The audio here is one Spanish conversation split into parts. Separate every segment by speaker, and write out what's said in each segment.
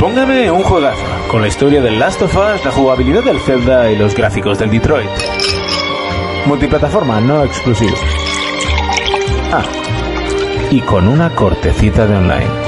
Speaker 1: Póngame un juegazo, con la historia del Last of Us, la jugabilidad del Zelda y los gráficos del Detroit. Multiplataforma, no exclusivo. Ah, y con una cortecita de online.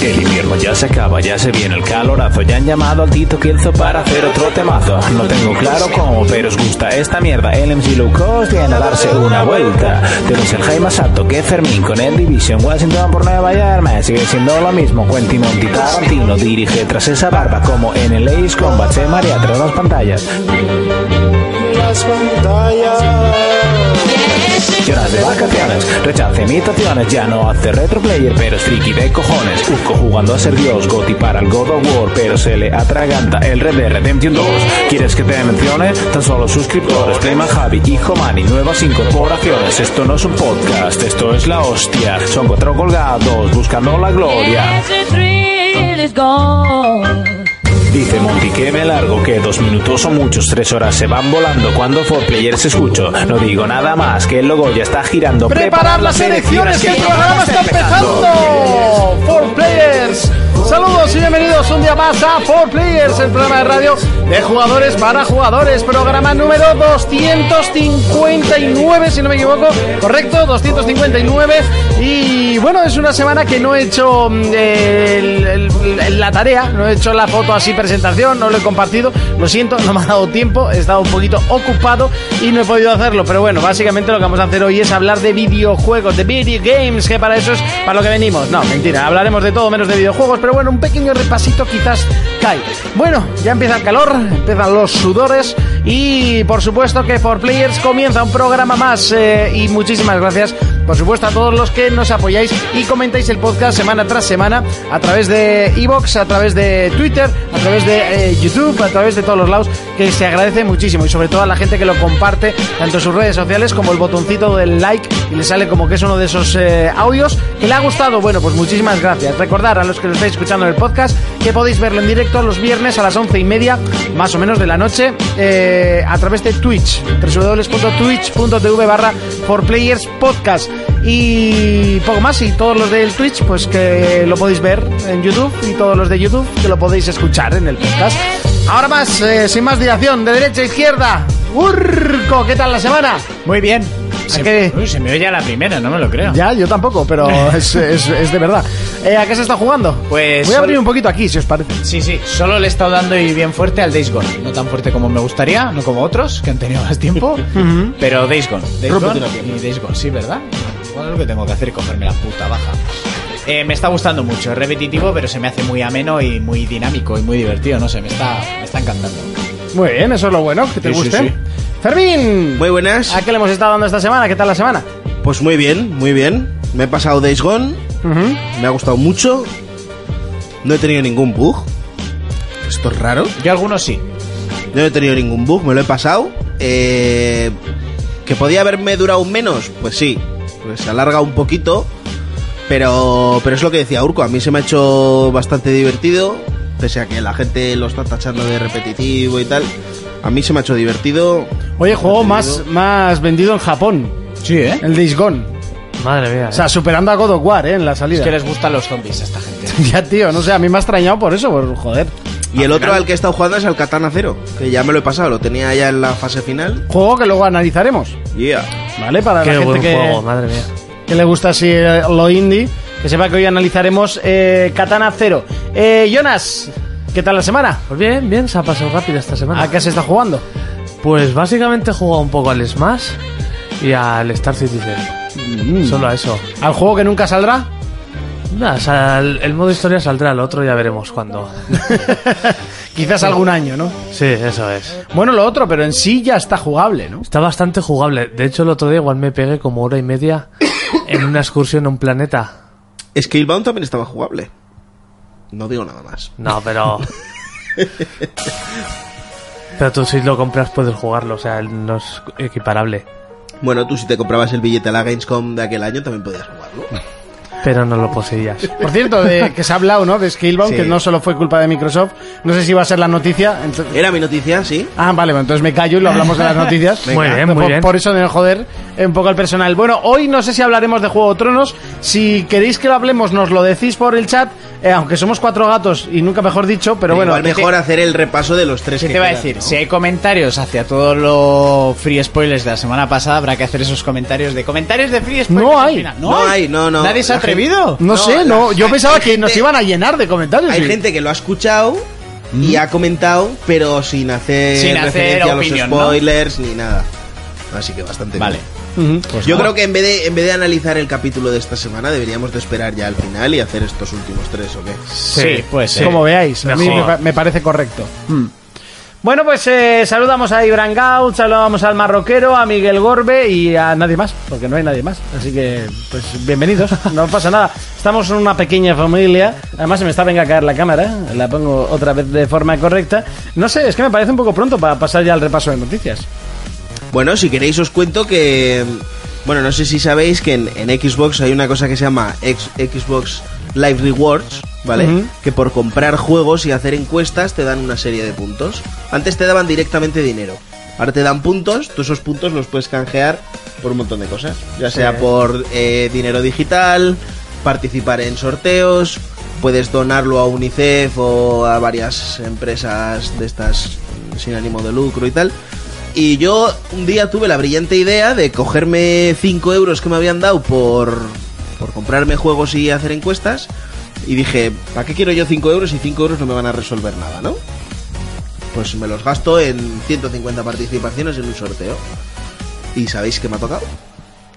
Speaker 1: El, el invierno ya se acaba, ya se viene el calorazo. Ya han llamado al Tito Kielzo para hacer otro temazo. No tengo claro cómo, pero os gusta esta mierda. El MC Low Cost viene a darse una vuelta. Tenéis el Jaime Sato que Fermín con el Division. Washington por Nueva York, me sigue siendo lo mismo. Quentin Monti Tarantino dirige tras esa barba. Como en el Ace Combat se marea tras las pantallas.
Speaker 2: Las pantallas.
Speaker 1: Lloras de vacaciones, rechaza imitaciones, ya no hace retroplayer, pero es friki de cojones. Urco jugando a ser Dios, Goti para el God of War, pero se le atraganta el Red Dead Redemption 2. ¿Quieres que te mencione? Tan solo suscriptores, Playman Javi, Hijo Mani, nuevas incorporaciones. Esto no es un podcast, esto es la hostia. Son cuatro colgados buscando la gloria.
Speaker 3: Yes, the thrill is gone.
Speaker 1: Dice Monty que me largo, que dos minutos son muchos, tres horas se van volando cuando for players escucho. No digo nada más, que el logo ya está girando.
Speaker 2: Preparar las elecciones, que el programa está empezando. Four Players. Saludos y bienvenidos un día más a Four Players, el programa de radio de jugadores para jugadores. Programa número 259, si no me equivoco. Correcto, 259. Y bueno, es una semana que no he hecho mm, el- el- el- la tarea, no he hecho la foto así presentación, no lo he compartido. Lo siento, no me ha dado tiempo, he estado un poquito ocupado y no he podido hacerlo. Pero bueno, básicamente lo que vamos a hacer hoy es hablar de videojuegos, de video games, que para eso es para lo que venimos. No, mentira, hablaremos de todo menos de videojuegos, pero bueno, un pequeño repasito quizás cae. Bueno, ya empieza el calor, empiezan los sudores y por supuesto que For Players comienza un programa más eh, y muchísimas gracias. Por supuesto a todos los que nos apoyáis y comentáis el podcast semana tras semana a través de Evox, a través de Twitter, a través de eh, YouTube, a través de todos los lados, que se agradece muchísimo y sobre todo a la gente que lo comparte, tanto en sus redes sociales como el botoncito del like y le sale como que es uno de esos eh, audios que le ha gustado. Bueno, pues muchísimas gracias. Recordar a los que lo estáis escuchando en el podcast que podéis verlo en directo los viernes a las once y media, más o menos de la noche, eh, a través de Twitch, www.twitch.tv barra for players podcast. Y poco más, y todos los del Twitch, pues que lo podéis ver en YouTube, y todos los de YouTube que lo podéis escuchar en el podcast. Ahora más, eh, sin más dilación, de derecha a izquierda. Urco, ¿qué tal la semana?
Speaker 4: Muy bien. Se,
Speaker 2: qué?
Speaker 4: Uy, se me oye a la primera, no me lo creo.
Speaker 2: Ya, yo tampoco, pero es, es- es de verdad. Eh, ¿A qué se está jugando? Voy
Speaker 4: Pues
Speaker 2: a
Speaker 4: solo-
Speaker 2: abrir un poquito aquí, si os parece.
Speaker 4: Sí, sí, solo le he estado dando y bien fuerte al Days Gone. No tan fuerte como me gustaría, no como otros que han tenido más tiempo, pero Days Gone. Days
Speaker 2: Rómpete
Speaker 4: Gone
Speaker 2: la pierna.
Speaker 4: y Days Gone, sí, ¿verdad? Igual lo que tengo que hacer es cogerme la puta baja. Eh, me está gustando mucho, es repetitivo, pero se me hace muy ameno y muy dinámico y muy divertido, no sé, me está, me está encantando.
Speaker 2: Muy bien, eso es lo bueno, que te
Speaker 5: Sí, sí,
Speaker 2: guste.
Speaker 5: sí.
Speaker 2: Fermín,
Speaker 5: Muy buenas.
Speaker 2: ¿a qué le hemos estado dando esta semana? ¿Qué tal la semana?
Speaker 5: Pues muy bien, muy bien. Me he pasado Days Gone, me ha gustado mucho. No he tenido ningún bug. Esto es raro.
Speaker 4: Yo algunos sí.
Speaker 5: Yo no he tenido ningún bug, me lo he pasado. Eh, ¿Que podía haberme durado menos? Pues sí, pues se alarga un poquito. Pero, pero es lo que decía Urco, a mí se me ha hecho bastante divertido. Pese a que la gente lo está tachando de repetitivo y tal. A mí se me ha hecho divertido.
Speaker 2: Oye, juego
Speaker 5: Te
Speaker 2: más,
Speaker 5: digo.
Speaker 2: más vendido en Japón,
Speaker 4: Sí, ¿eh?
Speaker 2: el Days Gone.
Speaker 6: Madre mía.
Speaker 2: O sea, superando a God of War, ¿eh? En la
Speaker 4: Es
Speaker 2: salida.
Speaker 4: que les gustan los zombies a esta gente.
Speaker 2: Ya, tío, no sé, a mí me ha extrañado por eso, por joder.
Speaker 5: Y el otro al que he estado jugando es al Katana Zero, que ya me lo he pasado, lo tenía ya en la fase final.
Speaker 2: Juego que luego analizaremos,
Speaker 5: Yeah.
Speaker 2: ¿vale? Para
Speaker 6: Qué
Speaker 2: la gente
Speaker 6: buen
Speaker 2: que,
Speaker 6: juego, madre mía.
Speaker 2: que le gusta así eh, lo indie, que sepa que hoy analizaremos eh, Katana Zero. Eh, Jonas, ¿qué tal la semana?
Speaker 6: Pues bien, bien, se ha pasado rápido esta semana.
Speaker 2: ¿A qué se está jugando?
Speaker 6: Pues básicamente he jugado un poco al Smash y al Star
Speaker 4: Mm.
Speaker 6: Citizen. Solo a eso.
Speaker 2: ¿Al juego que nunca saldrá?
Speaker 6: Nada, o sea, el, el modo historia saldrá, el otro ya veremos cuándo.
Speaker 2: Quizás algún año, ¿no?
Speaker 6: Sí, eso es.
Speaker 2: Bueno, lo otro, pero en sí ya está jugable, ¿no?
Speaker 6: Está bastante jugable. De hecho, el otro día igual me pegué como hora y media en una excursión a un planeta.
Speaker 5: Scalebound también estaba jugable. No digo nada más.
Speaker 6: No, pero... Pero tú si lo compras puedes jugarlo, o sea, no es equiparable.
Speaker 5: Bueno, tú si te comprabas el billete a la Gamescom de aquel año también podías jugarlo.
Speaker 6: Pero no lo poseías.
Speaker 2: Por cierto, de, que se ha hablado, ¿no? De Scalebound,
Speaker 5: Sí.
Speaker 2: que no solo fue culpa de Microsoft. No sé si va a ser la noticia. ento-
Speaker 5: Era mi noticia, sí.
Speaker 2: Ah, vale, bueno, entonces me callo y lo hablamos de las noticias.
Speaker 6: Muy bien,
Speaker 2: Por-
Speaker 6: muy bien.
Speaker 2: Por eso de no joder eh, un poco el personal. Bueno, hoy no sé si hablaremos de Juego de Tronos. Si queréis que lo hablemos, nos lo decís por el chat. eh, aunque somos cuatro gatos y nunca mejor dicho, pero bueno.
Speaker 5: Igual mejor hacer el repaso de los tres
Speaker 4: ¿Qué
Speaker 5: que
Speaker 4: te va a
Speaker 5: quedan,
Speaker 4: decir?
Speaker 5: ¿no?
Speaker 4: Si hay comentarios hacia todos los free spoilers de la semana pasada, habrá que hacer esos comentarios de comentarios de free spoilers.
Speaker 2: No
Speaker 4: al
Speaker 2: hay.
Speaker 4: final.
Speaker 5: No hay, no, no.
Speaker 4: Nadie se ha
Speaker 5: La gente-
Speaker 4: atrevido.
Speaker 2: No,
Speaker 5: No,
Speaker 2: sé,
Speaker 5: la-
Speaker 2: no, yo
Speaker 5: hay-
Speaker 2: pensaba
Speaker 5: hay
Speaker 2: que nos
Speaker 5: gente-
Speaker 2: iban a llenar de comentarios. Mm.
Speaker 5: Hay
Speaker 2: y-
Speaker 5: gente que lo ha escuchado y ha comentado, pero sin hacer,
Speaker 4: Sin hacer
Speaker 5: referencia
Speaker 4: opinión,
Speaker 5: a
Speaker 4: ¿no?
Speaker 5: los spoilers ni nada. Así que bastante.
Speaker 4: Vale.
Speaker 2: Ujú.
Speaker 4: Pues
Speaker 5: Yo
Speaker 4: nada.
Speaker 5: creo que en vez, de, en vez de analizar el capítulo de esta semana, deberíamos de esperar ya al final y hacer estos últimos tres, ¿o qué?
Speaker 4: Sí,
Speaker 6: Sí.
Speaker 4: pues sí.
Speaker 2: Como veáis, a mí
Speaker 6: Mejor.
Speaker 2: me, pa- me parece correcto. Mm. Bueno, pues eh, saludamos a Ibran Gaut, saludamos al marroquero, a Miguel Gorbe y a nadie más, porque no hay nadie más. Así que, pues bienvenidos, no pasa nada. Estamos en una pequeña familia. Además, se me está venga a caer la cámara, ¿eh? la pongo otra vez de forma correcta. No sé, es que me parece un poco pronto para pasar ya al repaso de noticias.
Speaker 5: Bueno, si queréis os cuento que... Bueno, no sé si sabéis que en, en Xbox hay una cosa que se llama X- Xbox Live Rewards, ¿vale?
Speaker 2: Ujú.
Speaker 5: Que por comprar juegos y hacer encuestas te dan una serie de puntos. Antes te daban directamente dinero. Ahora te dan puntos, tú esos puntos los puedes canjear por un montón de cosas. Ya sea por eh, dinero digital, participar en sorteos, puedes donarlo a UNICEF o a varias empresas de estas sin ánimo de lucro y tal. Y yo un día tuve la brillante idea de cogerme 5 euros que me habían dado por, por comprarme juegos y hacer encuestas. Y dije, ¿para qué quiero yo 5 euros si 5 euros no me van a resolver nada, no? Pues me los gasto en 150 participaciones en un sorteo. ¿Y sabéis qué me ha tocado?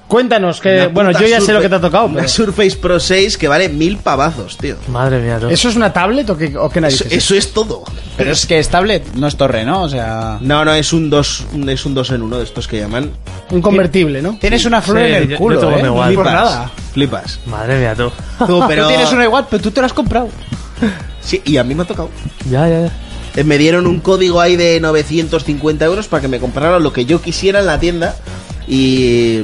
Speaker 2: Cuéntanos, que
Speaker 5: Una
Speaker 2: bueno,
Speaker 5: puta
Speaker 2: yo ya sé
Speaker 5: Surfa-
Speaker 2: lo que te ha tocado.
Speaker 5: Una
Speaker 2: pero-
Speaker 5: Surface Pro 6 que vale mil pavazos, tío.
Speaker 6: Madre mía, tú.
Speaker 2: ¿Eso es una tablet o qué, o qué
Speaker 5: Eso,
Speaker 2: narices?
Speaker 5: eso es todo.
Speaker 4: Pero es que es tablet, no es torre, ¿no? O sea.
Speaker 5: No, no, es un 2 es un dos en uno de estos que llaman.
Speaker 2: Un convertible, ¿no?
Speaker 4: Tienes una flor
Speaker 6: Sí,
Speaker 4: en el
Speaker 6: yo- yo
Speaker 4: culo,
Speaker 6: tengo
Speaker 4: ¿eh?
Speaker 6: una
Speaker 4: No
Speaker 6: igual.
Speaker 4: por
Speaker 5: Flipas,
Speaker 4: nada.
Speaker 5: Flipas.
Speaker 6: Madre mía, tú.
Speaker 5: Tú,
Speaker 4: Pero...
Speaker 5: Ah. pero...
Speaker 4: Tú tienes una igual, pero tú te la has comprado.
Speaker 5: Sí, y a mí me ha tocado.
Speaker 6: Ya, ya, ya.
Speaker 5: Eh, Me dieron un código ahí de 950 euros para que me comprara lo que yo quisiera en la tienda. Y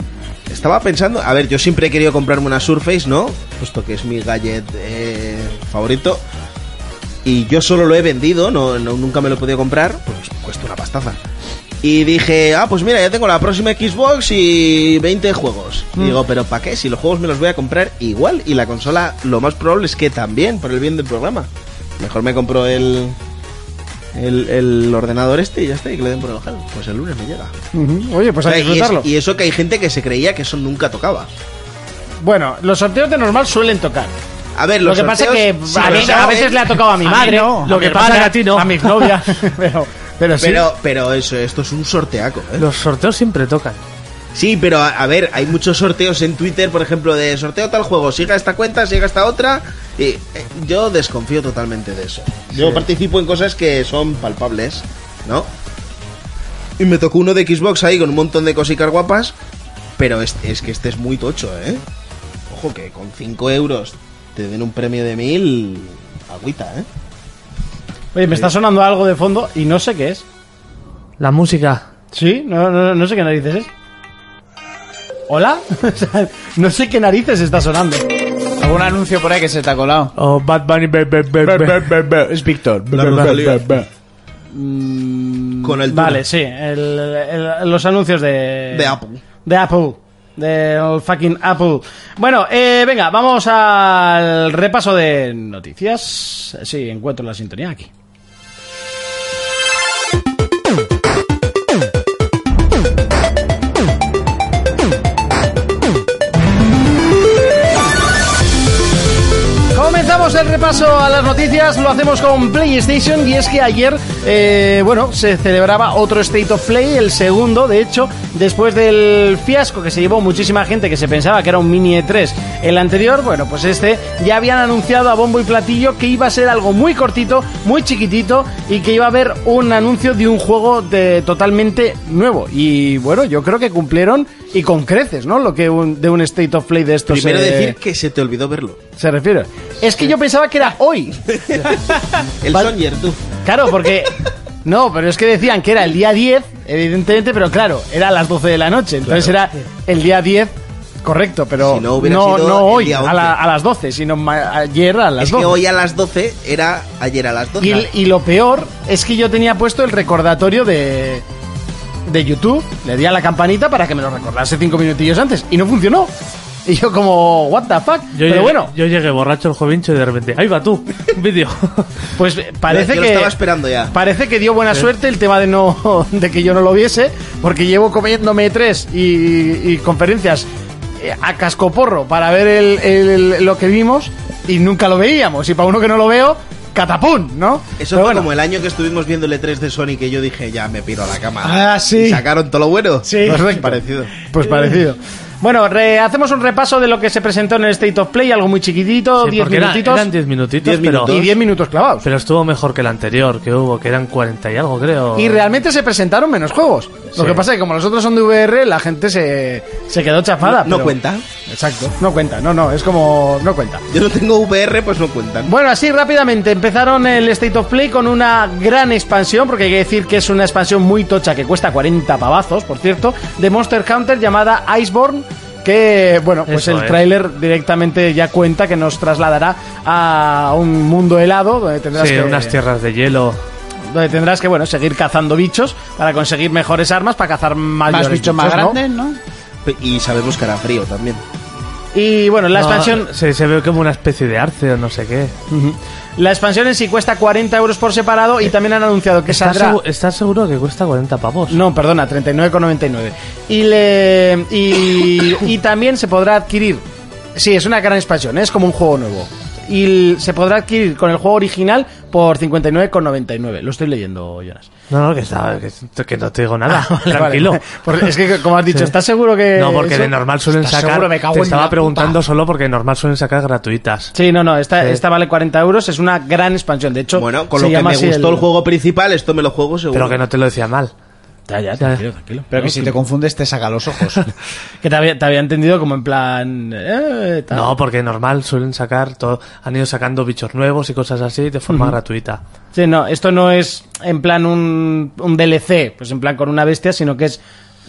Speaker 5: estaba pensando, a ver, yo siempre he querido comprarme una Surface, ¿no? Puesto que es mi gadget eh, favorito. Y yo solo lo he vendido, no, no- nunca me lo he podido comprar, pues cuesta una pastaza. Y dije, ah, pues mira, ya tengo la próxima Xbox y 20 juegos. Y digo, pero ¿para qué? Si los juegos me los voy a comprar igual y la consola lo más probable es que también, por el bien del programa. Mejor me compro el, el, el ordenador este y ya está, y que le den por el ojal. Pues el lunes me llega.
Speaker 2: Ujú. Oye, pues
Speaker 5: O
Speaker 2: hay
Speaker 5: sea,
Speaker 2: que
Speaker 5: y es-
Speaker 2: disfrutarlo.
Speaker 5: y eso que hay gente que se creía que eso nunca tocaba.
Speaker 2: Bueno, los sorteos de normal suelen tocar.
Speaker 5: A ver,
Speaker 2: Lo
Speaker 5: los
Speaker 2: que pasa es que
Speaker 5: sorteos-
Speaker 2: a,
Speaker 5: sí,
Speaker 2: mí-
Speaker 5: los
Speaker 2: a
Speaker 5: saben,
Speaker 2: veces le ha tocado a mi
Speaker 6: A mí
Speaker 2: madre,
Speaker 6: no,
Speaker 2: lo
Speaker 6: a
Speaker 2: que
Speaker 6: mi
Speaker 2: pasa
Speaker 6: hermana, a ti no.
Speaker 2: a mi novia, pero, pero sí.
Speaker 5: Pero, pero eso, esto es un sorteaco. ¿eh?
Speaker 6: Los sorteos siempre tocan.
Speaker 5: Sí, pero a, a ver, hay muchos sorteos en Twitter, por ejemplo, de sorteo tal juego, siga esta cuenta, siga esta otra. Y eh, yo desconfío totalmente de eso. Yo participo en cosas que son palpables, ¿no? Y me tocó uno de Xbox ahí con un montón de cositas guapas. Pero es, es que este es muy tocho, ¿eh? Ojo que con 5 euros te den un premio de 1000. Agüita, ¿eh?
Speaker 2: Oye, me está sonando algo de fondo y no sé qué es.
Speaker 6: La música.
Speaker 2: Sí, no, no, no sé qué narices es. ¿Hola? O sea, no sé qué narices está sonando.
Speaker 4: ¿Algún anuncio por ahí que se te ha colado?
Speaker 6: O Oh, Bad Bunny. be- be- be- be-
Speaker 4: Es Víctor.
Speaker 5: Con el
Speaker 2: Vale, sí, el- el- los anuncios de...
Speaker 5: De Apple.
Speaker 2: De Apple. Del fucking Apple. Bueno, eh, venga, vamos al repaso de noticias. Sí, encuentro la sintonía aquí. Comenzamos el repaso a las noticias, lo hacemos con PlayStation y es que ayer, eh, bueno, se celebraba otro State of Play, el segundo, de hecho, después del fiasco que se llevó muchísima gente que se pensaba que era un mini E3 el anterior, bueno, pues este ya habían anunciado a bombo y platillo que iba a ser algo muy cortito, muy chiquitito y que iba a haber un anuncio de un juego de, totalmente nuevo. Y bueno, yo creo que cumplieron y con creces, ¿no? Lo que un- de un State of Play de estos.
Speaker 5: Primero
Speaker 2: eh,
Speaker 5: decir que se te olvidó verlo.
Speaker 2: se refiere. Es que yo pensaba que era hoy.
Speaker 5: El
Speaker 2: Vale.
Speaker 5: Sonyer, tú.
Speaker 2: Claro, porque. No, pero es que decían que era el día 10, evidentemente, pero claro, era a las 12 de la noche. Entonces era el día 10, correcto, pero
Speaker 5: Si no
Speaker 2: no,
Speaker 5: hubiera
Speaker 2: no,
Speaker 5: sido el
Speaker 2: hoy,
Speaker 5: día
Speaker 2: a, la-
Speaker 5: 11.
Speaker 2: a las 12, sino ma- ayer a las
Speaker 5: Es que
Speaker 2: 12.
Speaker 5: hoy a las 12 era ayer a las 12.
Speaker 2: Y, y lo peor es que yo tenía puesto el recordatorio de, de YouTube, le di a la campanita para que me lo recordase cinco minutillos antes y no funcionó. Y yo como, what the fuck.
Speaker 6: Yo
Speaker 2: Pero
Speaker 6: llegué,
Speaker 2: bueno,
Speaker 6: Yo llegué borracho el jovincho y de repente, ahí va tú, un vídeo.
Speaker 2: pues parece
Speaker 5: Yo lo
Speaker 2: que...
Speaker 5: estaba esperando ya.
Speaker 2: Parece que dio buena suerte el tema de no de que yo no lo viese, porque llevo comiéndome tres y, y conferencias eh, a cascoporro para ver el- el- el- lo que vimos y nunca lo veíamos. Y para uno que no lo veo, catapum, ¿no? Pero
Speaker 5: Eso fue
Speaker 2: bueno.
Speaker 5: como el año que estuvimos viendo el E3 de Sony que yo dije, ya me piro a la cama.
Speaker 2: Ah, sí.
Speaker 5: Y sacaron todo lo bueno.
Speaker 2: Sí.
Speaker 5: No es parecido.
Speaker 2: Pues parecido. Bueno, re- hacemos un repaso de lo que se presentó en el State of Play, algo muy chiquitito,
Speaker 6: Sí,
Speaker 2: 10
Speaker 6: porque era-
Speaker 2: minutitos
Speaker 6: eran 10 minutitos,
Speaker 5: Diez
Speaker 6: pero,
Speaker 5: minutos.
Speaker 2: y 10 minutos clavados.
Speaker 6: pero estuvo mejor que el anterior que hubo, que eran 40 y algo, creo.
Speaker 2: Y realmente se presentaron menos juegos. Lo
Speaker 6: Sí.
Speaker 2: que pasa es que como los otros son de VR, la gente se, se quedó chafada.
Speaker 5: No
Speaker 2: pero-
Speaker 5: cuenta.
Speaker 2: Exacto. No cuenta, no, no, es como... no cuenta.
Speaker 5: Yo no tengo VR, pues no cuentan.
Speaker 2: Bueno, así rápidamente empezaron el State of Play con una gran expansión, porque hay que decir que es una expansión muy tocha que cuesta 40 pavazos, por cierto, de Monster Hunter llamada Iceborne. Que bueno, pues
Speaker 6: Eso
Speaker 2: el
Speaker 6: es.
Speaker 2: tráiler directamente ya cuenta que nos trasladará a un mundo helado donde tendrás
Speaker 6: Sí,
Speaker 2: que
Speaker 6: unas tierras de hielo.
Speaker 2: donde tendrás que bueno seguir cazando bichos para conseguir mejores armas para cazar mayores
Speaker 4: Más bichos más
Speaker 2: ¿no?
Speaker 4: grandes, ¿no?
Speaker 5: Y sabemos que hará frío también.
Speaker 2: Y bueno, la
Speaker 6: No,
Speaker 2: expansión
Speaker 6: Se, se ve como una especie de arce o no sé qué.
Speaker 2: la expansión en sí cuesta 40 euros por separado
Speaker 4: Eh,
Speaker 2: y también han anunciado que
Speaker 6: ¿Estás,
Speaker 2: saldrá
Speaker 6: segu- estás seguro que cuesta 40 pavos?
Speaker 2: No, perdona, 39,99. Y, le, y, y también se podrá adquirir. Sí, es una gran expansión, ¿eh? es como un juego nuevo. Y el- se podrá adquirir con el juego original por 59,99. Lo estoy leyendo, Jonas.
Speaker 6: No, no, que, está, que, que no te digo nada.
Speaker 2: Ah, Vale,
Speaker 6: tranquilo.
Speaker 2: vale. Porque es que, como has dicho, ¿estás seguro que.?
Speaker 6: No, porque
Speaker 2: eso?
Speaker 6: de normal suelen
Speaker 2: ¿Estás
Speaker 6: sacar.
Speaker 2: seguro? Me cago
Speaker 6: te
Speaker 2: en
Speaker 6: estaba
Speaker 2: la
Speaker 6: preguntando
Speaker 2: puta.
Speaker 6: solo porque de normal suelen sacar gratuitas.
Speaker 2: Sí, no, no, esta,
Speaker 6: Sí.
Speaker 2: esta vale 40 euros, es una gran expansión. De hecho,
Speaker 5: Bueno, con
Speaker 2: se
Speaker 5: lo que
Speaker 2: llama
Speaker 5: me
Speaker 2: así
Speaker 5: gustó el... juego principal, esto me lo juego seguro.
Speaker 6: Pero que no te lo decía mal.
Speaker 2: Ya, ya,
Speaker 6: Ya.
Speaker 2: tranquilo, tranquilo.
Speaker 4: Pero que si te confundes te saca los ojos.
Speaker 2: Que te había, te había entendido como en plan. eh, tal.
Speaker 6: No, porque de normal suelen sacar. todo- han ido sacando bichos nuevos y cosas así de forma gratuita.
Speaker 2: Sí, no, esto no es en plan un, un DLC, pues en plan con una bestia, sino que es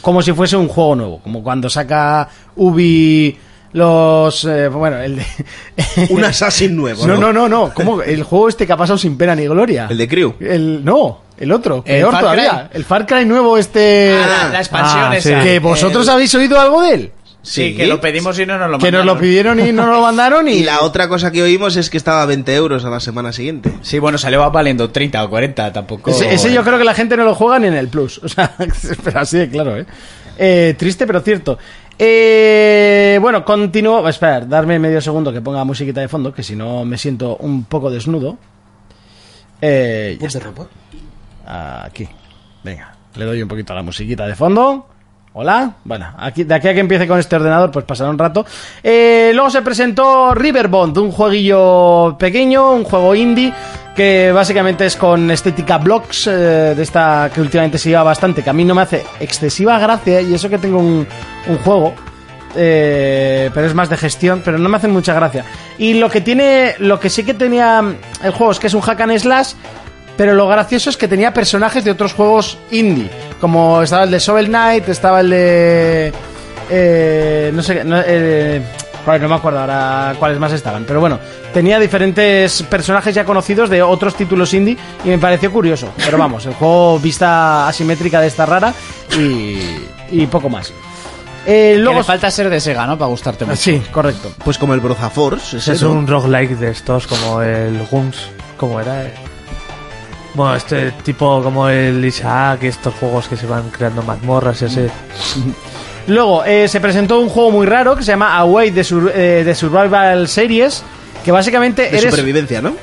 Speaker 2: como si fuese un juego nuevo, como cuando saca Ubi los... eh, bueno, el de...
Speaker 5: Un Assassin nuevo.
Speaker 2: no, no, no, no, como el juego este que ha pasado sin pena ni gloria.
Speaker 5: El de Crew.
Speaker 2: El- no, el otro,
Speaker 4: El
Speaker 2: peor
Speaker 4: Far Cry.
Speaker 2: todavía. El Far Cry nuevo este...
Speaker 4: la, la expansión
Speaker 6: Ah,
Speaker 4: esa.
Speaker 6: sí.
Speaker 2: que vosotros
Speaker 4: El-
Speaker 2: habéis oído algo de él.
Speaker 4: Sí, que lo pedimos y no nos lo
Speaker 2: Que nos lo
Speaker 4: mandaron.
Speaker 2: pidieron y no nos lo mandaron y...
Speaker 5: Y la otra cosa que oímos es que estaba a 20 euros a la semana siguiente.
Speaker 4: Sí, bueno, salió valiendo 30 o 40, tampoco.
Speaker 2: Ese, ese yo creo que la gente no lo juega ni en el Plus. O sea, pero así de claro, ¿eh? Eh, Triste, pero cierto. Eh, bueno, continúo. Espera, darme medio segundo que ponga musiquita de fondo, que si no me siento un poco desnudo. Eh, ya está. Aquí. Venga, le doy un poquito a la musiquita de fondo. Hola. Bueno, aquí, de aquí a que empiece con este ordenador, pues pasará un rato. Eh, luego se presentó Riverbond, un jueguillo pequeño, un juego indie, que básicamente es con estética blocks, eh, de esta que últimamente se lleva bastante, que a mí no me hace excesiva gracia, y eso que tengo un, un juego. eh, pero es más de gestión, pero no me hacen mucha gracia. Y lo que tiene, lo que sí que tenía mm, el juego es que es un hack and slash, pero lo gracioso es que tenía personajes de otros juegos indie. Como estaba el de Shovel Knight, estaba el de. eh, no sé qué. No, eh, joder, no me acuerdo ahora cuáles más estaban. Pero bueno, tenía diferentes personajes ya conocidos de otros títulos indie y me pareció curioso. Pero vamos, el juego vista asimétrica de esta rara y, y poco más. Eh,
Speaker 4: Que
Speaker 2: luego.
Speaker 4: le falta ser de Sega, ¿no? Para gustarte mucho.
Speaker 2: Ah, Sí, correcto.
Speaker 5: Pues como el Broza Force. Es
Speaker 6: Es
Speaker 5: eso.
Speaker 6: un roguelike de estos, como el Guns. ¿Cómo era? Eh, Bueno, este tipo como el Isaac, estos juegos que se van creando mazmorras y así.
Speaker 2: Luego eh, se presentó un juego muy raro que se llama Away de, Sur- eh, de Survival Series. Que básicamente
Speaker 5: De
Speaker 2: eres.
Speaker 5: supervivencia, ¿no?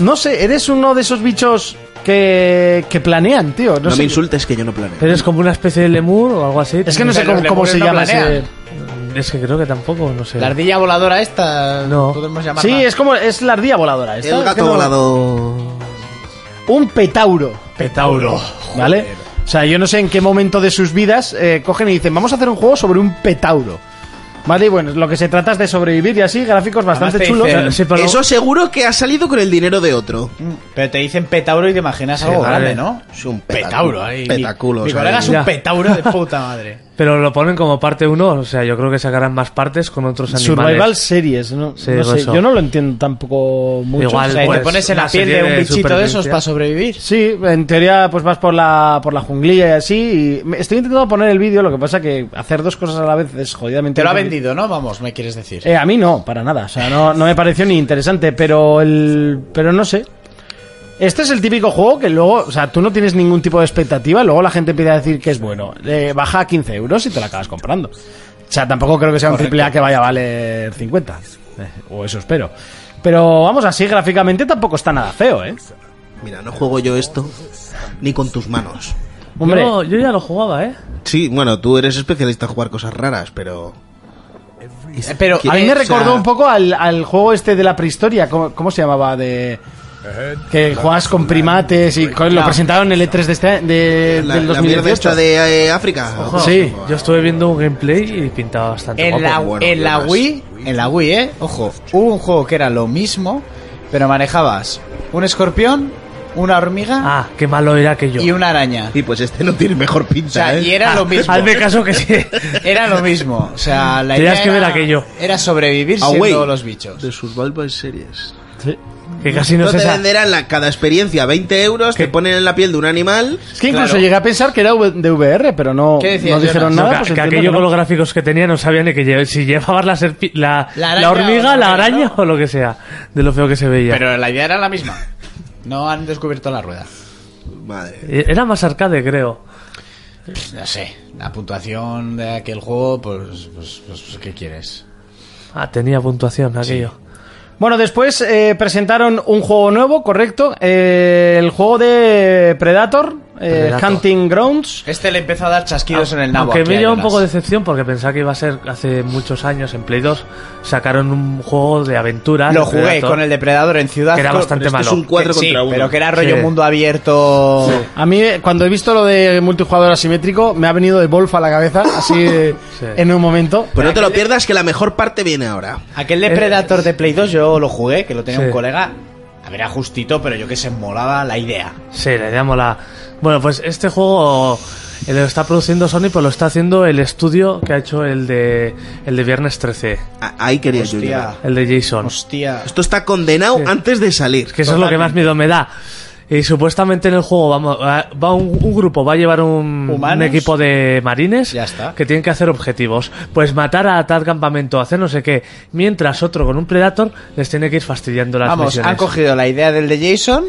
Speaker 2: No sé, eres uno de esos bichos que, que planean, tío. No,
Speaker 5: No,
Speaker 2: sé.
Speaker 5: me insultes que yo no planeo.
Speaker 6: Pero es como una especie de lemur o algo así.
Speaker 2: Es que no sé
Speaker 4: Pero
Speaker 2: cómo,
Speaker 4: los
Speaker 2: cómo se
Speaker 4: lemures no
Speaker 2: llama ese.
Speaker 4: planean.
Speaker 6: Es que creo que tampoco, no sé.
Speaker 4: La ardilla voladora esta.
Speaker 6: No.
Speaker 4: Podemos llamarla.
Speaker 2: Sí, es como es la ardilla voladora. esta,
Speaker 5: El
Speaker 2: es que
Speaker 5: gato
Speaker 2: no-
Speaker 5: volado.
Speaker 2: Un petauro,
Speaker 6: Petauro.
Speaker 2: ¿vale? O sea, yo no sé en qué momento de sus vidas eh, cogen y dicen, vamos a hacer un juego sobre un petauro. Vale, y bueno, lo que se trata es de sobrevivir y así, gráficos bastante
Speaker 4: te
Speaker 2: chulos.
Speaker 4: dicen-
Speaker 6: Sí, pero-
Speaker 5: Eso seguro que ha salido con el dinero de otro.
Speaker 4: Mm, Pero te dicen petauro y te imaginas algo
Speaker 6: vale.
Speaker 4: grande, ¿no?
Speaker 5: Es un
Speaker 4: Petauro,
Speaker 5: petaculo,
Speaker 4: ahí.
Speaker 5: petaculo,
Speaker 4: Mi, mi
Speaker 5: o sea,
Speaker 4: colega es un
Speaker 6: ya.
Speaker 4: petauro de puta madre.
Speaker 6: Pero lo ponen como parte 1, o sea, yo creo que sacarán más partes con otros animales.
Speaker 2: Survival series, ¿no?
Speaker 6: Sí,
Speaker 2: No sé,
Speaker 6: pues eso.
Speaker 2: yo no lo entiendo tampoco mucho.
Speaker 6: Igual,
Speaker 2: O sea,
Speaker 4: sea,
Speaker 6: pues,
Speaker 4: te pones en la
Speaker 6: una
Speaker 4: piel de
Speaker 6: serie
Speaker 4: un
Speaker 6: de
Speaker 4: bichito de esos
Speaker 6: supervivencia.
Speaker 4: para sobrevivir.
Speaker 2: Sí, en teoría pues vas por la, por la junglilla y así. Y me- estoy intentando poner el vídeo, lo que pasa que hacer dos cosas a la vez es jodidamente...
Speaker 4: Te lo ha
Speaker 2: difícil.
Speaker 4: vendido, ¿no? Vamos, me quieres decir.
Speaker 2: Eh, a mí no, para nada. O sea, no, no me pareció ni interesante, pero el... Pero no sé. Este es el típico juego que luego, o sea, tú no tienes ningún tipo de expectativa, luego la gente empieza a decir que es bueno. Eh, baja a 15 euros y te la acabas comprando. O sea, tampoco creo que sea un triple A que vaya a valer 50. Eh, o eso espero. Pero vamos, así gráficamente tampoco está nada feo, ¿eh?
Speaker 5: Mira, no juego yo esto ni con tus manos.
Speaker 2: Hombre,
Speaker 6: Yo, yo ya lo jugaba, ¿eh?
Speaker 5: Sí, bueno, tú eres especialista en jugar cosas raras, pero...
Speaker 4: Eh, Pero
Speaker 5: ¿Qué?
Speaker 2: A mí me
Speaker 5: O sea-
Speaker 2: recordó un poco al, al juego este de la prehistoria, ¿cómo, cómo se llamaba? De que jugabas con primates y co- lo presentaron en el E3 de este, de-
Speaker 5: La,
Speaker 2: del
Speaker 5: la mierda
Speaker 2: 2018.
Speaker 5: esta de eh, África.
Speaker 6: Ojo,
Speaker 2: Sí.
Speaker 6: Yo estuve viendo un gameplay y pintaba bastante
Speaker 4: en
Speaker 6: guapo.
Speaker 4: la,
Speaker 5: bueno,
Speaker 4: en la
Speaker 5: además.
Speaker 4: Wii, en la Wii, ¿eh? Ojo, hubo un juego que era lo mismo, pero manejabas un escorpión, una hormiga
Speaker 6: Ah, qué malo era que yo.
Speaker 4: y una araña.
Speaker 5: Y pues este no tiene mejor pinta,
Speaker 4: O sea,
Speaker 5: ¿eh?
Speaker 4: y era lo mismo.
Speaker 6: Hazme caso que sí.
Speaker 4: Era lo mismo. O sea, la
Speaker 6: Tenías
Speaker 4: idea
Speaker 6: que ver
Speaker 4: era,
Speaker 6: aquello.
Speaker 4: era sobrevivir
Speaker 5: Away.
Speaker 4: siendo los bichos.
Speaker 5: De sus Valve series.
Speaker 6: que casi no,
Speaker 5: No,
Speaker 6: es
Speaker 5: te
Speaker 6: esa.
Speaker 5: venderán la, cada experiencia 20 euros, te ponen en la piel de un animal.
Speaker 2: Es que incluso
Speaker 4: Claro.
Speaker 2: llegué a pensar que era V- de VR, pero no,
Speaker 4: ¿Qué decías,
Speaker 2: no dijeron
Speaker 4: Jonas?
Speaker 6: No,
Speaker 2: nada.
Speaker 6: que-
Speaker 2: pues
Speaker 6: que
Speaker 2: entiendo
Speaker 6: aquello
Speaker 2: que no.
Speaker 6: con los gráficos que tenía no sabía ni que lle- si llevabas la, serpi- la,
Speaker 4: La araña
Speaker 6: la
Speaker 4: o
Speaker 6: hormiga,
Speaker 4: la
Speaker 6: la
Speaker 4: araña,
Speaker 6: araña
Speaker 4: ¿no?
Speaker 6: o lo que sea, de lo feo que se veía.
Speaker 4: Pero la idea era la misma. No han descubierto la rueda.
Speaker 5: Madre.
Speaker 6: Eh, Era más arcade, creo.
Speaker 4: No sé, la puntuación de aquel juego, pues, pues, pues, ¿qué quieres?
Speaker 6: Ah, tenía puntuación aquello.
Speaker 2: Bueno, después eh, presentaron un juego nuevo, correcto. eh, el juego de Predator, eh,
Speaker 6: Predator.
Speaker 2: Hunting Grounds.
Speaker 4: Este le empezó a dar chasquidos en el nabo.
Speaker 6: Ah, Aunque
Speaker 4: aquí
Speaker 6: me
Speaker 4: a
Speaker 6: lleva un
Speaker 4: Jonas.
Speaker 6: poco de decepción porque pensaba que iba a ser hace muchos años en Play 2 sacaron un juego de aventura.
Speaker 4: Lo
Speaker 6: de
Speaker 4: jugué
Speaker 6: Predator,
Speaker 4: con el depredador en ciudad.
Speaker 6: que era
Speaker 4: Co-
Speaker 6: bastante
Speaker 5: Este
Speaker 6: malo.
Speaker 5: es un 4
Speaker 4: Sí,
Speaker 5: contra 1.
Speaker 4: pero que era rollo
Speaker 6: Sí.
Speaker 4: mundo abierto.
Speaker 2: A mí, eh, cuando he visto lo de multijugador asimétrico, me ha venido de Wolf a la cabeza, así eh,
Speaker 6: Sí.
Speaker 2: en un momento.
Speaker 5: Pero no te lo pierdas que la mejor parte viene ahora.
Speaker 4: Aquel Depredator de Play 2 yo lo jugué, que lo tenía
Speaker 6: Sí.
Speaker 4: un colega. A ver, era justito, pero yo que se molaba la idea.
Speaker 6: Sí, le llamo la. Bueno, pues este juego eh, lo está produciendo Sony, pues lo está haciendo el estudio que ha hecho el de el de Viernes 13,
Speaker 5: A- ahí quería yo
Speaker 4: Hostia.
Speaker 5: llegar.
Speaker 6: el de Jason.
Speaker 4: Hostia.
Speaker 5: Esto está condenado
Speaker 6: Sí.
Speaker 5: antes de salir.
Speaker 6: Es que eso es lo que más miedo me da. Y supuestamente en el juego vamos, va va un, un grupo, va a llevar un, un
Speaker 4: ¿Humanos?
Speaker 6: equipo de marines
Speaker 4: Ya está.
Speaker 6: que tienen que hacer objetivos. Pues matar a tal campamento, hacer no sé qué. Mientras otro con un Predator les tiene que ir fastidiando las
Speaker 4: Vamos,
Speaker 6: misiones.
Speaker 4: han cogido la idea del de Jason.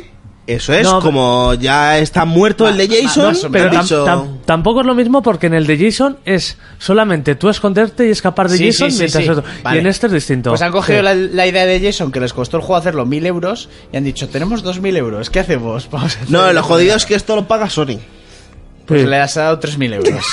Speaker 5: Eso es,
Speaker 6: No, pero-
Speaker 5: como ya está muerto el de Jason,
Speaker 4: más o
Speaker 5: pero
Speaker 6: Pero tam-
Speaker 5: dicho...
Speaker 6: tam- tampoco es lo mismo porque en el de Jason es solamente tú esconderte y escapar de
Speaker 4: Sí,
Speaker 6: Jason
Speaker 4: sí, sí,
Speaker 6: mientras
Speaker 4: sí.
Speaker 6: otro.
Speaker 4: Vale.
Speaker 6: Y en este es distinto.
Speaker 4: Pues han cogido
Speaker 6: Sí.
Speaker 4: la, la idea de Jason, que les costó el juego hacerlo mil euros, y han dicho, tenemos dos mil euros, ¿qué hacemos? Vamos a hacer-
Speaker 5: No, lo jodido es que esto lo paga Sony.
Speaker 4: Pues
Speaker 6: Sí.
Speaker 4: le has dado tres mil euros.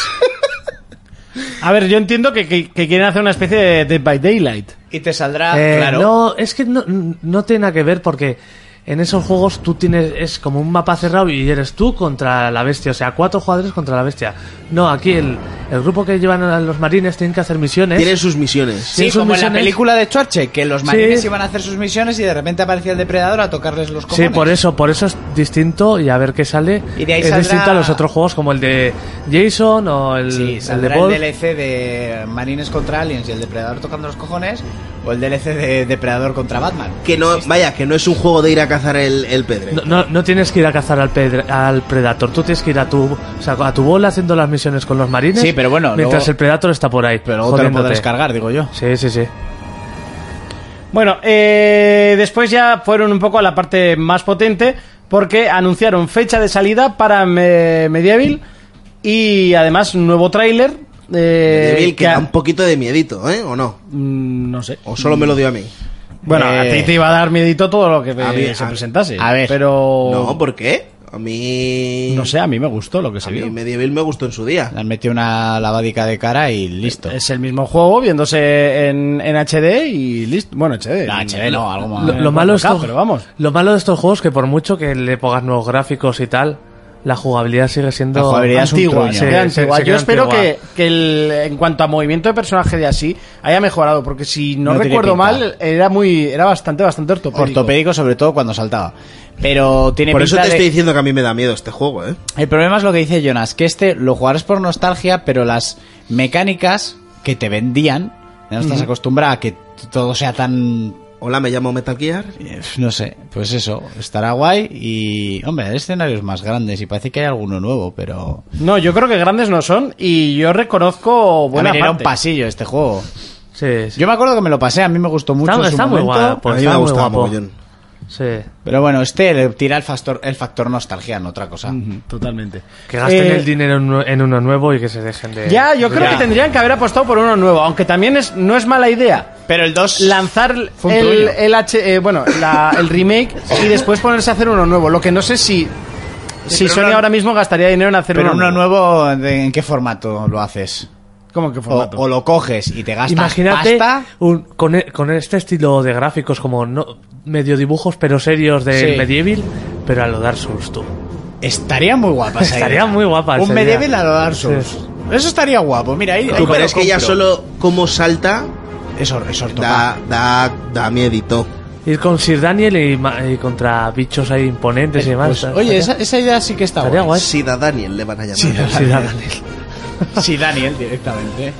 Speaker 2: A ver, yo entiendo que, que- que quieren hacer una especie de Dead by Daylight.
Speaker 4: y te saldrá,
Speaker 6: Eh,
Speaker 4: Ah, claro.
Speaker 6: No, es que no, no tiene nada que ver porque en esos juegos tú tienes. Es como un mapa cerrado y eres tú contra la bestia. O sea, cuatro jugadores contra la bestia. No, aquí el, el grupo que llevan a los marines tienen que hacer misiones.
Speaker 5: Tiene sus misiones.
Speaker 4: Sí,
Speaker 6: sus
Speaker 4: como en la
Speaker 6: misiones.
Speaker 4: película de Schwarzenegger, que los marines
Speaker 6: Sí.
Speaker 4: iban a hacer sus misiones y de repente aparecía el depredador a tocarles los
Speaker 6: Sí,
Speaker 4: cojones.
Speaker 6: por eso, por eso es distinto y a ver qué sale.
Speaker 4: Y de ahí
Speaker 6: es
Speaker 4: saldrá-
Speaker 6: distinto a los otros juegos como el de Jason o el,
Speaker 4: Sí,
Speaker 6: el de
Speaker 4: saldrá el,
Speaker 6: Bolt.
Speaker 4: DLC de Marines contra Aliens y el depredador tocando los cojones, o el DLC de depredador contra Batman.
Speaker 5: Que no, vaya, que no es un juego de ir a cazar el, el pedre.
Speaker 6: No, no, no tienes que ir a cazar al, pedre- al Predator, tú tienes que ir a tu, o sea, a tu bola haciendo las misiones con los marines.
Speaker 4: Sí, pero bueno,
Speaker 6: Mientras
Speaker 4: luego-
Speaker 6: el Predator está por ahí.
Speaker 4: Pero luego te lo
Speaker 6: jodiéndote.
Speaker 4: podrás cargar, Ah, eh, digo yo.
Speaker 6: Sí, sí, sí.
Speaker 2: Bueno, eh, después ya fueron un poco a la parte más potente porque anunciaron fecha de salida para Me- Medieval y además un nuevo tráiler. eh,
Speaker 5: Devil, que
Speaker 2: a-
Speaker 5: da un poquito de miedito, ¿eh? ¿O no?
Speaker 2: Mm, No sé.
Speaker 5: ¿O solo me lo dio a mí?
Speaker 2: Bueno, a
Speaker 4: Eh,
Speaker 2: ti te iba a dar miedito todo lo que
Speaker 5: a mí-
Speaker 2: se
Speaker 5: a-
Speaker 2: presentase.
Speaker 4: a ver.
Speaker 2: Pero...
Speaker 5: No, ¿por qué? A mí...
Speaker 2: no sé, a mí me gustó lo que
Speaker 5: A
Speaker 2: se
Speaker 5: mí
Speaker 2: vio.
Speaker 5: Medieval me gustó en su día.
Speaker 4: Le han metido una lavadica de cara y listo.
Speaker 2: Es el mismo juego viéndose en, en HD y listo. Bueno, HD.
Speaker 4: La HD no, algo más.
Speaker 6: Lo,
Speaker 2: Eh,
Speaker 6: lo malo de
Speaker 2: 4K,
Speaker 6: estos,
Speaker 2: pero vamos.
Speaker 6: lo malo de estos juegos que por mucho que le pongas nuevos gráficos y tal, la jugabilidad sigue siendo
Speaker 4: La jugabilidad es un
Speaker 2: antigua,
Speaker 4: truño.
Speaker 2: se
Speaker 6: Sí,
Speaker 2: queda
Speaker 6: se-
Speaker 2: antigua.
Speaker 6: se
Speaker 2: Yo
Speaker 6: queda
Speaker 2: espero
Speaker 6: antigua.
Speaker 2: que, que el- en cuanto a movimiento de personaje de así haya mejorado, porque si no,
Speaker 4: No tiene
Speaker 2: recuerdo
Speaker 4: pinta.
Speaker 2: mal, era muy era bastante, bastante ortopédico.
Speaker 4: Ortopédico, sobre todo cuando saltaba. Pero tiene
Speaker 5: Por eso
Speaker 4: pinta
Speaker 5: te
Speaker 4: de-
Speaker 5: estoy diciendo que a mí me da miedo este juego, ¿eh?
Speaker 4: El problema es lo que dice Jonas, que este lo jugarás por nostalgia, pero las mecánicas que te vendían, ya no estás acostumbrada a que t- todo sea tan...
Speaker 5: Hola, me llamo Metal Gear.
Speaker 4: eh, No sé, pues eso, estará guay y... Hombre, hay escenarios más grandes y parece que hay alguno nuevo, pero...
Speaker 2: No, yo creo que grandes no son y yo reconozco buena
Speaker 4: Bueno, era un
Speaker 2: parte.
Speaker 4: pasillo este juego.
Speaker 6: Sí, sí.
Speaker 4: Yo me acuerdo que me lo pasé, a mí me gustó mucho.
Speaker 6: Está-
Speaker 4: en su
Speaker 6: está muy
Speaker 4: momento,
Speaker 6: guapo. Pues
Speaker 5: a mí me
Speaker 6: está
Speaker 5: ha
Speaker 6: muy
Speaker 5: gustado
Speaker 6: guapo.
Speaker 5: mogollón.
Speaker 6: sí.
Speaker 4: Pero bueno, este le tira el factor, el factor nostalgia, no otra cosa.
Speaker 2: Totalmente.
Speaker 6: Que gasten
Speaker 2: Eh,
Speaker 6: el dinero en, uno- en uno nuevo y que se dejen de...
Speaker 2: Ya, yo creo
Speaker 4: Ya.
Speaker 2: que tendrían que haber apostado por uno nuevo, aunque también es, no es mala idea
Speaker 4: Pero el 2...
Speaker 2: lanzar
Speaker 4: Fue un
Speaker 2: el,
Speaker 4: truño.
Speaker 2: el H, eh, bueno, la- el remake y después ponerse a hacer uno nuevo. Lo que no sé si, si
Speaker 4: pero
Speaker 2: Sony
Speaker 4: una-
Speaker 2: ahora mismo gastaría dinero en hacer
Speaker 4: Pero
Speaker 2: uno
Speaker 4: uno nuevo, ¿de- ¿en qué formato lo haces?
Speaker 2: ¿Cómo que
Speaker 4: O,
Speaker 2: formato?
Speaker 4: o lo coges y te gastas
Speaker 6: Imagínate
Speaker 4: pasta...
Speaker 6: un- con, e- con este estilo de gráficos como no, medio dibujos pero serios del
Speaker 4: Sí.
Speaker 6: medieval, pero a lo Dark Souls tú.
Speaker 4: Estaría muy guapa esa
Speaker 6: Estaría
Speaker 4: idea.
Speaker 6: muy guapa
Speaker 4: Un
Speaker 6: esa
Speaker 4: medieval
Speaker 6: idea.
Speaker 4: a lo Dark Souls.
Speaker 6: Sí.
Speaker 4: Eso estaría guapo. Mira, ahí. ahí
Speaker 5: Tú,
Speaker 4: me
Speaker 5: pero
Speaker 4: lo
Speaker 5: es que ya
Speaker 4: compro.
Speaker 5: solo cómo salta
Speaker 4: Es, hor- es ortopá.
Speaker 5: da, da, da miedito.
Speaker 6: Ir con Sir Daniel y, ma- y contra bichos ahí imponentes y demás.
Speaker 4: Pues, oye, esa, esa idea sí que está
Speaker 6: Estaría
Speaker 4: guay.
Speaker 6: guay.
Speaker 5: Sida Daniel le van a llamar.
Speaker 6: Sir Daniel.
Speaker 4: Sí, Daniel, directamente.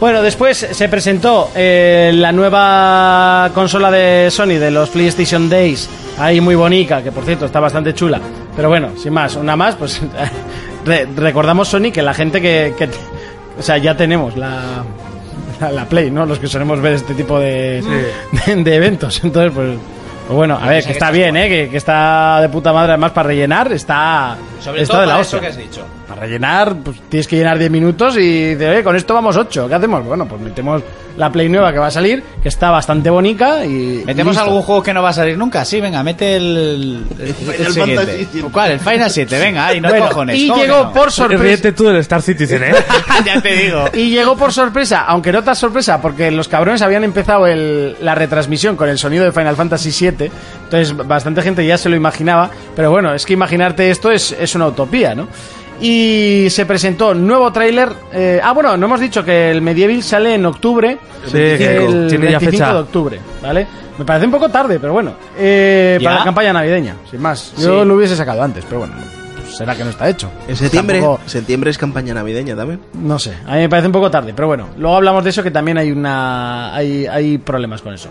Speaker 2: Bueno, después se presentó eh, la nueva consola de Sony de los PlayStation Days, ahí muy bonita, que por cierto está bastante chula. Pero bueno, sin más, una más, pues re- recordamos Sony que la gente que, que t- o sea, ya tenemos la, la, la Play, ¿no? Los que solemos ver este tipo de, de, de eventos. Entonces, pues, pues bueno, a ver, que está bien, ¿eh? Que, que está de puta madre además para rellenar, está, está de la hostia.
Speaker 4: dicho.
Speaker 2: Para rellenar, pues tienes que llenar 10 minutos y de, "Oye, con esto vamos 8. ¿Qué hacemos? Bueno, pues metemos la Play nueva que va a salir, que está bastante bonita y.
Speaker 4: ¿Metemos
Speaker 2: listo.
Speaker 4: algún juego que no va a salir nunca? Sí, venga, mete el. El, el
Speaker 5: Final
Speaker 4: siguiente.
Speaker 5: Fantasy VII.
Speaker 4: ¿Cuál? El Final 7, venga, ahí no hay
Speaker 2: Bueno,
Speaker 4: cojones.
Speaker 2: y
Speaker 4: ¿cómo que
Speaker 2: llegó
Speaker 4: no? Ah,
Speaker 2: por
Speaker 6: Ríete
Speaker 2: sorpresa.
Speaker 6: tú del Star Citizen, ¿eh?
Speaker 4: ya te digo.
Speaker 2: Y llegó por sorpresa, aunque no tan sorpresa, porque los cabrones habían empezado el- la retransmisión con el sonido de Final Fantasy VII. Entonces, bastante gente ya se lo imaginaba. Pero bueno, es que imaginarte esto es, es una utopía, ¿no? Y se presentó nuevo tráiler. eh, ah, bueno, no hemos dicho que el Medieval sale en octubre.
Speaker 6: Sí, que
Speaker 2: el
Speaker 6: tiene ya
Speaker 2: 25
Speaker 6: fecha.
Speaker 2: de octubre, ¿vale? Me parece un poco tarde, pero bueno. eh,
Speaker 4: ¿Ya?
Speaker 2: para la campaña navideña, sin más. Yo lo hubiese sacado antes, pero bueno. pues será que no está hecho.
Speaker 5: En septiembre,
Speaker 2: Tampoco-
Speaker 5: septiembre es campaña navideña también.
Speaker 2: no sé, a mí me parece un poco tarde, pero bueno, luego hablamos de eso que también hay una hay, hay problemas con eso.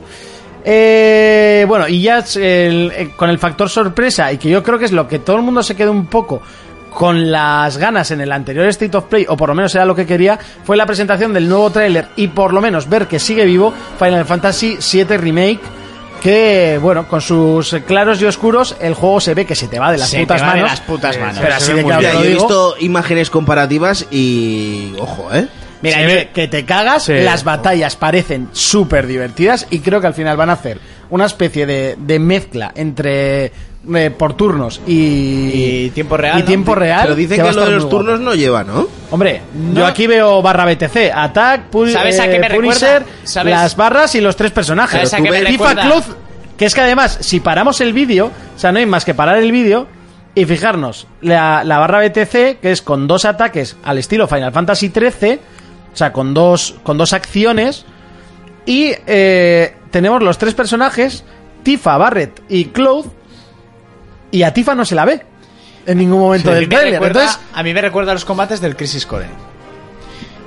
Speaker 2: Eh, bueno, y ya es el- eh, con el factor sorpresa, y que yo creo que es lo que todo el mundo se quedó un poco con las ganas en el anterior State of Play, o por lo menos era lo que quería, fue la presentación del nuevo tráiler y por lo menos ver que sigue vivo Final Fantasy VII Remake, que bueno, con sus claros y oscuros, el juego se ve que se te va de las
Speaker 4: Se
Speaker 2: putas
Speaker 4: te va de
Speaker 2: manos.
Speaker 4: las putas manos.
Speaker 2: Pero así
Speaker 4: Se
Speaker 2: de
Speaker 4: ve muy
Speaker 2: claro
Speaker 5: Mira,
Speaker 2: te lo
Speaker 5: yo he
Speaker 2: digo.
Speaker 5: visto imágenes comparativas y. Ojo, ¿eh?
Speaker 2: Mira,
Speaker 4: Se
Speaker 2: yo-
Speaker 4: ve.
Speaker 2: que te cagas,
Speaker 6: Sí.
Speaker 2: las batallas parecen súper divertidas y creo que al final van a hacer una especie de, de mezcla entre eh, por turnos y,
Speaker 4: Y tiempo real,
Speaker 2: Y
Speaker 4: ¿no?
Speaker 2: tiempo real.
Speaker 5: Pero dicen
Speaker 2: que
Speaker 5: que,
Speaker 2: va a
Speaker 5: lo
Speaker 2: estar
Speaker 5: de
Speaker 2: muy
Speaker 5: los
Speaker 2: guapo.
Speaker 5: turnos no lleva, ¿no?
Speaker 2: Hombre,
Speaker 4: No.
Speaker 2: yo aquí veo barra BTC, Attack, Pul-
Speaker 4: ¿Sabes a
Speaker 2: eh,
Speaker 4: qué me
Speaker 2: Punisher,
Speaker 4: recuerda? ¿Sabes?
Speaker 2: las barras y los tres personajes.
Speaker 4: ¿Sabes a
Speaker 2: Pero tú
Speaker 4: qué me
Speaker 2: ves- Tifa
Speaker 4: recuerda?
Speaker 2: Cloth, que es que además, si paramos el vídeo, o sea, no hay más que parar el vídeo y fijarnos, la, la barra BTC, que es con dos ataques al estilo Final Fantasy XIII, o sea, con dos, con dos acciones, y eh, tenemos los tres personajes, Tifa, Barret y Cloth, y a Tifa no se la ve en ningún momento
Speaker 4: A mí
Speaker 2: del
Speaker 4: me
Speaker 2: trailer.
Speaker 4: recuerda-
Speaker 2: Entonces,
Speaker 4: a mí me recuerda a los combates del Crisis Core.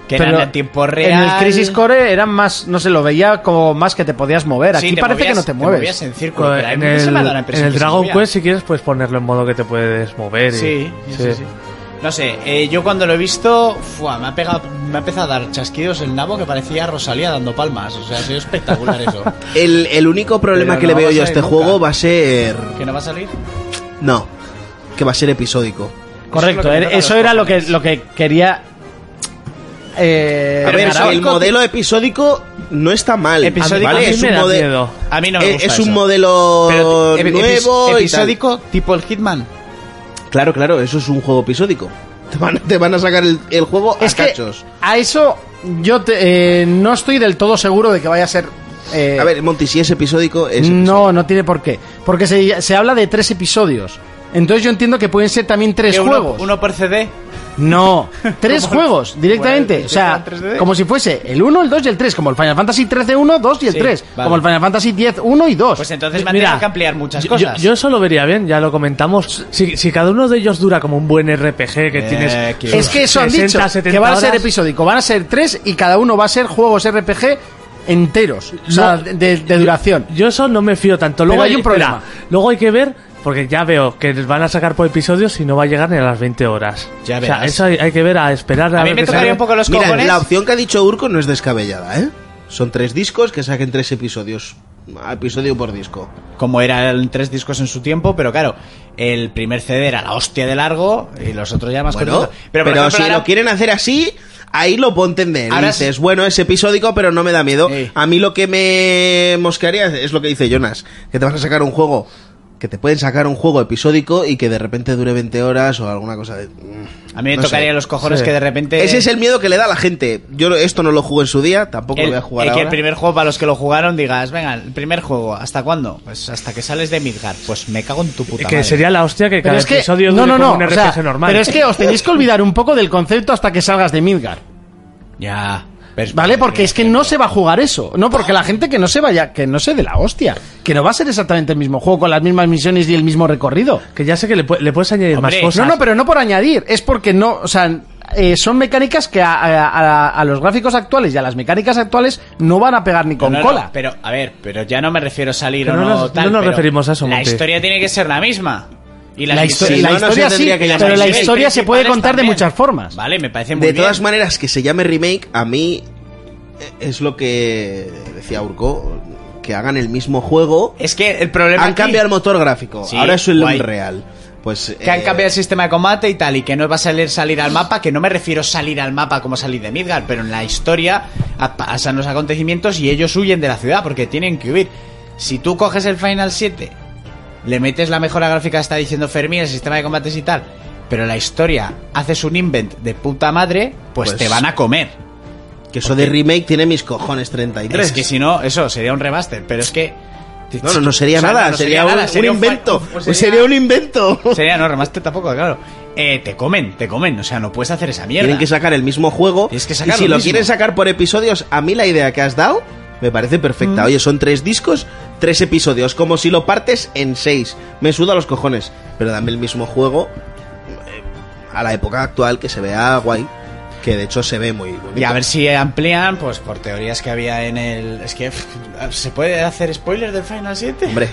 Speaker 4: Que
Speaker 2: Pero
Speaker 4: eran en tiempo real.
Speaker 2: En el Crisis Core eran más, no sé, lo veía como más que te podías mover.
Speaker 4: Sí,
Speaker 2: Aquí
Speaker 4: te
Speaker 2: parece
Speaker 4: movías-
Speaker 2: que no te mueves.
Speaker 4: movías en círculo. pero a
Speaker 6: en
Speaker 4: mí se
Speaker 6: el,
Speaker 4: me ha dado la impresión
Speaker 6: en el
Speaker 4: que se
Speaker 6: Dragon
Speaker 4: movía.
Speaker 6: Quest, si quieres, puedes ponerlo en modo que te puedes mover. y-
Speaker 4: Sí, sí, sí, sí. No sé, eh, yo cuando lo he visto, fuá, me, ha pegado, me ha empezado a dar chasquidos el nabo que parecía Rosalía dando palmas. O sea, ha sido espectacular eso.
Speaker 5: El, el único problema
Speaker 4: Pero
Speaker 5: que
Speaker 4: no
Speaker 5: le
Speaker 4: va
Speaker 5: veo
Speaker 4: a
Speaker 5: yo a
Speaker 4: salir
Speaker 5: este
Speaker 4: nunca.
Speaker 5: juego va a ser.
Speaker 4: ¿Que no va a salir?
Speaker 5: No, que va a ser episódico.
Speaker 2: Correcto,
Speaker 4: Eso es lo que
Speaker 2: er-
Speaker 4: me toca
Speaker 2: eso
Speaker 4: los
Speaker 2: era lo que,
Speaker 4: cojones.
Speaker 2: lo que quería. eh,
Speaker 5: A ver,
Speaker 2: remarcar.
Speaker 5: el modelo episódico no está mal.
Speaker 4: Episódico
Speaker 5: ¿vale?
Speaker 6: a mí
Speaker 5: es
Speaker 6: me
Speaker 5: un
Speaker 6: da
Speaker 5: mode-
Speaker 6: miedo.
Speaker 4: A mí no me
Speaker 5: es-
Speaker 4: gusta
Speaker 5: Es un
Speaker 4: eso.
Speaker 5: modelo
Speaker 4: Pero, eh, epi-
Speaker 5: nuevo y tal.
Speaker 4: episódico tipo el Hitman.
Speaker 5: Claro, claro, eso es un juego episódico. Te van, te van a sacar el, el juego
Speaker 2: es
Speaker 5: a
Speaker 2: que
Speaker 5: cachos.
Speaker 2: a eso yo te- eh, no estoy del todo seguro de que vaya a ser. eh,
Speaker 5: A ver, Monty, si es episódico, es.
Speaker 2: no, no tiene por qué. Porque se, se habla de tres episodios. Entonces yo entiendo que pueden ser también tres
Speaker 4: Que uno- pues,
Speaker 2: juegos.
Speaker 4: Uno, por CD.
Speaker 2: No, tres juegos directamente.
Speaker 4: el
Speaker 2: O sea,
Speaker 4: Final Fantasy 3D.
Speaker 2: como si fuese el 1, el 2 y el 3. Como el Final Fantasy 13, 1, 2 y el
Speaker 4: Sí,
Speaker 2: 3.
Speaker 4: vale.
Speaker 2: Como el Final Fantasy 10, 1 y 2.
Speaker 4: Pues entonces me han
Speaker 6: Mira,
Speaker 4: tenido que ampliar muchas
Speaker 6: Yo-
Speaker 4: cosas.
Speaker 6: Yo, eso lo vería bien, ya lo comentamos. Si, si cada uno de ellos dura como un buen RPG que
Speaker 4: Eh,
Speaker 6: tienes.
Speaker 4: que-
Speaker 2: es que eso han
Speaker 6: 60,
Speaker 2: dicho,
Speaker 6: 70
Speaker 2: que van a ser
Speaker 6: horas.
Speaker 2: episódico. Van a ser tres y cada uno va a ser juegos RPG enteros. O sea,
Speaker 6: No.
Speaker 2: de, de duración.
Speaker 6: Yo eso no me fío tanto. Luego
Speaker 2: Pero hay un problema.
Speaker 6: espera, luego hay que ver, porque ya veo que les van a sacar por episodios y no va a llegar ni a las 20 horas.
Speaker 4: Ya
Speaker 6: o sea,
Speaker 4: verás.
Speaker 6: eso hay, hay que ver a esperar a,
Speaker 4: a mí
Speaker 6: ver
Speaker 4: me
Speaker 6: qué
Speaker 4: tocaría
Speaker 6: sale.
Speaker 4: un poco los
Speaker 5: Mira,
Speaker 4: cojones.
Speaker 5: la opción que ha dicho Urco no es descabellada, ¿eh? Son tres discos que saquen tres episodios. Episodio por disco.
Speaker 4: Como eran tres discos en su tiempo, pero claro, el primer CD era la hostia de largo y los otros ya más
Speaker 5: Bueno,
Speaker 4: cortitos.
Speaker 5: pero,
Speaker 4: por ejemplo,
Speaker 5: si
Speaker 4: ahora-
Speaker 5: lo quieren hacer así, ahí lo puedo entender.
Speaker 4: Ahora
Speaker 5: dices,
Speaker 4: sí.
Speaker 5: bueno, es episódico, pero no me da miedo.
Speaker 4: Sí.
Speaker 5: A mí lo que me mosquearía es lo que dice Jonas, que te van a sacar un juego, que te pueden sacar un juego episódico y que de repente dure 20 horas o alguna cosa de... mm,
Speaker 4: A mí me
Speaker 5: no
Speaker 4: tocaría
Speaker 5: sé.
Speaker 4: los cojones
Speaker 6: Sí.
Speaker 4: que de repente.
Speaker 5: Ese es el miedo que le da a la gente. Yo esto no lo jugué en su día, tampoco
Speaker 4: el-
Speaker 5: lo voy a jugar
Speaker 4: el que el
Speaker 5: ahora.
Speaker 4: primer juego para los que lo jugaron digas, venga, el primer juego, ¿hasta cuándo? Pues hasta que sales de Midgard. Pues me cago en tu puta
Speaker 6: Que
Speaker 4: madre.
Speaker 6: sería la hostia que
Speaker 2: Pero
Speaker 6: cada
Speaker 2: es que
Speaker 6: episodio
Speaker 2: no,
Speaker 6: dure
Speaker 2: no,
Speaker 6: como
Speaker 2: no.
Speaker 6: un
Speaker 2: o
Speaker 6: RPG
Speaker 2: sea,
Speaker 6: normal.
Speaker 2: Pero es que os tenéis que olvidar un poco del concepto hasta que salgas de Midgar.
Speaker 4: Ya. pero-
Speaker 2: ¿Vale? Porque es que no se va a jugar eso. No, porque la gente que no se vaya, que no se dé la hostia. Que no va a ser exactamente el mismo juego con las mismas misiones y el mismo recorrido.
Speaker 6: Que ya sé que le, pu- le puedes añadir
Speaker 4: Hombre,
Speaker 6: más cosas.
Speaker 2: No, no, pero no por añadir. Es porque no, o sea, eh, son mecánicas que a, a- a- a los gráficos actuales y a las mecánicas actuales no van a pegar ni
Speaker 4: No,
Speaker 2: con
Speaker 4: no, no,
Speaker 2: cola.
Speaker 4: pero, a ver, pero ya no me refiero a salir
Speaker 6: Pero
Speaker 4: o no,
Speaker 6: no nos-
Speaker 4: tal.
Speaker 6: no nos
Speaker 4: pero
Speaker 6: referimos a eso,
Speaker 4: La
Speaker 6: Monty.
Speaker 4: historia tiene que ser la misma. Y las
Speaker 2: la, histo-
Speaker 4: misiones-
Speaker 2: la
Speaker 5: no, no se
Speaker 2: historia sí,
Speaker 5: tendría que llamar
Speaker 2: pero la
Speaker 5: así.
Speaker 2: historia se puede
Speaker 4: Principales
Speaker 2: contar de
Speaker 4: también.
Speaker 2: muchas formas.
Speaker 4: Vale, me parece muy
Speaker 5: De todas
Speaker 4: bien.
Speaker 5: maneras, que se llame remake, a mí eh, es lo que decía Urco, que hagan el mismo juego.
Speaker 4: Es que el problema
Speaker 5: Han
Speaker 4: aquí-
Speaker 5: cambiado el motor gráfico.
Speaker 4: Sí,
Speaker 5: ahora es el
Speaker 4: guay.
Speaker 5: Unreal. Pues,
Speaker 4: Que han
Speaker 5: eh,
Speaker 4: cambiado el sistema de combate y tal, y que no va a salir salir al mapa, que no me refiero a salir al mapa como salir de Midgard, pero en la historia a- pasan los acontecimientos y ellos huyen de la ciudad porque tienen que huir. Si tú coges el Final 7, le metes la mejora gráfica que está diciendo Fermín, el sistema de combates y tal, pero la historia haces un invent de puta madre, pues,
Speaker 5: Pues-
Speaker 4: te van a comer.
Speaker 5: Que eso de remake tiene mis cojones 33.
Speaker 4: Es que si no, eso sería un remaster, pero es que...
Speaker 5: No, no, no sería
Speaker 4: O sea,
Speaker 5: nada,
Speaker 4: no
Speaker 5: sería, un,
Speaker 4: nada, sería
Speaker 5: un
Speaker 4: fa-
Speaker 5: invento.
Speaker 4: pues
Speaker 5: sería... un invento.
Speaker 4: Sería, no, remaster tampoco, claro. Eh, te comen, te comen. O sea, no puedes hacer esa mierda.
Speaker 5: Tienen que sacar el mismo juego.
Speaker 4: Tienes que
Speaker 5: y
Speaker 4: sacar
Speaker 5: si
Speaker 4: lo
Speaker 5: lo
Speaker 4: mismo.
Speaker 5: quieren sacar por episodios, a mí la idea que has dado me parece perfecta. Oye, son tres discos, tres episodios. Como si lo partes en seis. Me suda los cojones. Pero dame el mismo juego eh, a la época actual que se vea guay. Que de hecho se ve muy bonito.
Speaker 4: Y a ver si amplían, pues por teorías que había en el. Es que. pff, ¿Se puede hacer spoiler del Final 7?
Speaker 5: Hombre,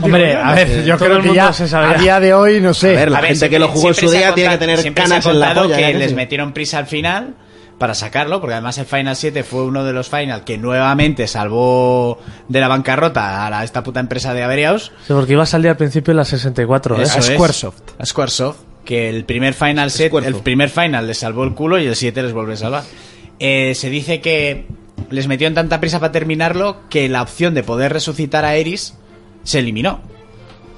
Speaker 2: Hombre, a ver, yo
Speaker 6: Todo
Speaker 2: creo
Speaker 6: el
Speaker 2: que
Speaker 6: mundo
Speaker 2: ya
Speaker 6: se sabe
Speaker 2: a
Speaker 6: ya.
Speaker 2: día de hoy no sé.
Speaker 5: A ver, la gente que lo jugó en su
Speaker 4: siempre se
Speaker 5: día
Speaker 4: ha
Speaker 5: tiene que
Speaker 4: contado-
Speaker 5: tener
Speaker 4: siempre
Speaker 5: canas
Speaker 4: se ha
Speaker 5: en la
Speaker 4: contado
Speaker 5: polla, ¿eh?
Speaker 4: que
Speaker 5: ¿no?
Speaker 4: les
Speaker 5: Sí.
Speaker 4: metieron prisa al final para sacarlo, porque además el Final 7 fue uno de los Final que nuevamente salvó de la bancarrota a la- esta puta empresa de averiados.
Speaker 6: Sí, porque iba a salir al principio en las 64. ¿eh?
Speaker 4: Eso es.
Speaker 2: Squaresoft.
Speaker 4: A Squaresoft. Que el primer final set,
Speaker 5: Squaresoft.
Speaker 4: el primer final les salvó el culo y el 7 les vuelve a salvar. Eh, se dice que les metieron tanta prisa para terminarlo que la opción de poder resucitar a Eris se eliminó.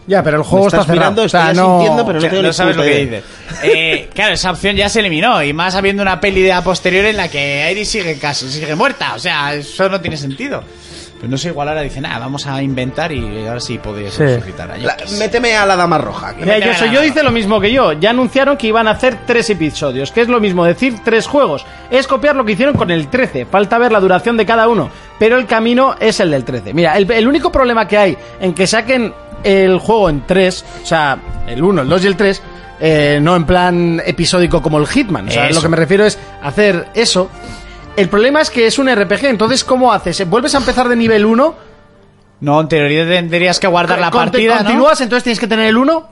Speaker 2: Ya, pero el
Speaker 5: me
Speaker 2: juego está
Speaker 5: estás
Speaker 2: cerrado.
Speaker 5: mirando,
Speaker 2: O sea,
Speaker 5: estoy
Speaker 2: no-
Speaker 5: asintiendo, pero
Speaker 4: O
Speaker 5: no
Speaker 4: sea,
Speaker 5: tengo
Speaker 4: no
Speaker 5: ni
Speaker 4: sabes lo
Speaker 5: puta
Speaker 4: que
Speaker 5: idea.
Speaker 4: dices. Eh, claro, esa opción ya se eliminó. Y más habiendo una peli de a posteriori en la que Iris sigue casi, sigue muerta. O sea, eso no tiene sentido. Pero no sé, igual ahora dice, nada, vamos a inventar y ahora sí podéis
Speaker 6: Sí.
Speaker 4: resucitar a
Speaker 5: La-
Speaker 4: Yonkis".
Speaker 5: méteme a la dama roja. que-
Speaker 2: Mira, Eh, yo, soy yo dice lo mismo que yo. Ya anunciaron que iban a hacer tres episodios, que es lo mismo decir tres juegos. Es copiar lo que hicieron con el 13. Falta ver la duración de cada uno, pero el camino es el del 13. Mira, el, el único problema que hay en que saquen el juego en tres, o sea, el 1, el 2 y el 3, no en plan episódico como el Hitman. O sea,
Speaker 4: Eso.
Speaker 2: lo que me refiero es hacer eso. El problema es que es un RPG, entonces ¿cómo haces? ¿Vuelves a empezar de nivel 1?
Speaker 4: No, en teoría tendrías que guardar la
Speaker 2: Con-
Speaker 4: partida. ¿no?
Speaker 2: ¿Continúas? Entonces tienes que tener el 1.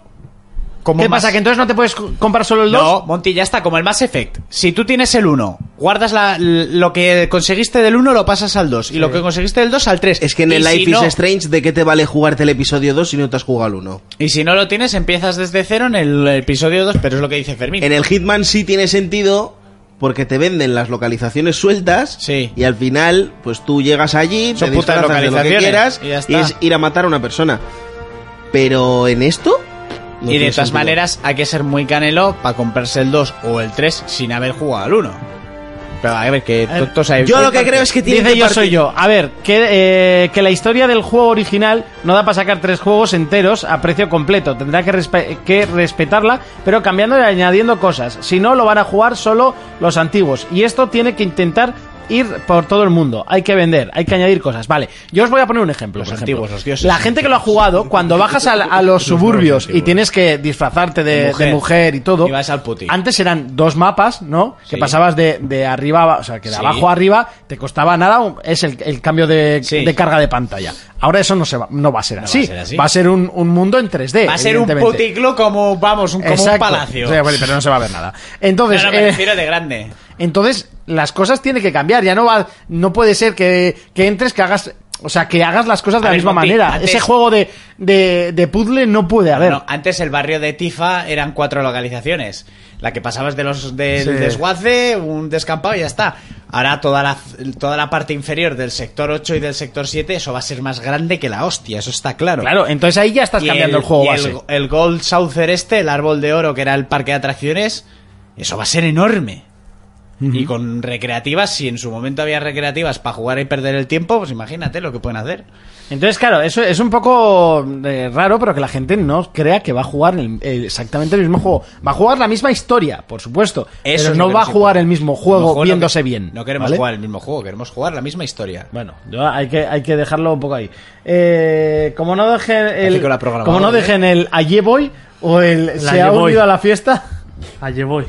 Speaker 4: Como
Speaker 2: ¿Qué
Speaker 4: más-
Speaker 2: pasa? ¿Que entonces no te puedes co- comprar solo el 2?
Speaker 4: No, Monty, ya está, como el Mass Effect. Si tú tienes el 1, guardas la- lo que conseguiste del 1, lo pasas al 2. Y lo que conseguiste del 2 al 3.
Speaker 5: Es que en
Speaker 4: Y
Speaker 5: el
Speaker 4: si
Speaker 5: Life is
Speaker 4: no-
Speaker 5: Strange, ¿de qué te vale jugarte el episodio 2 si no te has jugado el 1?
Speaker 4: Y si no lo tienes, empiezas desde cero en el episodio 2, pero es lo que dice Fermín.
Speaker 5: En el Hitman sí tiene sentido porque te venden las localizaciones sueltas
Speaker 4: Sí.
Speaker 5: y al final pues tú llegas allí,
Speaker 4: Son
Speaker 5: te
Speaker 4: putas
Speaker 5: disfrazas de lo que
Speaker 4: localizaciones,
Speaker 5: quieras
Speaker 4: y ya está.
Speaker 5: y es ir a matar a una persona. Pero en esto... no
Speaker 4: y de
Speaker 5: tiene
Speaker 4: todas
Speaker 5: sentido.
Speaker 4: maneras, hay que ser muy canelo para comprarse el 2 o el 3 sin haber jugado al 1. Pero a ver, que tontos hay.
Speaker 5: Yo lo que creo es que tiene
Speaker 2: Dice yo soy yo. A ver, que, eh, que la historia del juego original no da para sacar tres juegos enteros a precio completo. Tendrá que, respe- que respetarla, pero cambiando y añadiendo cosas. Si no, lo van a jugar solo los antiguos. Y esto tiene que intentar ir por todo el mundo. Hay que vender, hay que añadir cosas. Vale, yo os voy a poner un ejemplo.
Speaker 4: Los
Speaker 2: por ejemplo.
Speaker 4: antiguos, los dioses
Speaker 2: La gente que lo ha jugado, cuando bajas a, a los suburbios y tienes que disfrazarte de, de mujer.
Speaker 4: mujer.
Speaker 2: y todo,
Speaker 4: Y vas al puti.
Speaker 2: antes eran dos mapas, ¿no? Que
Speaker 4: Sí.
Speaker 2: pasabas de, de arriba, a ba- o sea, que de
Speaker 4: Sí.
Speaker 2: abajo a arriba te costaba nada, un- es el, el cambio de,
Speaker 4: Sí.
Speaker 2: de carga de pantalla. Ahora eso no, se va, no va a ser así.
Speaker 4: ser así.
Speaker 2: Va a ser un, un mundo en 3D.
Speaker 4: Va a ser un
Speaker 2: evidentemente.
Speaker 4: puticlub como, vamos, un, como un
Speaker 2: Exacto.
Speaker 4: palacio.
Speaker 2: O sea, bueno, pero no se va a ver nada. Entonces,
Speaker 4: No, no, me
Speaker 2: eh,
Speaker 4: refiero de grande.
Speaker 2: entonces las cosas tienen que cambiar. Ya no va, no puede ser que, que entres, que hagas, o sea, que hagas las cosas de la
Speaker 4: A ver,
Speaker 2: misma
Speaker 4: Monty,
Speaker 2: manera.
Speaker 4: antes-
Speaker 2: Ese juego de, de, de puzzle no puede haber.
Speaker 4: No, antes el barrio de Tifa eran cuatro localizaciones. La que pasabas de los del
Speaker 6: Sí.
Speaker 4: desguace, un descampado y ya está. Ahora toda la, toda la parte inferior del sector 8 y del sector 7, eso va a ser más grande que la hostia, eso está claro.
Speaker 2: Claro, entonces ahí ya estás
Speaker 4: Y
Speaker 2: cambiando el, juego
Speaker 4: y
Speaker 2: base.
Speaker 4: El, el Gold Saucer este, el árbol de oro que era el parque de atracciones, eso va a ser enorme. Y con recreativas, si en su momento había recreativas para jugar y perder el tiempo, pues imagínate lo que pueden hacer.
Speaker 2: Entonces, claro, eso es un poco eh, raro, pero que la gente no crea que va a jugar el- el- exactamente el mismo juego. Va a jugar la misma historia, por supuesto.
Speaker 4: Eso
Speaker 2: pero
Speaker 4: es lo
Speaker 2: no
Speaker 4: que
Speaker 2: va a
Speaker 4: nos
Speaker 2: jugar
Speaker 4: importa.
Speaker 2: el mismo
Speaker 4: No
Speaker 2: juego
Speaker 4: juego lo
Speaker 2: viéndose
Speaker 4: que-
Speaker 2: bien.
Speaker 4: No queremos
Speaker 2: ¿vale?
Speaker 4: jugar el mismo juego, queremos jugar la misma historia.
Speaker 2: Bueno, yo- hay, que, hay que dejarlo un poco ahí. Eh, como no dejen
Speaker 4: Así que
Speaker 2: el,
Speaker 4: la programadora,
Speaker 2: como no
Speaker 4: ¿eh?
Speaker 2: dejen el ayer voy o el se
Speaker 6: ayer
Speaker 2: ha
Speaker 6: voy.
Speaker 2: unido a la fiesta,
Speaker 6: Allí voy.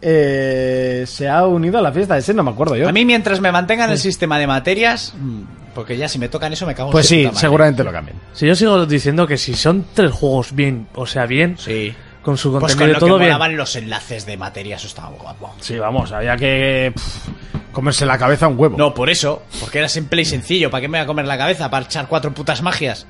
Speaker 2: eh, se ha unido a la fiesta. Ese no me acuerdo yo.
Speaker 4: A mí mientras me mantengan el sistema de materias, mm, porque ya si me tocan eso me cago en
Speaker 2: pues
Speaker 4: su
Speaker 2: sí,
Speaker 4: puta madre.
Speaker 2: seguramente lo cambien.
Speaker 6: Si yo sigo diciendo que si son tres juegos bien, o sea, bien,
Speaker 4: Sí.
Speaker 6: con su
Speaker 4: Pues
Speaker 6: contenido
Speaker 4: con
Speaker 6: y
Speaker 4: lo
Speaker 6: todo
Speaker 4: que
Speaker 6: bien.
Speaker 4: molaban los enlaces de materias, eso estaba guapo.
Speaker 2: Sí, vamos, había que pff, comerse la cabeza un huevo.
Speaker 4: No, por eso, porque era simple y sencillo. ¿Para qué me voy a comer la cabeza? ¿Para echar cuatro putas magias?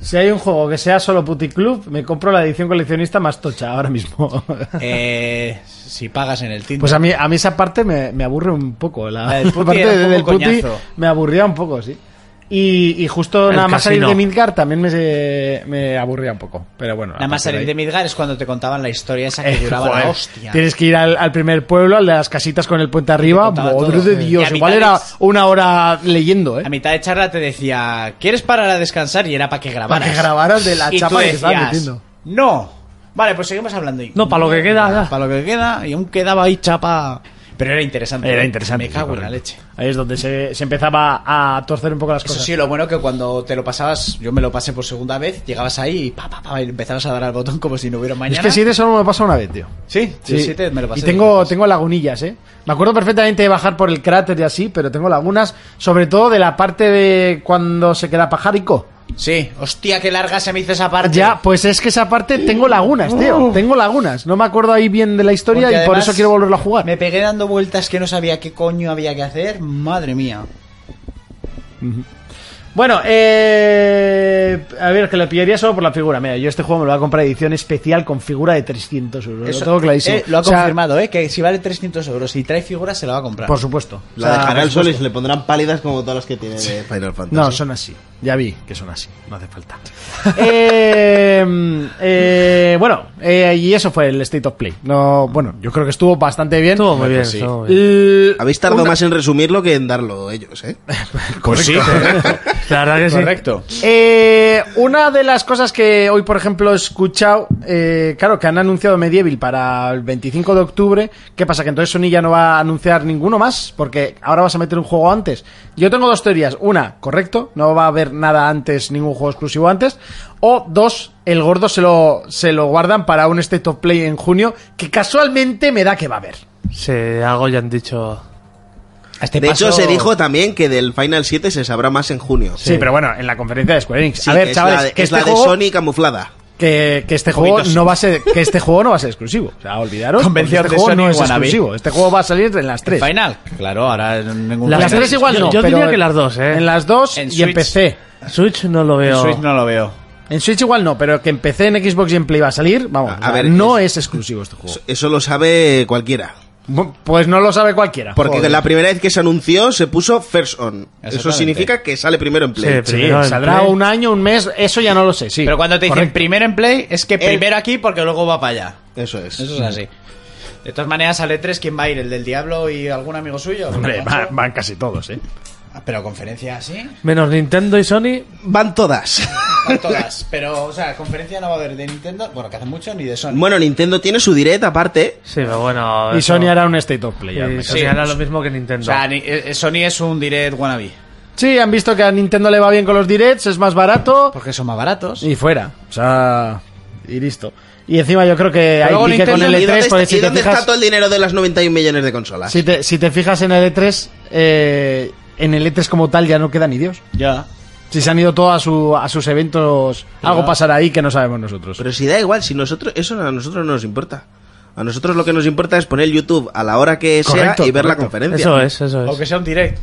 Speaker 2: Si hay un juego que sea solo Puticlub, me compro la edición coleccionista más tocha ahora mismo.
Speaker 4: Eh, si pagas en el Tinder.
Speaker 2: Pues a mí, a mí esa parte me, me aburre un poco.
Speaker 4: La
Speaker 2: La,
Speaker 4: del Puti
Speaker 2: parte
Speaker 4: era un poco
Speaker 2: del Puti
Speaker 4: coñazo.
Speaker 2: me aburría un poco, sí. Y, y justo
Speaker 6: El
Speaker 2: nada más salir
Speaker 6: casino.
Speaker 2: de Midgar también me, se- me aburría un poco. Pero bueno.
Speaker 4: Nada más salir de Midgar es cuando te contaban la historia esa que duraba la hostia.
Speaker 2: Tienes que ir al, al primer pueblo, a las casitas con el puente arriba.
Speaker 4: contaba
Speaker 2: Madre
Speaker 4: todo.
Speaker 2: de
Speaker 4: Sí. eh. Y
Speaker 2: Dios,
Speaker 4: a
Speaker 2: igual era
Speaker 4: mitades-
Speaker 2: una hora leyendo,
Speaker 4: A
Speaker 2: ¿eh?
Speaker 4: mitad de charla te decía, ¿quieres parar a descansar? Y era para que grabaras.
Speaker 2: Para que grabaras de la
Speaker 4: Y tú
Speaker 2: chapa que te estaban
Speaker 4: decías,
Speaker 2: metiendo.
Speaker 4: No. Vale, pues seguimos hablando. Y-
Speaker 6: No, para lo que queda, ya.
Speaker 4: Para lo que queda. Y aún quedaba ahí chapa. Pero era interesante. ¿eh?
Speaker 2: Era interesante.
Speaker 4: Me
Speaker 2: sí,
Speaker 4: cago en la
Speaker 2: correcto.
Speaker 4: leche.
Speaker 2: Ahí es donde se, se empezaba a torcer un poco las
Speaker 4: Eso
Speaker 2: cosas.
Speaker 4: sí, lo bueno que cuando te lo pasabas, yo me lo pasé por segunda vez, llegabas ahí y, pa, pa, pa, y empezabas a dar al botón como si no hubiera un mañana.
Speaker 2: Es que 7 solo me pasa una vez, tío.
Speaker 4: Sí, yo siete me lo pasé. pues.
Speaker 2: y tengo,
Speaker 4: dos veces.
Speaker 2: tengo lagunillas, ¿eh? Me acuerdo perfectamente de bajar por el cráter y así, pero tengo lagunas, sobre todo de la parte de cuando se queda pajarico.
Speaker 4: Sí, hostia, qué larga se me hizo esa parte. Uh.
Speaker 2: Ya, pues es que esa parte tengo lagunas, tío. Tengo lagunas. No me acuerdo ahí bien de la historia
Speaker 4: Porque
Speaker 2: y por
Speaker 4: además
Speaker 2: eso quiero volverlo a jugar.
Speaker 4: Me pegué dando vueltas que no sabía qué coño había que hacer. Madre mía.
Speaker 2: Bueno, eh, a ver, que lo pillaría solo por la figura. Mira, yo este juego me lo voy a comprar edición especial con figura de 300 euros.
Speaker 4: Eso,
Speaker 2: lo tengo clarísimo.
Speaker 4: eh, lo ha
Speaker 2: O sea,
Speaker 4: confirmado, ¿eh? Que si vale 300 euros y trae figuras, se la va a comprar.
Speaker 2: Por supuesto.
Speaker 5: La
Speaker 2: O sea,
Speaker 5: dejará
Speaker 2: por
Speaker 5: al sol y
Speaker 2: supuesto.
Speaker 5: se le pondrán pálidas como todas las que tiene de Final Fantasy.
Speaker 2: No, son así. Ya vi que son así. No hace falta. Eh, eh, bueno, eh, y eso fue el State of Play. No, bueno, yo creo que estuvo bastante bien.
Speaker 6: Estuvo muy bien,
Speaker 4: pues
Speaker 2: Sí.
Speaker 6: estuvo muy bien.
Speaker 2: L-
Speaker 5: Habéis tardado
Speaker 2: una-
Speaker 5: más en resumirlo que en darlo ellos, ¿eh?
Speaker 2: Pues sí.
Speaker 6: La verdad que sí.
Speaker 4: Correcto.
Speaker 2: Eh, una de las cosas que hoy, por ejemplo, he escuchado, eh, claro, que han anunciado Medieval para el 25 de octubre. ¿Qué pasa? Que entonces Sony ya no va a anunciar ninguno más, porque ahora vas a meter un juego antes. Yo tengo dos teorías. Una, correcto, no va a haber nada antes, ningún juego exclusivo antes. O dos, el gordo se lo, se lo guardan para un State of Play en junio, que casualmente me da que va a haber.
Speaker 6: Sí, algo ya han dicho.
Speaker 4: A este
Speaker 5: de
Speaker 4: paso-
Speaker 5: hecho, se dijo también que del Final 7 se sabrá más en junio.
Speaker 2: Sí, pero bueno, en la conferencia de Square Enix.
Speaker 5: Sí,
Speaker 2: a
Speaker 5: que
Speaker 2: ver,
Speaker 5: es
Speaker 2: chavales,
Speaker 5: la de,
Speaker 2: que
Speaker 5: es
Speaker 2: este
Speaker 5: la de
Speaker 2: juego-
Speaker 5: Sony camuflada.
Speaker 2: que, que este juego
Speaker 4: Covitos.
Speaker 2: no va a ser que este juego no va a ser exclusivo o sea olvidaros porque
Speaker 4: Convención
Speaker 2: este
Speaker 4: de
Speaker 2: juego
Speaker 4: Sony
Speaker 2: no es
Speaker 4: Wannabe.
Speaker 2: exclusivo este juego va a salir en las tres
Speaker 4: Final. Claro, ahora ningún.
Speaker 2: en las
Speaker 4: Final.
Speaker 2: tres igual
Speaker 6: Yo-
Speaker 2: no
Speaker 6: yo
Speaker 2: pero
Speaker 6: diría que las dos, ¿eh?
Speaker 2: en las dos
Speaker 4: En
Speaker 2: y
Speaker 4: Switch.
Speaker 2: en PC
Speaker 6: Switch no lo
Speaker 4: En
Speaker 6: veo.
Speaker 4: Switch no lo veo.
Speaker 2: en Switch igual no pero que en PC en Xbox y en Play va a salir vamos
Speaker 5: A- a
Speaker 2: o sea,
Speaker 5: ver,
Speaker 2: no
Speaker 5: es-
Speaker 2: es... exclusivo este juego
Speaker 5: Eso- Eso lo sabe cualquiera.
Speaker 2: Bu- pues no lo sabe cualquiera
Speaker 5: Porque
Speaker 2: Joder.
Speaker 5: la primera vez que se anunció se puso First On. Eso
Speaker 4: Exactamente.
Speaker 5: significa que sale primero en Play.
Speaker 6: Sí,
Speaker 2: Sí,
Speaker 6: Primero en
Speaker 2: saldrá
Speaker 6: Play.
Speaker 2: un año un mes eso ya no lo sé sí
Speaker 4: Pero cuando te dicen
Speaker 2: Correcto.
Speaker 4: primero en play, es que primero aquí porque luego va para allá.
Speaker 5: Eso es.
Speaker 4: Eso es así. De todas maneras, sale tres. ¿Quién va a ir? ¿El del Diablo y algún amigo suyo?
Speaker 2: Hombre,
Speaker 4: ¿Macho?
Speaker 2: va- van casi todos, ¿eh?
Speaker 4: Ah, Pero conferencia sí.
Speaker 6: Menos Nintendo y Sony.
Speaker 5: Van todas.
Speaker 4: Van todas. Pero, o sea, conferencia no va a haber de Nintendo, bueno, que hace mucho, ni de Sony.
Speaker 5: Bueno, Nintendo tiene su direct aparte.
Speaker 6: Sí, pero bueno.
Speaker 2: Y
Speaker 6: eso-
Speaker 2: Sony hará un State of Play.
Speaker 6: y
Speaker 2: hazme
Speaker 6: Sony
Speaker 2: caso.
Speaker 6: hará lo mismo que Nintendo.
Speaker 4: o sea, ni- eh, eh, Sony es un direct wannabe.
Speaker 2: Sí, han visto que a Nintendo le va bien con los directs, es más barato.
Speaker 4: Porque son más baratos.
Speaker 2: Y fuera. O sea, y listo. Y encima yo creo que hay
Speaker 4: Luego
Speaker 2: pique con
Speaker 4: Nintendo,
Speaker 2: el
Speaker 5: ¿Y
Speaker 2: E3,
Speaker 5: dónde,
Speaker 2: porque
Speaker 5: está, y
Speaker 2: si te
Speaker 5: dónde está
Speaker 2: fijas...
Speaker 5: todo el dinero de las 91 millones de consolas?
Speaker 2: Si te, si te fijas en el E3, eh, en el E3 como tal ya no queda ni Dios.
Speaker 4: Ya.
Speaker 2: Si se han ido todos a, su- a sus eventos, algo pasará ahí que no sabemos nosotros.
Speaker 5: Pero si da igual, si nosotros eso a nosotros no nos importa. A nosotros lo que nos importa es poner YouTube a la hora que
Speaker 2: Correcto,
Speaker 5: sea y ver la
Speaker 2: correcto.
Speaker 5: conferencia.
Speaker 6: eso es, eso es.
Speaker 4: Aunque sea un direct.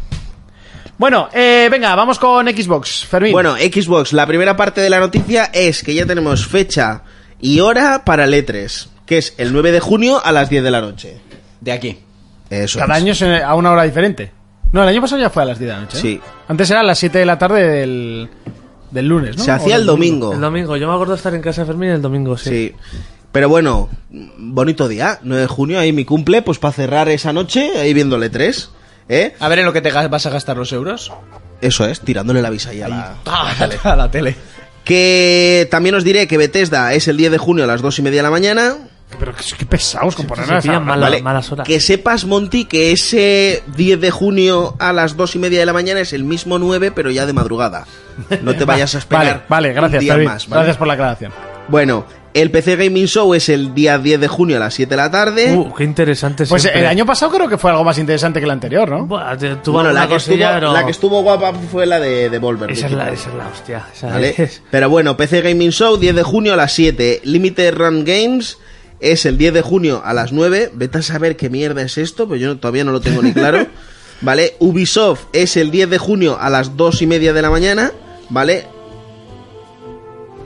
Speaker 2: Bueno, eh, venga, vamos con Xbox, Fermín.
Speaker 5: Bueno, Xbox, la primera parte de la noticia es que ya tenemos fecha y hora para el E3, que es el 9 de junio a las 10 de la noche.
Speaker 4: De aquí.
Speaker 5: Eso
Speaker 2: cada
Speaker 5: es.
Speaker 2: año se- a una hora diferente. No, el año pasado ya fue a las 10 de la noche. ¿eh?
Speaker 5: Sí.
Speaker 2: Antes era a las 7 de la tarde del, del lunes, ¿no?
Speaker 5: Se hacía
Speaker 2: O
Speaker 5: el domingo.
Speaker 6: El domingo, yo me acuerdo de estar en casa de Fermín el domingo, sí.
Speaker 5: Sí. Pero bueno, bonito día, 9 de junio, ahí mi cumple, pues para cerrar esa noche, ahí viendo el E3. ¿Eh?
Speaker 4: A ver en lo que te gas- vas a gastar los euros.
Speaker 5: Eso es, tirándole la visa ahí a la...
Speaker 4: a la tele.
Speaker 5: Que también os diré que Bethesda es el 10 de junio a las 2 y media de la mañana.
Speaker 2: Pero qué, qué pesados con poner
Speaker 6: Se
Speaker 2: esa-
Speaker 6: pillan mala-
Speaker 5: Vale,
Speaker 6: malas horas.
Speaker 5: Que sepas, Monty, que ese 10 de junio a las 2 y media de la mañana es el mismo 9, pero ya de madrugada. No te vayas a
Speaker 2: Vale,
Speaker 5: esperar.
Speaker 2: vale,
Speaker 5: un
Speaker 2: gracias,
Speaker 5: día
Speaker 2: Fermín.
Speaker 5: más, ¿vale?
Speaker 2: Gracias por la aclaración.
Speaker 5: Bueno, el PC Gaming Show es el día 10 de junio a las 7 de la tarde.
Speaker 6: Uh, qué interesante
Speaker 2: Pues
Speaker 6: siempre.
Speaker 2: el año pasado creo que fue algo más interesante que el anterior, ¿no?
Speaker 6: Buah, te- tuvo
Speaker 5: bueno,
Speaker 6: alguna
Speaker 5: la que, estuvo,
Speaker 6: cosilla, pero-
Speaker 5: la que estuvo guapa fue la de Devolver.
Speaker 6: Esa es la,
Speaker 5: Digital,
Speaker 6: esa es la hostia. esa
Speaker 5: ¿vale?
Speaker 6: es-
Speaker 5: Pero bueno, PC Gaming Show, 10 de junio a las 7. Limited Run Games es el 10 de junio a las 9. Vete a saber qué mierda es esto, pues yo no- todavía no lo tengo ni claro. ¿Vale? Ubisoft es el 10 de junio a las 2 y media de la mañana. ¿Vale?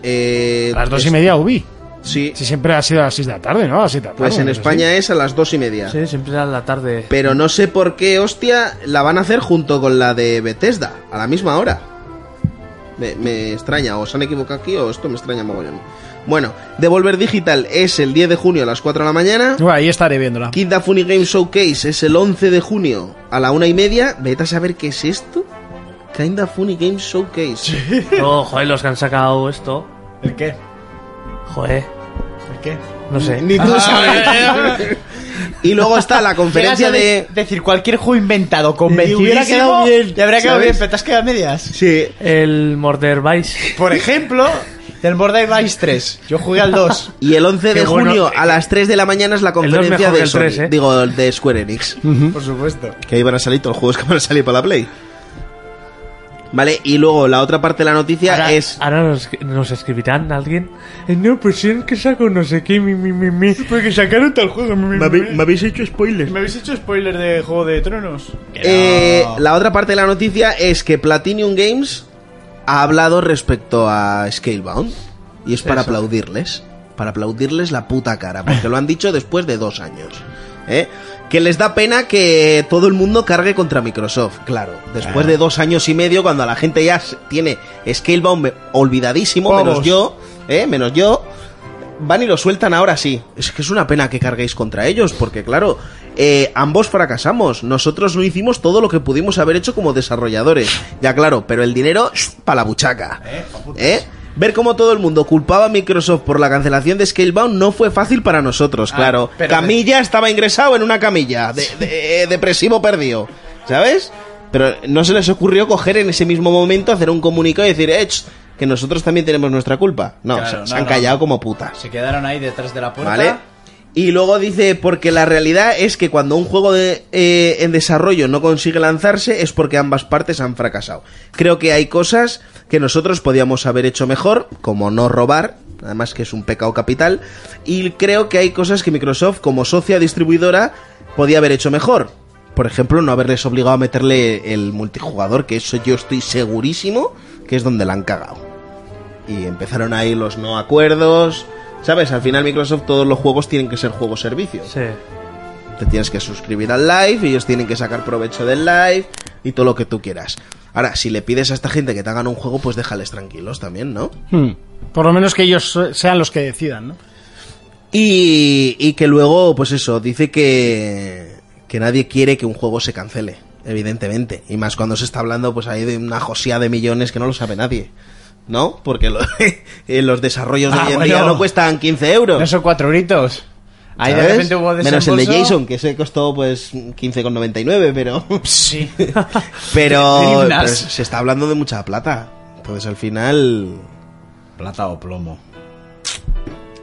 Speaker 5: Eh,
Speaker 2: A las dos y
Speaker 5: es-
Speaker 2: media Ubi.
Speaker 5: Sí,
Speaker 2: Si siempre ha sido a las 6 de la tarde, ¿no? A las siete de la
Speaker 5: pues
Speaker 2: tarde,
Speaker 5: en
Speaker 2: no sé si.
Speaker 5: España es a las 2 y media.
Speaker 6: Sí, siempre era la tarde.
Speaker 5: Pero no sé por qué, hostia, la van a hacer junto con la de Bethesda, a la misma hora. Me, me extraña, o se han equivocado aquí, o esto me extraña mogollón. Bueno, Devolver Digital es el 10 de junio a las 4 de la mañana.
Speaker 2: Bueno, ahí estaré viéndola.
Speaker 5: Kid Funny Game Showcase es el 11 de junio a la 1 y media. Vete a saber qué es esto. Kinda Funny Game Showcase.
Speaker 6: No, Oh, joder, los que han sacado esto.
Speaker 4: ¿El qué?
Speaker 6: Joder,
Speaker 4: ¿El qué?
Speaker 6: no sé.
Speaker 5: Ni tú sabes. y luego está la conferencia de...
Speaker 4: decir cualquier juego inventado, convencido.
Speaker 5: hubiera quedado bien,
Speaker 4: Te habría quedado
Speaker 5: ¿sabes?
Speaker 4: bien, pero te has quedado a medias.
Speaker 5: Sí,
Speaker 6: El Murder Vice.
Speaker 4: Por ejemplo, del Border Vice 3. Yo jugué al 2.
Speaker 5: Y el 11
Speaker 6: Qué
Speaker 5: de
Speaker 6: bueno.
Speaker 5: junio a las 3 de la mañana es la
Speaker 6: dos
Speaker 5: conferencia
Speaker 6: mejor que
Speaker 5: de
Speaker 6: el
Speaker 5: Sony,
Speaker 6: tres, ¿eh?
Speaker 5: digo, de Square Enix.
Speaker 4: Por supuesto.
Speaker 5: Que ahí van a salir todos los juegos que van a salir para la Play. Vale, y luego la otra parte de la noticia
Speaker 6: Ahora,
Speaker 5: es...
Speaker 6: ahora nos, nos escribirán alguien. Eh, no, pues sí, es que saco no sé qué, mi, mi, mi, mi. Porque sacaron tal juego, mi, mi, mi.
Speaker 5: habéis hecho spoilers.
Speaker 4: ¿Me habéis hecho spoiler de Juego de Tronos?
Speaker 5: Eh, La otra parte de la noticia es que Platinum Games ha hablado respecto a Scalebound. Y es para aplaudirles. Para aplaudirles la puta cara. Porque lo han dicho después de dos años. ¿eh? Que les da pena que todo el mundo cargue contra Microsoft. Claro. Después de dos años y medio, cuando la gente ya s- tiene Scalebound me- olvidadísimo, menos yo. ¿eh? Menos yo. Van y lo sueltan ahora sí. Es que es una pena que carguéis contra ellos, porque claro, eh, ambos fracasamos. Nosotros no hicimos todo lo que pudimos haber hecho como desarrolladores. Ya claro, pero el dinero para la buchaca. ¿Eh? Ver cómo todo el mundo culpaba a Microsoft por la cancelación de Scalebound no fue fácil para nosotros, claro.
Speaker 4: Ah, pero-
Speaker 5: Camilla estaba ingresado en una camilla, de, de- eh, depresivo perdido, ¿sabes? Pero no se les ocurrió coger en ese mismo momento, hacer un comunicado y decir, eh, ch, que nosotros también tenemos nuestra culpa. No,
Speaker 4: Claro,
Speaker 5: se,
Speaker 4: no,
Speaker 5: se han
Speaker 4: no.
Speaker 5: callado como putas.
Speaker 4: Se quedaron ahí detrás de la puerta.
Speaker 5: ¿Vale? Y luego dice, porque la realidad es que cuando un juego de, eh, en desarrollo no consigue lanzarse es porque ambas partes han fracasado. Creo que hay cosas que nosotros podíamos haber hecho mejor, como no robar, además que es un pecado capital, y creo que hay cosas que Microsoft como socia distribuidora podía haber hecho mejor. Por ejemplo, no haberles obligado a meterle el multijugador, que eso yo estoy segurísimo que es donde la han cagado y empezaron ahí los no acuerdos. ¿Sabes? Al final Microsoft todos los juegos tienen que ser juegos servicios.
Speaker 6: Sí.
Speaker 5: Te tienes que suscribir al live, ellos tienen que sacar provecho del live y todo lo que tú quieras. Ahora, si le pides a esta gente que te hagan un juego, pues déjales tranquilos también, ¿no?
Speaker 2: Hmm. Por lo menos que ellos eh, sean los que decidan, ¿no?
Speaker 5: Y, y que luego, pues eso, dice que, que nadie quiere que un juego se cancele, evidentemente. Y más cuando se está hablando, pues ahí de una josía de millones que no lo sabe nadie. ¿No? Porque lo- eh, los desarrollos
Speaker 4: Ah,
Speaker 5: de hoy en
Speaker 4: bueno.
Speaker 5: día no cuestan 15 euros.
Speaker 4: No son cuatro gritos. Ahí de
Speaker 5: ¿sabes?
Speaker 4: repente hubo
Speaker 5: Menos el de
Speaker 4: desembolso.
Speaker 5: Jason, que se costó pues 15,99, pero...
Speaker 4: Sí.
Speaker 5: Pero
Speaker 4: Grimnas.
Speaker 5: pues, se está hablando de mucha plata. Entonces al final,
Speaker 4: Plata o plomo.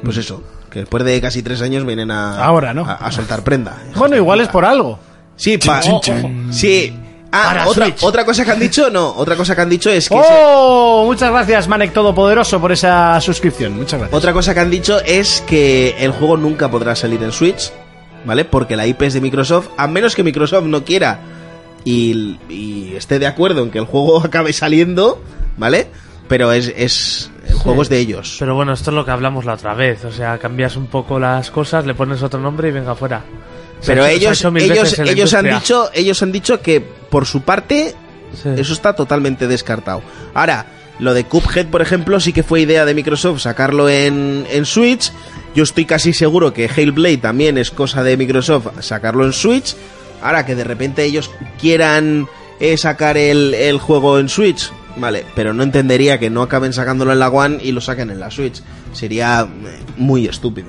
Speaker 5: pues eso, que después de casi tres años vienen a...
Speaker 2: Ahora, ¿no?
Speaker 5: A, a soltar prenda.
Speaker 2: Bueno, igual es por algo.
Speaker 5: Sí, pa-
Speaker 2: Chin, chin,
Speaker 5: ojo.
Speaker 2: chin.
Speaker 5: Sí. Ah,
Speaker 2: Para
Speaker 5: otra,
Speaker 2: Switch.
Speaker 5: otra cosa que han dicho, no, otra cosa que han dicho es que... se-
Speaker 2: ¡Oh! Muchas gracias, Manek Todopoderoso, por esa suscripción. Muchas gracias.
Speaker 5: otra cosa que han dicho es que el juego nunca podrá salir en Switch, ¿vale? Porque la IP es de Microsoft, a menos que Microsoft no quiera y, y esté de acuerdo en que el juego acabe saliendo, ¿vale? Pero es... es el juego es de ellos.
Speaker 6: Pero bueno, esto es lo que hablamos la otra vez. O sea, cambias un poco las cosas, le pones otro nombre y venga fuera. Se
Speaker 5: Pero
Speaker 6: ha hecho- se ha
Speaker 5: ellos,
Speaker 6: hecho mil
Speaker 5: ellos,
Speaker 6: veces en la
Speaker 5: ellos han
Speaker 6: industria.
Speaker 5: dicho, ellos han dicho que por su parte
Speaker 6: Sí.
Speaker 5: eso está totalmente descartado. Ahora, lo de Cuphead, por ejemplo, sí que fue idea de Microsoft sacarlo en, en Switch. Yo estoy casi seguro que Hellblade también es cosa de Microsoft sacarlo en Switch. Ahora que de repente ellos quieran eh, sacar el, el juego en Switch, vale, pero no entendería que no acaben sacándolo en la One y lo saquen en la Switch. Sería eh, muy estúpido.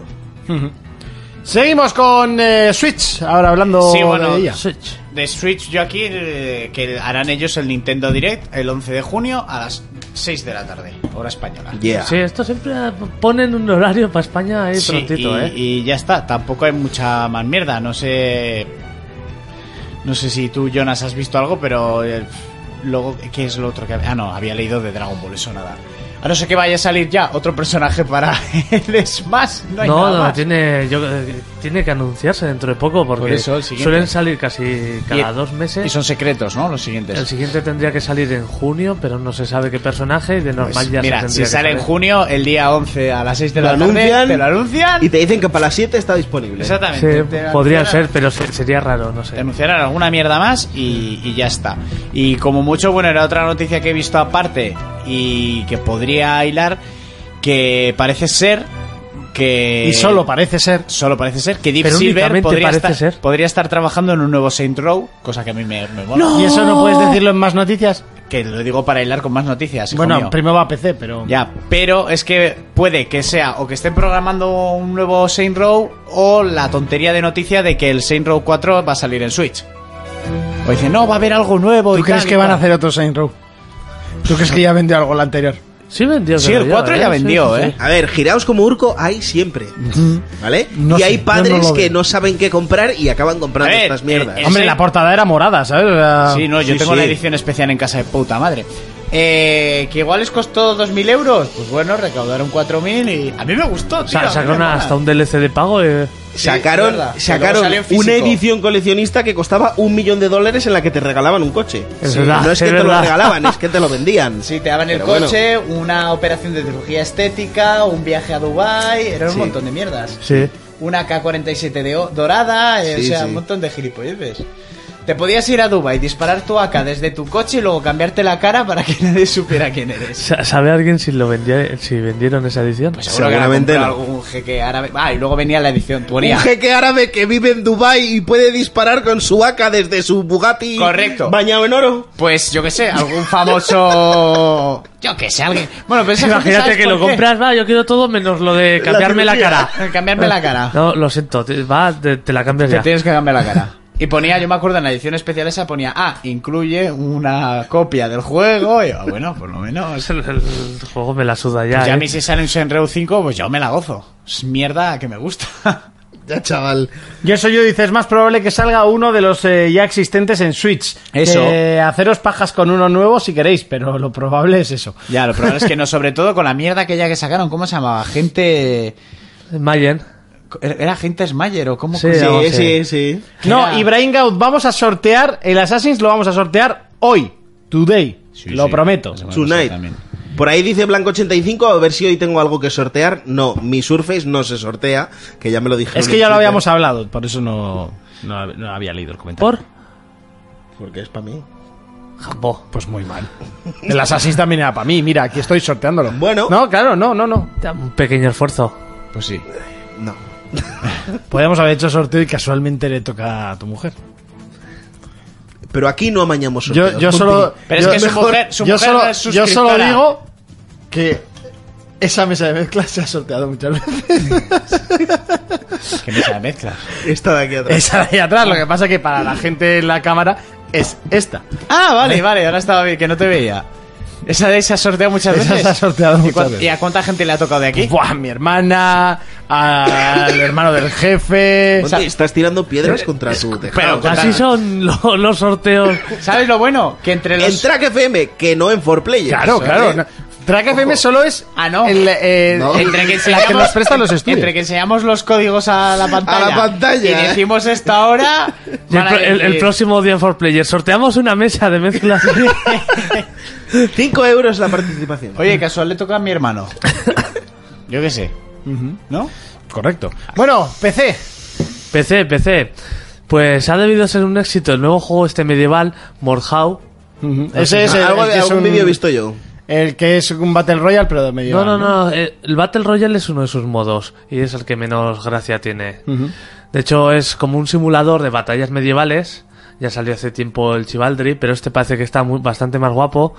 Speaker 2: Seguimos con eh, Switch, ahora hablando
Speaker 4: Sí, bueno,
Speaker 2: de ella.
Speaker 6: Switch.
Speaker 4: De Switch yo aquí, eh, que harán ellos el Nintendo Direct el 11 de junio a las 6 de la tarde, hora española.
Speaker 5: Yeah.
Speaker 6: Sí, esto siempre ponen un horario para España ahí
Speaker 4: Sí,
Speaker 6: prontito,
Speaker 4: y,
Speaker 6: ¿eh?
Speaker 4: y ya está, tampoco hay mucha más mierda, no sé... No sé si tú, Jonas, has visto algo, pero... eh, luego, ¿qué es lo otro que había? Ah, no, había leído de Dragon Ball, eso nada. A no ser que vaya a salir ya otro personaje para el Smash, no hay
Speaker 6: no,
Speaker 4: nada
Speaker 6: no,
Speaker 4: más.
Speaker 6: tiene, yo, eh, tiene que anunciarse dentro de poco porque
Speaker 4: Por eso, el siguiente.
Speaker 6: suelen salir casi cada
Speaker 4: Y-
Speaker 6: dos meses.
Speaker 4: Y son secretos, ¿no? Los siguientes.
Speaker 6: El siguiente tendría que salir en junio, pero no se sabe qué personaje y de normal
Speaker 4: Pues
Speaker 6: ya se
Speaker 4: mira,
Speaker 6: tendría
Speaker 4: si
Speaker 6: que
Speaker 4: sale en
Speaker 6: saber.
Speaker 4: junio, el día 11 a las 6 de
Speaker 5: Lo
Speaker 4: la tarde,
Speaker 5: anuncian
Speaker 4: te lo anuncian.
Speaker 5: Y te dicen que para las 7 está disponible.
Speaker 6: Sí,
Speaker 4: Exactamente. te
Speaker 6: podría
Speaker 4: anunciarán-
Speaker 6: ser, pero se- sería raro, no
Speaker 4: Te
Speaker 6: sé.
Speaker 4: anunciarán alguna mierda más y, y ya está. Y como mucho, bueno, era otra noticia que he visto aparte y que podría hilar, que parece ser que...
Speaker 2: Y solo parece ser.
Speaker 4: Solo parece ser que Deep
Speaker 6: Pero
Speaker 4: Silver
Speaker 6: únicamente
Speaker 4: podría
Speaker 6: parece
Speaker 4: estar,
Speaker 6: ser.
Speaker 4: podría estar trabajando en un nuevo Saint Row, cosa que a mí me, me mola.
Speaker 2: ¿Y eso no puedes decirlo en más noticias?
Speaker 4: Que lo digo para hilar con más noticias. hijo
Speaker 2: Bueno,
Speaker 4: mío.
Speaker 2: primero va a PC, pero.
Speaker 4: Ya, pero es que puede que sea o que estén programando un nuevo Saint Row o la tontería de noticia de que el Saint Row 4 va a salir en Switch. O dicen, no, va a haber algo nuevo.
Speaker 2: ¿Tú
Speaker 4: y
Speaker 2: crees
Speaker 4: tal,
Speaker 2: que
Speaker 4: y
Speaker 2: van a
Speaker 4: cual".
Speaker 2: hacer otro Saint Row? ¿Tú crees que ya vendió algo la anterior?
Speaker 6: Sí vendió.
Speaker 4: Sí,
Speaker 6: creo
Speaker 4: el
Speaker 6: yo,
Speaker 4: 4
Speaker 6: ¿eh?
Speaker 4: ya
Speaker 6: Sí,
Speaker 4: vendió,
Speaker 6: sí, sí.
Speaker 4: ¿eh?
Speaker 5: A ver, giraos como Urco hay siempre. ¿Vale?
Speaker 2: No
Speaker 5: y
Speaker 2: sé,
Speaker 5: hay
Speaker 2: yo
Speaker 5: padres
Speaker 2: no lo
Speaker 5: que
Speaker 2: veo.
Speaker 5: no saben qué comprar y acaban comprando
Speaker 4: A ver, eh,
Speaker 5: estas mierdas.
Speaker 4: el- el-
Speaker 2: Hombre,
Speaker 4: Ese-
Speaker 2: la portada era morada, ¿sabes? Era-
Speaker 4: Sí, no, yo
Speaker 5: Sí,
Speaker 4: tengo
Speaker 5: sí.
Speaker 4: la edición especial en casa de puta madre. Eh, que igual les costó 2.000 euros. Pues bueno, recaudaron 4.000 y a mí me gustó.
Speaker 6: O
Speaker 4: tío, a
Speaker 6: sea,
Speaker 4: mí
Speaker 6: sacaron
Speaker 4: me mola.
Speaker 6: hasta un DLC de pago. eh.
Speaker 5: sacaron
Speaker 4: es verdad, que
Speaker 5: sacaron
Speaker 4: luego sale en físico.
Speaker 5: una edición coleccionista que costaba un millón de dólares en la que te regalaban un coche.
Speaker 6: Es verdad,
Speaker 5: no es que
Speaker 6: es
Speaker 5: te lo
Speaker 6: verdad.
Speaker 5: regalaban, es que te lo vendían.
Speaker 4: Sí, te daban el
Speaker 5: Pero bueno.
Speaker 4: coche, una operación de cirugía estética, un viaje a Dubai, era un
Speaker 5: Sí.
Speaker 4: montón de mierdas.
Speaker 6: Sí.
Speaker 4: Una K-47 dorada, eh,
Speaker 5: Sí,
Speaker 4: o sea,
Speaker 5: sí.
Speaker 4: un montón de gilipolleces. Te podías ir a Dubai, disparar tu AK desde tu coche y luego cambiarte la cara para que nadie supiera quién eres.
Speaker 6: Sa- ¿Sabe alguien si lo vendió, si vendieron esa edición?
Speaker 4: Pues seguro que la
Speaker 5: Seguramente
Speaker 4: compró
Speaker 5: no.
Speaker 4: algún jeque árabe. Ah, y luego venía la edición, ponía.
Speaker 5: Un jeque árabe que vive en Dubai y puede disparar con su AK desde su Bugatti
Speaker 4: Correcto.
Speaker 5: bañado en oro.
Speaker 4: Pues yo que sé, algún famoso. Yo que sé, alguien. Bueno, pero esa gente,
Speaker 6: Imagínate
Speaker 4: ¿sabes
Speaker 6: que
Speaker 4: por
Speaker 6: lo
Speaker 4: qué?
Speaker 6: compras, va, yo quiero todo menos lo de cambiarme la, cara.
Speaker 4: Cambiarme la cara.
Speaker 6: No, lo siento, te- va, te, te la cambias
Speaker 4: Te
Speaker 6: ya.
Speaker 4: tienes que cambiar la cara. Y ponía, yo me acuerdo en la edición especial esa ponía, ah, incluye una copia del juego. Y yo, ah, bueno, por lo menos.
Speaker 6: El, el juego me la suda ya.
Speaker 4: Pues ya a
Speaker 6: ¿eh?
Speaker 4: mí si sale un Shenryu 5, pues yo me la gozo. Es mierda que me gusta.
Speaker 5: Ya, chaval.
Speaker 2: Y eso yo dice, es más probable que salga uno de los eh, ya existentes en Switch.
Speaker 4: Eso.
Speaker 2: Que haceros pajas con uno nuevo si queréis, pero lo probable es eso.
Speaker 4: ya, lo probable es que no, sobre todo con la mierda que ya que sacaron, ¿cómo se llamaba? Gente...
Speaker 6: Mayen.
Speaker 4: ¿Era gente Smayer o cómo?
Speaker 6: Sí,
Speaker 4: coño?
Speaker 6: algo
Speaker 5: Sí,
Speaker 6: así.
Speaker 5: sí, sí.
Speaker 2: No,
Speaker 4: Era-
Speaker 2: Ibrahim Gaud, vamos a sortear, el Assassin's lo vamos a sortear hoy, today,
Speaker 4: Sí,
Speaker 2: lo
Speaker 4: sí.
Speaker 2: prometo.
Speaker 4: Eso me gusta
Speaker 5: Tonight.
Speaker 4: también.
Speaker 5: Por ahí dice Blanco85, a ver si hoy tengo algo que sortear. No, mi Surface no se sortea, que ya me lo dijeron.
Speaker 2: Es que ya lo habíamos hablado, por eso no, no, no había leído el comentario.
Speaker 6: ¿Por?
Speaker 5: Porque es para mí.
Speaker 2: Bo, Pues muy mal. El Assassin's también era para mí, mira, aquí estoy sorteándolo.
Speaker 5: Bueno.
Speaker 2: No, claro, no, no, no.
Speaker 6: Un pequeño esfuerzo.
Speaker 4: Pues sí.
Speaker 5: No.
Speaker 2: Podríamos haber hecho sorteo y casualmente le toca a tu mujer.
Speaker 5: Pero aquí no amañamos
Speaker 2: Yo,
Speaker 5: sorteos.
Speaker 2: yo solo.
Speaker 4: Pero es
Speaker 2: yo-
Speaker 4: que su mujer- su
Speaker 2: yo
Speaker 4: mujer
Speaker 2: solo,
Speaker 4: no es
Speaker 2: yo solo
Speaker 4: suscriptora.
Speaker 2: digo que esa mesa de mezcla se ha sorteado muchas veces.
Speaker 4: Que me se mezcla.
Speaker 5: Esta de aquí atrás.
Speaker 2: Esa de ahí atrás, lo que pasa que para la gente en la cámara es esta.
Speaker 4: Ah, vale, vale, ahora estaba bien, que no te veía. Esa de ahí se ha sorteado muchas
Speaker 2: Esa
Speaker 4: veces.
Speaker 2: se ha sorteado
Speaker 4: ¿Y
Speaker 2: muchas
Speaker 4: cuán-
Speaker 2: veces.
Speaker 4: ¿Y a cuánta gente le ha tocado de aquí?
Speaker 2: Buah, a mi hermana, al hermano del jefe.
Speaker 5: Monty, estás tirando piedras contra tu tejado.
Speaker 4: Pero-
Speaker 6: Así son lo- los sorteos.
Speaker 4: ¿Sabes lo bueno? Que entre los.
Speaker 5: En Track FM, que no en 4Player.
Speaker 2: Claro,
Speaker 4: ¿eh?
Speaker 5: eh,
Speaker 2: claro. no. Track FM solo es.
Speaker 4: Ah, no.
Speaker 2: el, eh,
Speaker 5: No.
Speaker 2: el-
Speaker 4: Entre que,
Speaker 2: la que
Speaker 4: enseñamos,
Speaker 2: nos prestan los estudios.
Speaker 4: entre que enseñamos los códigos a la pantalla,
Speaker 5: A la pantalla,
Speaker 4: y
Speaker 5: eh.
Speaker 4: decimos esta hora,
Speaker 6: Y el, pro-
Speaker 4: eh,
Speaker 6: el- el próximo día en 4Player sorteamos una mesa de mezclas.
Speaker 5: 5 euros la participación.
Speaker 4: Oye, casual le toca a mi hermano. Yo qué sé. ¿No?
Speaker 2: Correcto. Bueno, PC.
Speaker 6: PC, PC. Pues ha debido ser un éxito el nuevo juego este medieval, Morhau.
Speaker 2: Ese es el,
Speaker 5: Algo,
Speaker 2: el que es
Speaker 5: algún
Speaker 2: un-
Speaker 5: vídeo he visto yo.
Speaker 2: El que es un Battle Royale, pero de medio.
Speaker 6: No, no, no. eh, El Battle Royale es uno de sus modos y es el que menos gracia tiene. De hecho, es como un simulador de batallas medievales. Ya salió hace tiempo el Chivaldry, pero este parece que está muy, bastante más guapo.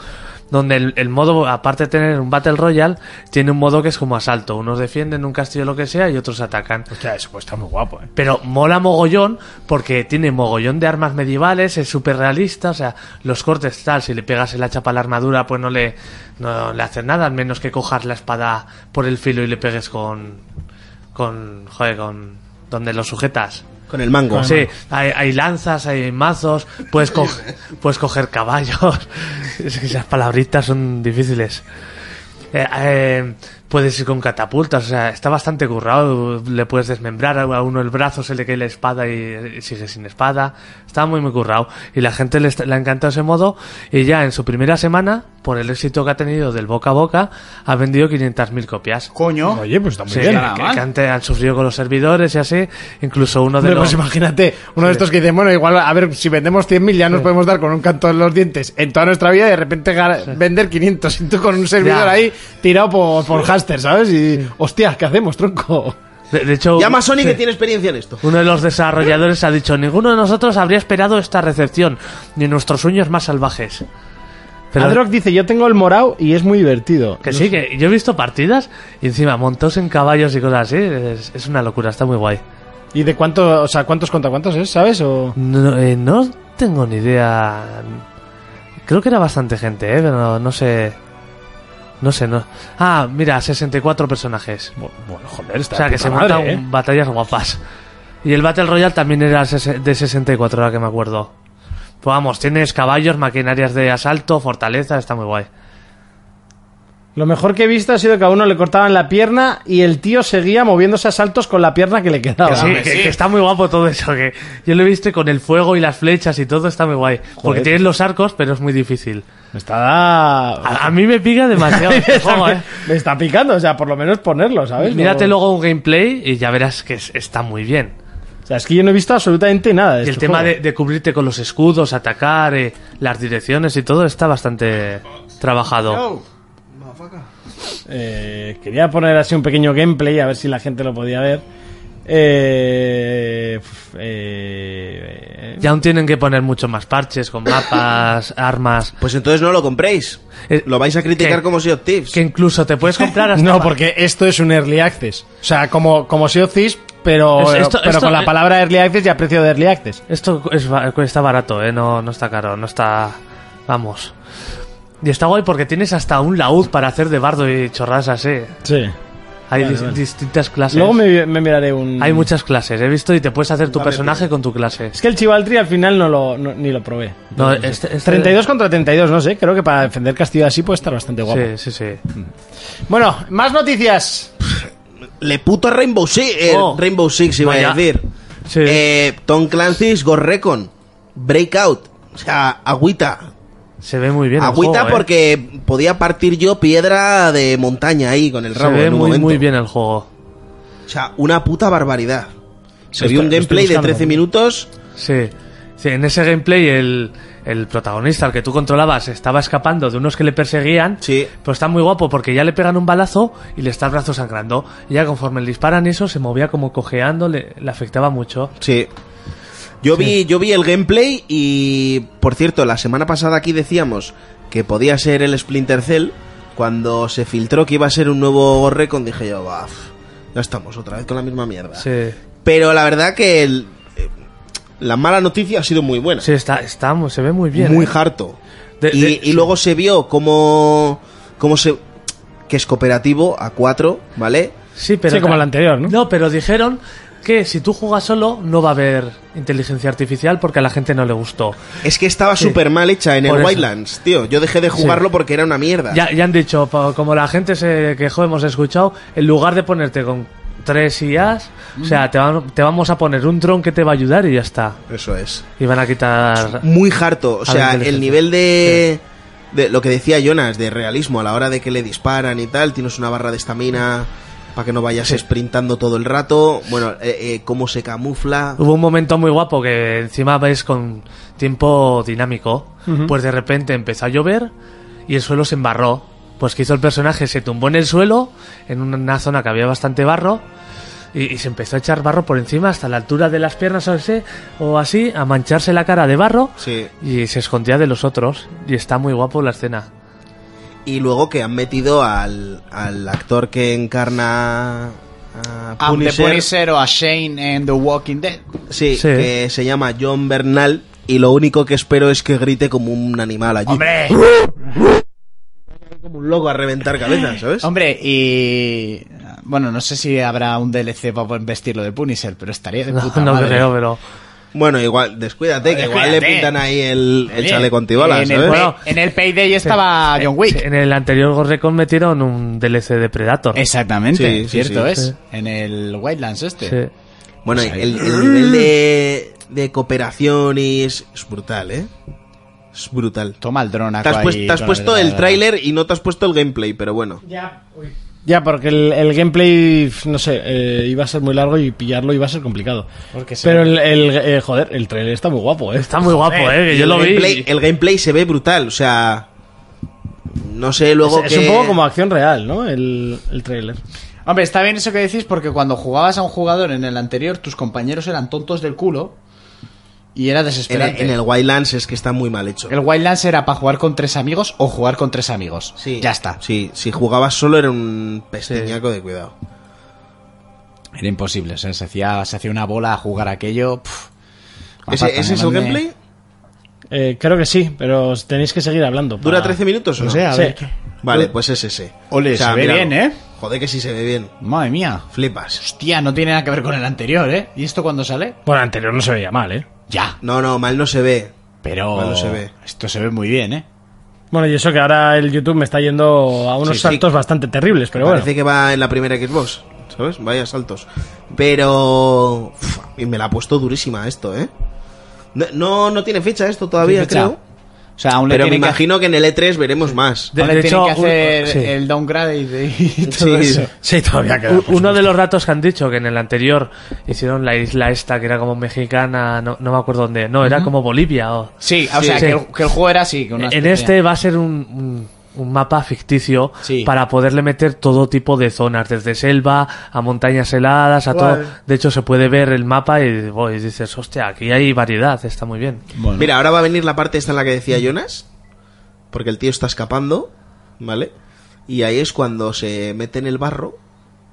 Speaker 6: Donde el, el modo, aparte de tener un Battle Royale, tiene un modo que es como asalto. Unos defienden un castillo lo que sea y otros atacan.
Speaker 2: Hostia, eso pues está muy guapo, eh.
Speaker 6: Pero mola mogollón porque tiene mogollón de armas medievales, es súper realista, o sea, los cortes tal, si le pegas el hacha para la armadura, pues no le, no le haces nada, al menos que cojas la espada por el filo y le pegues con... con... joder, con... donde lo sujetas.
Speaker 5: Con el mango.
Speaker 6: Pues Sí, hay, hay lanzas, hay mazos, puedes, co- puedes coger caballos. Es que esas palabritas son difíciles. Eh, eh, puedes ir con catapultas, o sea, está bastante currado. Le puedes desmembrar a uno el brazo, se le cae la espada y, y sigue sin espada. Está muy, muy currado. Y la gente le, está- le ha encantado ese modo. Y ya en su primera semana, por el éxito que ha tenido del boca a boca, ha vendido 500.000 copias.
Speaker 4: Coño.
Speaker 2: Oye, pues está muy
Speaker 6: Sí,
Speaker 2: bien.
Speaker 4: nada
Speaker 6: que,
Speaker 4: mal.
Speaker 6: que antes han sufrido con los servidores y así. Incluso uno de
Speaker 2: Hombre,
Speaker 6: los.
Speaker 2: pues imagínate, uno de estos que dicen, bueno, igual, a ver, si vendemos 100.000 ya nos podemos dar con un canto en los dientes en toda nuestra vida y de repente gana- vender 500 y tú con un servidor
Speaker 6: Ya.
Speaker 2: ahí tirado por, por Haster, ¿sabes? Y, hostia, ¿qué hacemos, tronco?
Speaker 6: De, de hecho,
Speaker 5: Llama a Sony
Speaker 6: sí.
Speaker 5: que tiene experiencia en esto.
Speaker 6: Uno de los desarrolladores ha dicho, ninguno de nosotros habría esperado esta recepción, ni nuestros sueños más salvajes. Pero
Speaker 2: Adrock dice, yo tengo el morado y es muy divertido.
Speaker 6: que sí, que yo he visto partidas y encima montados en caballos y cosas así, es, es una locura, está muy guay.
Speaker 2: ¿Y de cuánto, o sea, cuántos contra cuántos es, sabes? O...
Speaker 6: No, eh, no tengo ni idea... Creo que era bastante gente, ¿eh? pero no sé... No sé, no... Ah, mira, 64 personajes.
Speaker 2: Bueno, joder, está
Speaker 6: O sea, que se montan
Speaker 2: eh.
Speaker 6: batallas guapas. Y el Battle Royale también era ses- de 64, ahora que me acuerdo. Pues vamos, tienes caballos, maquinarias de asalto, fortaleza, está muy guay.
Speaker 2: Lo mejor que he visto ha sido que a uno le cortaban la pierna y el tío seguía moviéndose a saltos con la pierna que le quedaba.
Speaker 6: Que sí, que, que está muy guapo todo eso. Que yo lo he visto y con el fuego y las flechas y todo está muy guay. Porque tienes los arcos, pero es muy difícil.
Speaker 2: Me está...
Speaker 6: A, a mí me pica demasiado este juego, ¿eh?
Speaker 2: Me está picando, o sea, por lo menos ponerlo, ¿sabes?
Speaker 6: Pues Mírate
Speaker 2: No-
Speaker 6: luego un gameplay y ya verás que es- está muy bien.
Speaker 2: O sea, es que yo no he visto absolutamente nada de
Speaker 6: Y el
Speaker 2: este
Speaker 6: tema
Speaker 2: juego.
Speaker 6: de, de cubrirte con los escudos, atacar, eh, las direcciones y todo está bastante trabajado.
Speaker 2: Eh, quería poner así un pequeño gameplay, a ver si la gente lo podía ver. Eh, f- eh, eh,
Speaker 6: Y aún tienen que poner mucho más parches con mapas, armas.
Speaker 5: Pues entonces no lo compréis.
Speaker 6: Eh,
Speaker 5: Lo vais a criticar
Speaker 6: ¿qué?
Speaker 5: como si of Thieves.
Speaker 6: Que incluso te puedes comprar hasta.
Speaker 2: No, porque esto es un early access. O sea, como, como Sea of Thieves, pero,
Speaker 6: Es- esto-
Speaker 2: pero
Speaker 6: esto-
Speaker 2: con la
Speaker 6: eh,
Speaker 2: palabra early access y a precio de early access.
Speaker 6: Esto es, ba- está barato, ¿eh? No, no está caro, no está. Vamos. Y está guay porque tienes hasta un laúd para hacer de bardo y chorradas así.
Speaker 2: Sí.
Speaker 6: Hay dis- distintas clases.
Speaker 2: Luego me, me miraré un.
Speaker 6: Hay muchas clases, he visto, y te puedes hacer tu personaje con tu clase.
Speaker 2: Es que el Chivalry al final no lo, no- ni lo probé.
Speaker 6: No, este- este-
Speaker 2: 32 contra 32, no sé. Creo que para defender Castillo así puede estar bastante guapo.
Speaker 6: Sí, sí, sí.
Speaker 2: Bueno, más noticias.
Speaker 5: Le puto a Rainbow Six. eh,
Speaker 6: Oh.
Speaker 5: Rainbow Six iba
Speaker 6: Vaya.
Speaker 5: a decir.
Speaker 6: Sí.
Speaker 5: Eh, Tom Clancy's Ghost Recon. Breakout. O sea, agüita.
Speaker 6: Se ve muy bien. el
Speaker 5: Agüita
Speaker 6: juego, ¿eh?
Speaker 5: porque podía partir yo piedra de montaña ahí con el
Speaker 6: Se
Speaker 5: rabo
Speaker 6: ve
Speaker 5: en un
Speaker 6: muy,
Speaker 5: momento.
Speaker 6: muy bien el juego.
Speaker 5: O sea, una puta barbaridad.
Speaker 2: Lo
Speaker 5: Se vio
Speaker 2: estoy-
Speaker 5: un
Speaker 2: lo estoy
Speaker 5: gameplay de
Speaker 2: buscando.
Speaker 5: 13 minutos.
Speaker 6: Sí. Sí, en ese gameplay el, el protagonista, al que tú controlabas, estaba escapando de unos que le perseguían.
Speaker 5: Sí.
Speaker 6: Pero está muy guapo porque ya le pegan un balazo y le está el brazo sangrando. Y ya conforme le disparan eso, se movía como cojeando, le, le afectaba mucho.
Speaker 5: Sí. Yo, Vi, yo vi el gameplay y, por cierto, la semana pasada aquí decíamos que podía ser el Splinter Cell. Cuando se filtró que iba a ser un nuevo Recon, dije yo, "Baf, ya estamos otra vez con la misma mierda.
Speaker 6: Sí.
Speaker 5: Pero la verdad que el- eh, la mala noticia ha sido muy buena.
Speaker 6: Sí, está, está, se ve muy bien.
Speaker 5: muy
Speaker 6: ¿eh?
Speaker 5: harto.
Speaker 6: De-
Speaker 5: y,
Speaker 6: de-
Speaker 5: y luego se vio como, como se, que es cooperativo a cuatro, ¿vale?
Speaker 6: Sí, pero
Speaker 2: Sí, como el anterior, ¿no?
Speaker 6: No, pero dijeron que si tú juegas solo no va a haber inteligencia artificial porque a la gente no le gustó.
Speaker 5: Es que estaba
Speaker 6: Sí.
Speaker 5: súper mal hecha en
Speaker 6: Por
Speaker 5: el
Speaker 6: eso.
Speaker 5: Wildlands, tío. Yo dejé de jugarlo porque era una mierda.
Speaker 6: Ya, ya han dicho, pa- como la gente se quejó, hemos escuchado, en lugar de ponerte con tres IAs, o sea, te, van- te vamos a poner un dron que te va a ayudar y ya está.
Speaker 5: Eso es.
Speaker 6: Y van a quitar...
Speaker 5: Muy harto. O
Speaker 6: A la
Speaker 5: sea, el
Speaker 6: inteligencia.
Speaker 5: nivel de, de lo que decía Jonas, de realismo, a la hora de que le disparan y tal, tienes una barra de estamina para que no vayas sprintando todo el rato. Bueno, eh, eh, cómo se camufla.
Speaker 6: Hubo un momento muy guapo que encima ves con tiempo dinámico, pues de repente empezó a llover y el suelo se embarró. Pues que hizo el personaje, se tumbó en el suelo, en una zona que había bastante barro, y, y se empezó a echar barro por encima hasta la altura de las piernas o así, o así, a mancharse la cara de barro.
Speaker 5: Sí.
Speaker 6: Y se escondía de los otros. Y está muy guapo la escena.
Speaker 5: Y luego que han metido al, al actor que encarna a
Speaker 4: A The
Speaker 5: Punisher,
Speaker 4: Punisher o a Shane en The Walking Dead.
Speaker 5: sí,
Speaker 6: Sí.
Speaker 5: que se llama John Bernal. Y lo único que espero es que grite como un animal allí.
Speaker 4: ¡Hombre!
Speaker 5: Como un loco a reventar cabezas, ¿sabes?
Speaker 4: Hombre, y... Bueno, no sé si habrá un DLC para vestirlo de Punisher, pero estaría de
Speaker 6: No,
Speaker 4: puta
Speaker 6: no
Speaker 4: madre.
Speaker 6: creo, pero.
Speaker 5: Bueno, igual, descuídate, que igual le
Speaker 4: Descuídate.
Speaker 5: pintan ahí el, el
Speaker 4: Oye,
Speaker 5: chaleco antibalas, ¿eh?
Speaker 4: en el,
Speaker 5: ¿sabes?
Speaker 4: bueno, en el Payday estaba John Wick.
Speaker 6: En el anterior Gorrecon metieron un DLC de Predator.
Speaker 4: Este. Exactamente,
Speaker 5: Sí, sí,
Speaker 4: cierto
Speaker 5: sí.
Speaker 4: es.
Speaker 6: Sí.
Speaker 4: En el Wildlands este.
Speaker 6: Sí.
Speaker 5: Bueno, el, el nivel de, de cooperación y es, es brutal, ¿eh? Es brutal.
Speaker 4: Toma el dron
Speaker 5: Te has,
Speaker 4: acá
Speaker 5: pues-
Speaker 4: ahí
Speaker 5: te has
Speaker 4: con
Speaker 5: puesto el
Speaker 4: dron.
Speaker 5: tráiler y no te has puesto el gameplay, pero bueno.
Speaker 2: Ya, porque el, el gameplay, no sé, eh, iba a ser muy largo y pillarlo iba a ser complicado. Pero el, el- eh, joder, el trailer está muy guapo, ¿eh?
Speaker 6: Está muy guapo, eh. Que
Speaker 5: Y
Speaker 6: yo
Speaker 5: el
Speaker 6: lo vi.
Speaker 5: gameplay- el gameplay se ve brutal, o sea... No sé, luego
Speaker 2: es,
Speaker 5: que...
Speaker 2: es un poco como acción real, ¿no? El, el trailer.
Speaker 4: Hombre, está bien eso que decís porque cuando jugabas a un jugador en el anterior, tus compañeros eran tontos del culo y era
Speaker 5: En,
Speaker 4: desesperante.
Speaker 5: en el Wildlands es que está muy mal hecho.
Speaker 4: El Wildlands era para jugar con tres amigos o jugar con tres amigos.
Speaker 5: Sí.
Speaker 4: Ya está.
Speaker 5: Sí, si jugabas solo era un pesteñaco de cuidado.
Speaker 4: Era imposible, o sea, se hacía, se hacía una bola a jugar aquello. pf.
Speaker 5: ¿Ese,
Speaker 4: Papá,
Speaker 5: ese es el
Speaker 4: mándame-
Speaker 5: gameplay?
Speaker 2: Eh, creo que sí, pero os tenéis que seguir hablando.
Speaker 5: ¿Dura
Speaker 4: Ah.
Speaker 2: para-
Speaker 5: 13 minutos o no?
Speaker 2: No sé, a
Speaker 5: Sí.
Speaker 2: ver.
Speaker 5: Vale, pues es ese.
Speaker 4: Ole, se ve bien, ¿eh?
Speaker 5: Joder, que sí se ve bien.
Speaker 4: Madre mía.
Speaker 5: Flipas.
Speaker 4: Hostia, no tiene nada que ver con el anterior, ¿eh? ¿Y esto cuándo sale?
Speaker 2: Bueno, anterior no se veía mal, ¿eh?
Speaker 4: Ya.
Speaker 5: No, no, mal no se ve.
Speaker 4: Pero
Speaker 5: Cuando se ve.
Speaker 4: esto se ve muy bien, ¿eh?
Speaker 2: Bueno, y eso que ahora el YouTube me está yendo a unos
Speaker 5: Sí, sí.
Speaker 2: saltos bastante terribles, pero bueno.
Speaker 5: Parece que va en la primera Xbox. ¿Sabes? Vaya saltos. Pero. uf, y me la ha puesto durísima esto, ¿eh? No, no, no tiene fecha esto todavía,
Speaker 4: Sin fecha.
Speaker 5: creo.
Speaker 4: O sea, aún le
Speaker 5: Pero me
Speaker 4: tienen que-
Speaker 5: imagino que en el E3 veremos más.
Speaker 6: De-
Speaker 4: aún le
Speaker 6: de
Speaker 4: tienen
Speaker 6: hecho,
Speaker 4: que hacer
Speaker 6: un- sí.
Speaker 4: el downgrade y, de- y todo
Speaker 5: Sí.
Speaker 4: eso.
Speaker 2: Sí, todavía queda.
Speaker 6: U- Uno de los datos que han dicho que en el anterior hicieron la isla esta que era como mexicana, no, no me acuerdo dónde, no, era como Bolivia. o-
Speaker 4: Sí, o
Speaker 6: Sí.
Speaker 4: sea,
Speaker 6: Sí.
Speaker 4: Que, el, que el juego era así.
Speaker 2: Eh,
Speaker 4: que una
Speaker 6: En
Speaker 4: especie-
Speaker 6: este va a ser un, un- un mapa ficticio
Speaker 4: Sí.
Speaker 6: para poderle meter todo tipo de zonas, desde selva a montañas heladas, a todo. De hecho, se puede ver el mapa y, bo, y dices, hostia, aquí hay variedad, está muy bien.
Speaker 4: Bueno.
Speaker 5: Mira, ahora va a venir la parte esta en la que decía Jonas. Porque el tío está escapando. ¿Vale? Y ahí es cuando se mete en el barro.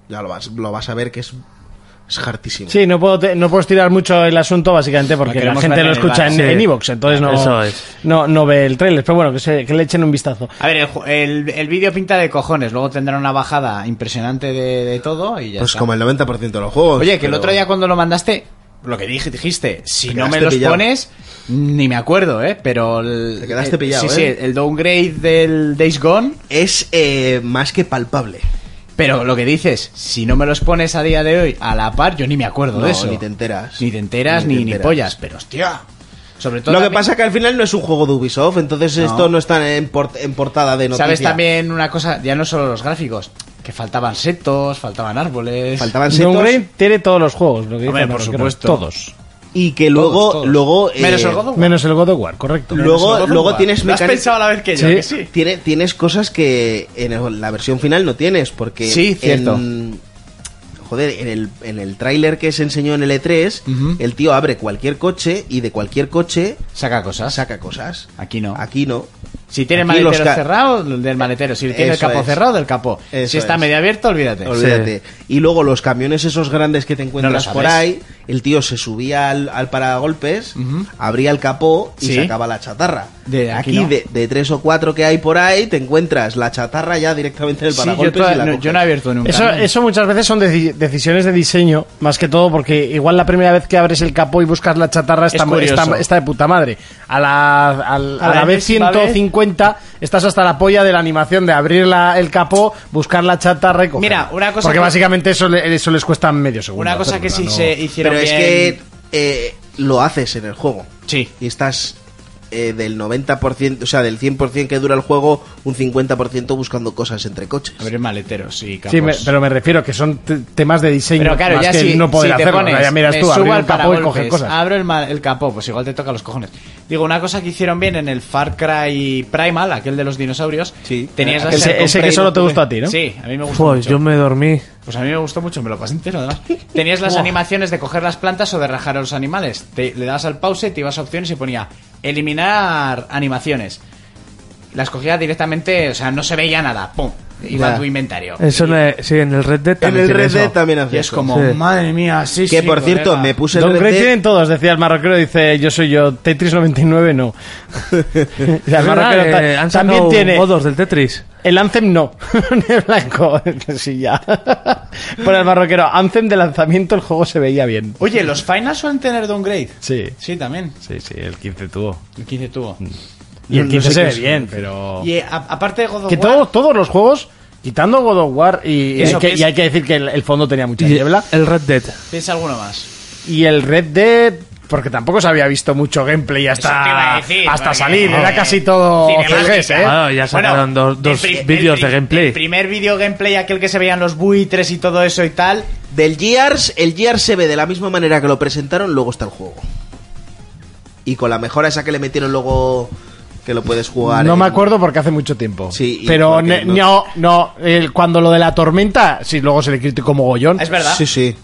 Speaker 5: Ya lo vas, lo vas a ver que es. Es hartísimo.
Speaker 2: Sí, no puedo, te- no puedo estirar mucho el asunto, básicamente,
Speaker 4: Lo
Speaker 2: porque la
Speaker 4: queremos
Speaker 2: gente
Speaker 4: ver
Speaker 2: lo
Speaker 4: en el
Speaker 2: escucha
Speaker 4: bar.
Speaker 2: en
Speaker 6: Sí.
Speaker 2: en Evox, entonces no,
Speaker 6: Eso es.
Speaker 2: no, no ve el trailer. Pero bueno, que, se- que le echen un vistazo.
Speaker 4: A ver, el, ju- el, el vídeo pinta de cojones. Luego tendrá una bajada impresionante de, de todo y ya
Speaker 5: Pues
Speaker 4: está.
Speaker 5: como el 90% de los juegos.
Speaker 4: Oye, que el
Speaker 5: pero-
Speaker 4: otro día cuando lo mandaste, lo que dije, dijiste, si
Speaker 5: Te
Speaker 4: no me
Speaker 5: quedaste
Speaker 4: los
Speaker 5: pillado.
Speaker 4: pones, ni me acuerdo, ¿eh? Pero el...
Speaker 5: Te quedaste
Speaker 4: eh,
Speaker 5: pillado,
Speaker 4: Sí,
Speaker 5: ¿eh?
Speaker 4: sí, el downgrade del Days Gone...
Speaker 5: Es eh, más que palpable.
Speaker 4: Pero lo que dices, si no me los pones a día de hoy a la par, yo ni me acuerdo
Speaker 5: No,
Speaker 4: de eso.
Speaker 5: ni te enteras.
Speaker 4: Ni te enteras,
Speaker 5: Ni
Speaker 4: ni,
Speaker 5: te
Speaker 4: ni
Speaker 5: enteras.
Speaker 4: pollas, pero hostia. Sobre todo
Speaker 5: Lo que
Speaker 4: también-
Speaker 5: pasa que al final no es un juego de Ubisoft, entonces esto no está en, port- en portada de noticias.
Speaker 4: ¿Sabes también una cosa? Ya no solo los gráficos, que faltaban setos, faltaban árboles.
Speaker 5: Faltaban setos.
Speaker 2: Downgrade tiene todos los juegos, lo que
Speaker 4: Hombre,
Speaker 2: dice
Speaker 4: por
Speaker 2: Marroquero,
Speaker 4: supuesto.
Speaker 2: Todos.
Speaker 5: y que luego
Speaker 4: todos.
Speaker 5: luego eh,
Speaker 4: Menos el God of War.
Speaker 2: Menos el God of War, correcto.
Speaker 5: Lo- Luego-
Speaker 4: Menos el God of
Speaker 5: luego
Speaker 4: War.
Speaker 5: tienes
Speaker 4: ¿Lo has
Speaker 5: mecánica-
Speaker 4: pensado a la vez que yo?
Speaker 2: Sí.
Speaker 4: que sí.
Speaker 5: tiene- tienes cosas que en el- la versión final no tienes porque
Speaker 4: Sí, cierto.
Speaker 5: en- joder en el en el tráiler que se enseñó en el E3
Speaker 4: Ujú.
Speaker 5: el tío abre cualquier coche y de cualquier coche
Speaker 4: Saca cosas.
Speaker 5: saca cosas
Speaker 4: Aquí Ah, no.
Speaker 5: aquí no
Speaker 4: Si tiene el
Speaker 5: Aquí los
Speaker 4: maletero
Speaker 5: ca-
Speaker 4: cerrado, del maletero. Si tiene el
Speaker 5: Eso
Speaker 4: capó
Speaker 5: es.
Speaker 4: cerrado, del capó.
Speaker 5: Eso
Speaker 4: si está
Speaker 5: es.
Speaker 4: medio abierto, olvídate.
Speaker 5: Olvídate. Y luego los camiones esos grandes que te encuentras
Speaker 4: sabes.
Speaker 5: por ahí, el tío se subía al, al paragolpes,
Speaker 4: Ujú.
Speaker 5: abría el capó y
Speaker 4: Sí.
Speaker 5: sacaba la chatarra.
Speaker 4: De aquí
Speaker 5: aquí
Speaker 4: no.
Speaker 5: de, de tres o cuatro que hay por ahí, te encuentras la chatarra ya directamente en el
Speaker 4: Sí, yo,
Speaker 5: paragolpes
Speaker 4: toda-
Speaker 5: y la
Speaker 4: no,
Speaker 5: coges.
Speaker 4: yo no he abierto nunca.
Speaker 2: Eso,
Speaker 4: ¿no?
Speaker 2: eso muchas veces son deci- decisiones de diseño, más que todo, porque igual la primera vez que abres el capó y buscas la chatarra está,
Speaker 4: Es curioso.
Speaker 2: está- está de puta madre. A la, al-
Speaker 4: A
Speaker 2: a
Speaker 4: la
Speaker 2: la vez
Speaker 4: décima vez.
Speaker 2: 150 estás hasta la polla de la animación de abrir la- el capó, buscar la chatarra y cogerla.
Speaker 4: Mira, una cosa
Speaker 2: Porque
Speaker 4: que-
Speaker 2: básicamente eso, le- eso les cuesta medio segundo.
Speaker 4: Una cosa que si
Speaker 2: hacerla, ¿no?
Speaker 4: se hicieron
Speaker 5: Pero es
Speaker 4: bien-
Speaker 5: que eh, lo haces en el juego.
Speaker 4: Sí.
Speaker 5: Y estás eh, del 90%, o sea, del 100% que dura el juego, un 50% buscando cosas entre coches.
Speaker 4: Abrir maleteros y capos.
Speaker 2: Sí, me- pero me refiero que son te- temas de diseño.
Speaker 4: Pero claro,
Speaker 2: más
Speaker 4: ya
Speaker 2: que
Speaker 4: si,
Speaker 2: no poder
Speaker 4: si te
Speaker 2: hacerlo.
Speaker 4: pones,
Speaker 2: ya miras
Speaker 4: me
Speaker 2: tú, abrir
Speaker 4: subo
Speaker 2: el
Speaker 4: al Ah,
Speaker 2: capó y
Speaker 4: paragolpes,
Speaker 2: coger cosas.
Speaker 4: Abro el, ma- el capó, pues igual te toca los cojones. Digo, una cosa que hicieron bien en el Far Cry Primal, aquel de los dinosaurios.
Speaker 5: Sí. Eh,
Speaker 4: Tenías la
Speaker 2: Ese-
Speaker 4: ser-
Speaker 2: ese que
Speaker 4: compré-
Speaker 2: solo te gustó a ti, ¿no?
Speaker 4: Sí, a mí me gustó.
Speaker 6: Pues
Speaker 4: mucho.
Speaker 6: yo me dormí.
Speaker 4: Pues a mí me gustó mucho, me lo pasé entero además. Tenías las animaciones de coger las plantas o de rajar a los animales. Te- le dabas al pause, te ibas a opciones y ponía eliminar animaciones. Las cogías directamente, o sea, no se veía nada. ¡Pum! Iba
Speaker 5: Ya.
Speaker 4: a tu inventario.
Speaker 6: Eso en el- sí, en el Red Dead
Speaker 5: En
Speaker 6: también.
Speaker 5: el
Speaker 6: tiene
Speaker 5: Red
Speaker 6: eso.
Speaker 5: Dead también haces
Speaker 4: Y es como,
Speaker 6: Sí.
Speaker 4: madre mía, sí,
Speaker 5: Que
Speaker 4: sí,
Speaker 5: por cierto,
Speaker 4: colega.
Speaker 5: me puse el
Speaker 2: Don
Speaker 5: Red
Speaker 2: Grey
Speaker 5: Dead-
Speaker 2: tienen todos, decía el marroquero, dice yo soy yo, Tetris 99 no. O sea,
Speaker 6: Es
Speaker 2: el
Speaker 6: verdad,
Speaker 2: marroquero
Speaker 6: eh,
Speaker 2: ta-
Speaker 6: han
Speaker 2: también
Speaker 6: sacado
Speaker 2: tiene
Speaker 6: modos del Tetris.
Speaker 2: el Anthem no, de blanco, sí ya. Por el marroquero, Anthem de lanzamiento el juego se veía bien.
Speaker 4: Oye, ¿los finals suelen tener downgrade?
Speaker 2: Sí.
Speaker 4: Sí, también.
Speaker 2: Sí, sí, el 15 tuvo.
Speaker 4: El 15 tuvo.
Speaker 2: Y el
Speaker 5: No- no
Speaker 2: 15
Speaker 5: sé
Speaker 2: se
Speaker 5: qué
Speaker 2: ve
Speaker 5: es.
Speaker 2: bien, pero
Speaker 4: Y eh, a- aparte de God of
Speaker 2: que
Speaker 4: War-
Speaker 2: todos todos los juegos quitando God of War y,
Speaker 4: Eso
Speaker 2: y que-
Speaker 4: que es-
Speaker 2: y hay que decir que el, el fondo tenía mucha
Speaker 6: Y
Speaker 2: niebla
Speaker 6: el Red Dead.
Speaker 4: piensa alguno más.
Speaker 2: y el Red Dead porque tampoco se había visto mucho gameplay
Speaker 4: Eso te iba
Speaker 2: hasta
Speaker 4: a decir,
Speaker 2: hasta
Speaker 4: porque-
Speaker 2: salir, era casi todo
Speaker 4: Cinemática.
Speaker 2: CGs, ¿eh?
Speaker 6: Claro, Ah, ya sacaron dos- dos
Speaker 4: el pri-
Speaker 6: vídeos
Speaker 4: el pri-
Speaker 6: de gameplay.
Speaker 4: El primer vídeo gameplay, aquel que se veían los buitres y todo eso y tal.
Speaker 5: Del Gears, el Gears se ve de la misma manera que lo presentaron, luego está el juego. Y con la mejora esa que le metieron luego que lo puedes jugar.
Speaker 2: No
Speaker 5: en-
Speaker 2: me acuerdo porque hace mucho tiempo.
Speaker 5: Sí, y
Speaker 2: pero
Speaker 5: porque
Speaker 2: ne-
Speaker 5: no-
Speaker 2: no, no, el- cuando lo de la tormenta, sí, luego se le criticó mogollón.
Speaker 4: Es verdad.
Speaker 5: Sí, sí.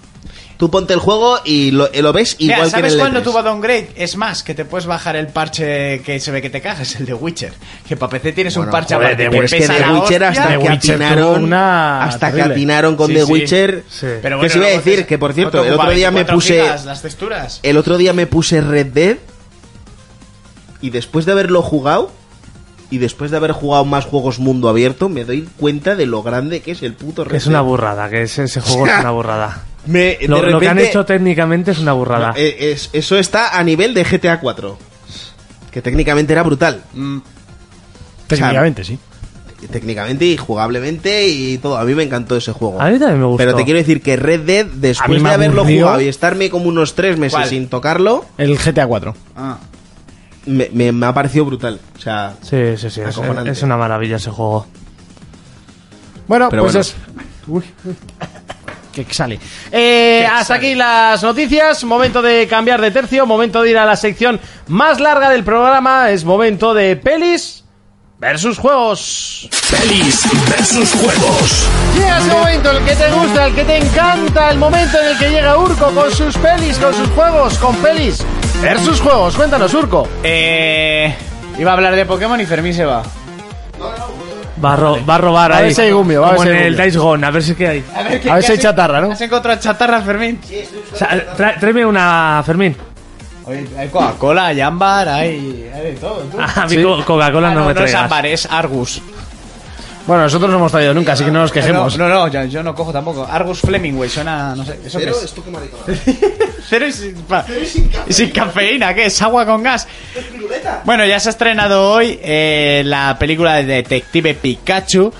Speaker 5: Tú ponte el juego y lo, eh, lo ves
Speaker 4: Mira,
Speaker 5: igual que en
Speaker 4: ¿sabes
Speaker 5: el E
Speaker 4: cuándo
Speaker 5: E3.
Speaker 4: tuvo downgrade? Es más, que te puedes bajar el parche que se ve que te cagas, el de Witcher. Que para PC tienes
Speaker 5: Bueno,
Speaker 4: un parche
Speaker 2: joder,
Speaker 4: aparte
Speaker 2: The
Speaker 4: que
Speaker 5: Pero es que
Speaker 4: pesa
Speaker 5: de
Speaker 4: la
Speaker 5: Witcher
Speaker 4: hostia.
Speaker 5: hasta
Speaker 2: The
Speaker 5: que
Speaker 2: Witcher tuvo
Speaker 5: atinaron
Speaker 2: una
Speaker 5: hasta que
Speaker 2: terrible.
Speaker 5: atinaron con
Speaker 4: Sí,
Speaker 5: The
Speaker 4: sí.
Speaker 5: Witcher.
Speaker 6: Sí.
Speaker 4: Pero
Speaker 5: Que
Speaker 4: bueno,
Speaker 5: se iba a
Speaker 4: luego
Speaker 5: decir
Speaker 4: te-
Speaker 5: que por cierto,
Speaker 4: no te
Speaker 5: el otro
Speaker 4: ocupa
Speaker 5: día me
Speaker 4: 24
Speaker 5: puse Eh,
Speaker 4: gigas las texturas.
Speaker 5: el otro día me puse Red Dead y después de haberlo jugado y después de haber jugado más juegos mundo abierto, me doy cuenta de lo grande que es el puto Red
Speaker 6: Es una
Speaker 5: Dead.
Speaker 6: burrada, que ese, ese juego es una burrada.
Speaker 5: Me- de
Speaker 6: Lo, lo que han
Speaker 5: repente-
Speaker 6: hecho técnicamente es una burrada.
Speaker 5: Eh, es- eso está a nivel de GTA 4. Que técnicamente era brutal.
Speaker 4: Mm.
Speaker 2: Técnicamente, sí.
Speaker 5: Técnicamente y jugablemente y todo. A mí me encantó ese juego.
Speaker 6: A mí también me gustó.
Speaker 5: Pero te quiero decir que Red Dead,
Speaker 2: A mí
Speaker 5: después
Speaker 2: me
Speaker 5: de haberlo
Speaker 2: aburrió.
Speaker 5: jugado y estarme como unos tres meses
Speaker 4: ¿Cuál?
Speaker 5: sin tocarlo,
Speaker 2: El GTA 4.
Speaker 4: Ah.
Speaker 5: me, me- me ha parecido brutal. O sea,
Speaker 6: Sí, sí, sí. es-
Speaker 5: Acojonante.
Speaker 6: es una maravilla ese juego.
Speaker 2: Bueno,
Speaker 5: Pero
Speaker 2: pues
Speaker 5: bueno.
Speaker 2: es. Uy, uy. Que sale. Eh, hasta aquí las noticias. Momento de cambiar de tercio. Momento de ir a la sección más larga del programa. Es momento de pelis versus juegos.
Speaker 1: Pelis versus juegos.
Speaker 2: Llega ese momento, el que te gusta, el que te encanta, el momento en el que llega Urco con sus pelis, con sus juegos, con pelis versus juegos. Cuéntanos, Urco.
Speaker 4: Eh, iba a hablar de Pokémon y Fermín se va.
Speaker 6: Va a, ro- va a robar
Speaker 2: A
Speaker 6: ahí.
Speaker 2: ver si hay gumio, a ver
Speaker 6: Como
Speaker 2: si
Speaker 6: en
Speaker 2: hay
Speaker 6: el
Speaker 2: gumio.
Speaker 6: Dice Gone, a ver si qué hay.
Speaker 4: A ver,
Speaker 2: A ver si hay chatarra, ¿no?
Speaker 4: ¿Has encontrado chatarra, Fermín?
Speaker 6: O sea, tra- tráeme una, Fermín.
Speaker 4: Oye, hay Coca-Cola, hay ámbar, hay, hay de todo. tú.
Speaker 6: A mí co- Coca-Cola
Speaker 4: Ah,
Speaker 6: no, me
Speaker 4: no es
Speaker 6: traigas.
Speaker 4: ámbar, es Argus. Ah,
Speaker 2: Bueno, nosotros no hemos traído nunca, así que no nos
Speaker 4: No,
Speaker 2: quejemos.
Speaker 4: no, no, yo, yo no cojo tampoco. Argus Flemingway, suena, no sé, ¿eso qué es? Cero y sin, pa- y sin cafeína, ¿qué es? Agua con gas. Bueno, ya se ha estrenado hoy eh, la película de Detective Pikachu.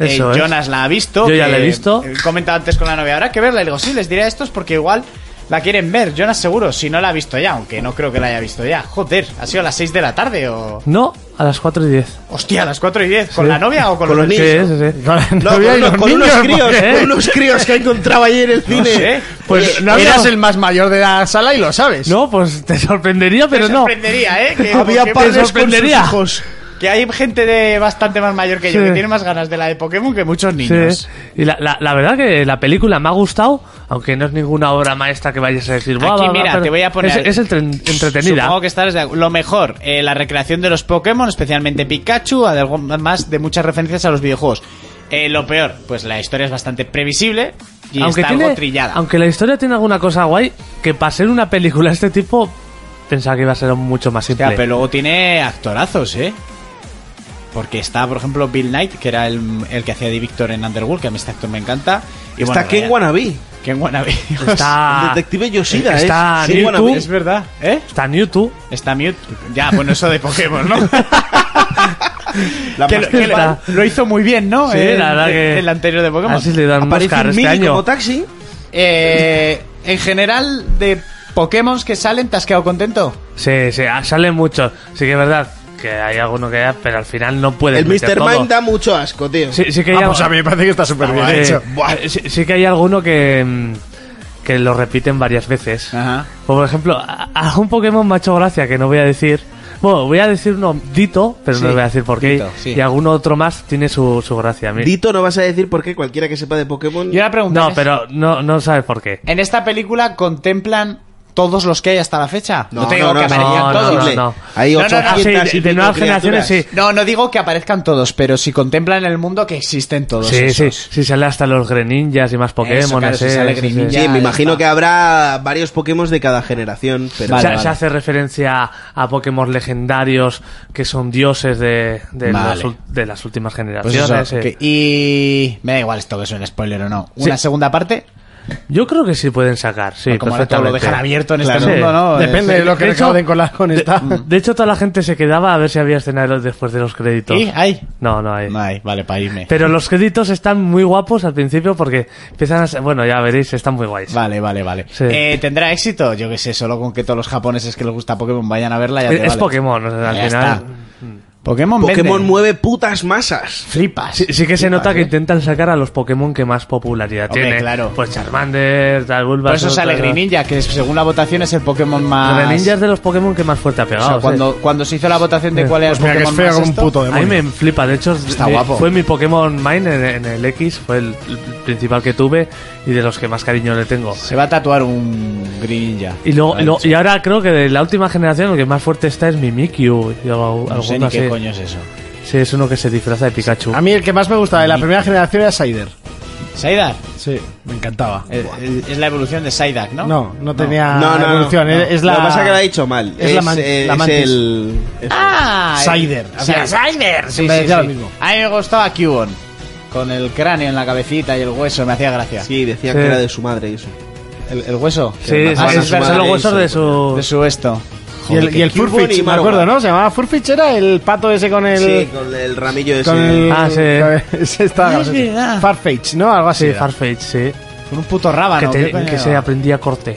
Speaker 4: Eh,
Speaker 6: Eso es.
Speaker 4: Jonas la ha visto.
Speaker 6: Yo ya
Speaker 4: que
Speaker 6: la he visto.
Speaker 4: he comentado antes con la novia. Habrá que verla. Y le digo, sí, les diré a estos porque igual la quieren ver. Jonas seguro, si no la ha visto ya, aunque no creo que la haya visto ya. Joder, ha sido a las 6 de la tarde o...
Speaker 6: No, a las 4 y 10.
Speaker 4: Hostia, a las 4 y 10. ¿Con
Speaker 6: Sí.
Speaker 4: la novia o con,
Speaker 5: Con
Speaker 4: los
Speaker 5: los
Speaker 4: niños?
Speaker 5: niños.
Speaker 6: Sí, sí, sí.
Speaker 2: Con la
Speaker 5: No,
Speaker 2: novia
Speaker 5: con,
Speaker 2: y
Speaker 5: unos,
Speaker 2: los
Speaker 5: con unos
Speaker 2: niños,
Speaker 5: críos,
Speaker 2: ¿eh?
Speaker 5: con unos críos que encontraba ayer en el cine.
Speaker 4: sé.
Speaker 2: Pues
Speaker 5: Oye,
Speaker 2: no eras
Speaker 6: no.
Speaker 2: el más mayor de la sala y lo sabes.
Speaker 6: No, pues te sorprendería, pero
Speaker 4: Te
Speaker 6: no.
Speaker 4: sorprendería, ¿eh? Que,
Speaker 5: Había
Speaker 4: que-
Speaker 5: padres con sus
Speaker 6: sorprendería.
Speaker 5: hijos.
Speaker 4: que hay gente de bastante más mayor que yo
Speaker 6: Sí.
Speaker 4: que tiene más ganas de la de Pokémon que muchos
Speaker 6: Sí.
Speaker 4: niños.
Speaker 6: Y la, la- la verdad que la película me ha gustado, aunque no es ninguna obra maestra que vayas a decir. "Buah,
Speaker 4: Aquí,
Speaker 6: buah,
Speaker 4: mira,
Speaker 6: buah", pero
Speaker 4: te voy a poner-
Speaker 6: Es, es entren- entretenida.
Speaker 4: Supongo que estarás de acu- Lo mejor, eh, la recreación de los Pokémon, especialmente Pikachu, además de muchas referencias a los videojuegos. Eh, lo peor, pues la historia es bastante previsible y está algo trillada.
Speaker 6: aunque la historia tiene alguna cosa guay, que para ser una película de este tipo, pensaba que iba a ser mucho más
Speaker 4: O sea,
Speaker 6: simple.
Speaker 4: pero luego tiene actorazos, ¿eh? Porque está, por ejemplo, Bill Knight, que era el, el que hacía de Victor en Underworld, que a mí este actor me encanta. Y
Speaker 5: Está
Speaker 4: bueno,
Speaker 5: Ken
Speaker 4: Ryan-
Speaker 5: Wannabe.
Speaker 4: Ken Wannabe.
Speaker 6: Está,
Speaker 5: el detective Yoshida.
Speaker 6: Ah.
Speaker 5: ¿eh?
Speaker 6: está
Speaker 5: es, Ken
Speaker 6: Newton.
Speaker 5: Wannabe.
Speaker 4: Es verdad, ¿eh?
Speaker 6: está Newton.
Speaker 4: Está Mute. Ya, bueno, eso de Pokémon, ¿no?
Speaker 5: La
Speaker 4: que lo, que lo-
Speaker 6: mascota.
Speaker 4: lo hizo muy bien, ¿no?
Speaker 6: Sí,
Speaker 4: el,
Speaker 6: la verdad que-
Speaker 4: el anterior de Pokémon.
Speaker 6: Así le dan un
Speaker 5: Aparece
Speaker 6: Oscar
Speaker 5: en
Speaker 6: este
Speaker 5: Mini
Speaker 6: año.
Speaker 5: como taxi.
Speaker 4: Eh, en general, de Pokémon que salen, ¿te has quedado contento?
Speaker 6: Sí, sí, ah, salen muchos. Sí que es verdad que hay alguno que hay, pero al final no puede
Speaker 5: El Mr. Mind da mucho asco, tío.
Speaker 6: Sí, sí que hay
Speaker 2: Vamos,
Speaker 6: algo-
Speaker 2: a mí me parece que está súper bien
Speaker 6: Eh,
Speaker 2: hecho.
Speaker 6: eh, sí, sí que hay alguno que, mm, que lo repiten varias veces.
Speaker 4: Ajá.
Speaker 6: Como Por ejemplo, a, a un Pokémon me ha hecho gracia que no voy a decir. Bueno, voy a decir uno Dito, pero
Speaker 4: Sí,
Speaker 6: no voy a decir por qué.
Speaker 4: Ditto, sí.
Speaker 6: Y algún otro más tiene su, su gracia. A mí-
Speaker 5: Dito no vas a decir por qué cualquiera que sepa de Pokémon.
Speaker 4: Y ahora pregunta.
Speaker 6: no,
Speaker 4: ¿es-
Speaker 6: pero no, no sabes por qué.
Speaker 4: ¿En esta película contemplan todos los que hay hasta la fecha? No,
Speaker 5: No,
Speaker 4: te digo
Speaker 5: no,
Speaker 4: que
Speaker 5: no,
Speaker 4: aparezcan
Speaker 6: no,
Speaker 4: todos.
Speaker 5: Imposible.
Speaker 6: no, no.
Speaker 5: Hay
Speaker 4: No, no, no,
Speaker 5: 800
Speaker 6: sí, de-
Speaker 5: y
Speaker 6: de
Speaker 5: pico
Speaker 6: nuevas generaciones,
Speaker 5: criaturas.
Speaker 6: sí.
Speaker 4: No, no digo que aparezcan todos, pero si contemplan el mundo que existen todos.
Speaker 6: Sí, sí,
Speaker 4: esos.
Speaker 6: sí, sale hasta los Greninjas y más eh, Pokémon.
Speaker 4: claro, si
Speaker 6: ese,
Speaker 4: sale
Speaker 6: ese, ese.
Speaker 4: Greninja.
Speaker 5: Sí,
Speaker 4: Ya,
Speaker 5: me
Speaker 4: ya
Speaker 5: imagino
Speaker 4: está.
Speaker 5: que habrá varios Pokémon de cada generación. Pero
Speaker 4: Vale,
Speaker 6: se,
Speaker 4: vale.
Speaker 6: se hace referencia a Pokémon legendarios que son dioses de, de,
Speaker 4: Vale.
Speaker 6: las, ul- de las últimas
Speaker 4: Pues
Speaker 6: generaciones.
Speaker 4: eso,
Speaker 6: eh.
Speaker 4: que- y me da igual esto que es un spoiler o no. Una
Speaker 6: Sí.
Speaker 4: segunda parte,
Speaker 6: Yo creo que sí pueden sacar, sí,
Speaker 4: como ahora todo lo dejan
Speaker 6: perfectamente.
Speaker 4: abierto en
Speaker 6: Claro.
Speaker 4: este mundo, ¿no?
Speaker 2: Depende
Speaker 4: Eh,
Speaker 2: de lo que
Speaker 6: de hecho-
Speaker 2: acaben con, la, con esta.
Speaker 6: De hecho, toda la gente se quedaba a ver si había escenario después de los créditos.
Speaker 4: ¿Y? ¿Hay?
Speaker 6: No, no hay.
Speaker 4: No hay, vale, para irme.
Speaker 6: Pero los créditos están muy guapos al principio porque empiezan a ser... Bueno, ya veréis, están muy guays.
Speaker 4: Vale, vale, vale.
Speaker 6: Sí.
Speaker 4: Eh, ¿Tendrá éxito? Yo qué sé, solo con que todos los japoneses que les gusta Pokémon vayan a verla ya
Speaker 6: es
Speaker 4: te
Speaker 6: es
Speaker 4: vale.
Speaker 6: Pokémon, o sea, al
Speaker 4: Ya
Speaker 6: final...
Speaker 4: está. Pokémon,
Speaker 5: Pokémon
Speaker 4: vende.
Speaker 5: mueve putas masas.
Speaker 4: Flipas. eh.
Speaker 6: Sí, sí que se nota que intentan sacar a los Pokémon que más popularidad
Speaker 4: Hombre,
Speaker 6: tienen.
Speaker 4: claro.
Speaker 6: Pues Charmander, tal, Bulbasaur...
Speaker 4: Por eso sale
Speaker 6: tal-
Speaker 4: Greninja, que es- según la votación es el Pokémon más...
Speaker 6: Greninja es de los Pokémon que más fuerte ha
Speaker 4: O
Speaker 6: pegado.
Speaker 4: sea,
Speaker 6: sí.
Speaker 4: cuando, cuando se hizo la votación de
Speaker 6: Sí.
Speaker 4: cuál era el
Speaker 2: Pues mira que es feo
Speaker 4: Pokémon más
Speaker 2: como un
Speaker 4: esto,
Speaker 2: puto
Speaker 6: A mí
Speaker 2: demonio.
Speaker 6: me flipa, de hecho
Speaker 4: Está
Speaker 6: mi-
Speaker 4: guapo.
Speaker 6: fue mi Pokémon Mine en, en el X, fue el, el principal que tuve y de los que más cariño le tengo.
Speaker 4: se va a tatuar un Greninja.
Speaker 6: Y luego,
Speaker 4: Lo ha
Speaker 6: lo-
Speaker 4: dicho.
Speaker 6: y ahora creo que de la última generación el que más fuerte está es Mimikyu. y algo-
Speaker 4: No sé
Speaker 6: alguno
Speaker 4: ni qué
Speaker 6: así.
Speaker 4: coño es eso.
Speaker 6: Sí, es uno que se disfraza de Pikachu.
Speaker 2: A mí el que más me gustaba de la primera generación era Sider.
Speaker 4: Saidar.
Speaker 2: Sí, me encantaba.
Speaker 4: El- el- Eh, Es la evolución de Psyduck, ¿no?
Speaker 2: No, no tenía
Speaker 5: no, no,
Speaker 2: evolución.
Speaker 5: no.
Speaker 2: es- Es la...
Speaker 5: Lo que pasa es que lo ha dicho mal.
Speaker 2: es la man-
Speaker 5: eh,
Speaker 2: la
Speaker 5: es
Speaker 2: mantis.
Speaker 5: el... es-
Speaker 4: ¡Ah!
Speaker 2: Sider.
Speaker 4: O sea,
Speaker 2: Sí.
Speaker 4: Sider. Sí,
Speaker 2: Siempre
Speaker 4: sí,
Speaker 2: decía
Speaker 4: sí.
Speaker 2: lo mismo.
Speaker 4: A mí me gustaba Cubon. Con el cráneo en la cabecita y el hueso, me hacía gracia.
Speaker 5: Sí, decía
Speaker 6: Sí.
Speaker 5: que era de su madre y eso.
Speaker 4: ¿El, el hueso?
Speaker 6: sí,
Speaker 5: que
Speaker 6: sí,
Speaker 5: mataban
Speaker 6: sí,
Speaker 5: a su
Speaker 6: son
Speaker 5: madre
Speaker 6: los
Speaker 5: y
Speaker 6: huesos
Speaker 5: se
Speaker 6: de
Speaker 5: lo
Speaker 6: su...
Speaker 4: De su esto.
Speaker 2: Y el, y el
Speaker 5: Joder, que
Speaker 2: Furfitch,
Speaker 5: Cubone
Speaker 2: me
Speaker 5: y
Speaker 2: acuerdo,
Speaker 5: Marowak.
Speaker 2: ¿no? Se llamaba Furfitch, era el pato ese con el...
Speaker 5: Sí, con el ramillo ese.
Speaker 2: con el...
Speaker 6: Ah, sí.
Speaker 2: Ese estaba gracioso.
Speaker 4: Es
Speaker 5: ah.
Speaker 4: verdad.
Speaker 2: Farfetch, ¿no? Algo así.
Speaker 6: Sí,
Speaker 2: era.
Speaker 6: Farfetch, sí.
Speaker 4: Con un puto rábano.
Speaker 6: que, te-
Speaker 4: ¿qué coño
Speaker 6: que se
Speaker 4: era?
Speaker 6: aprendía corte.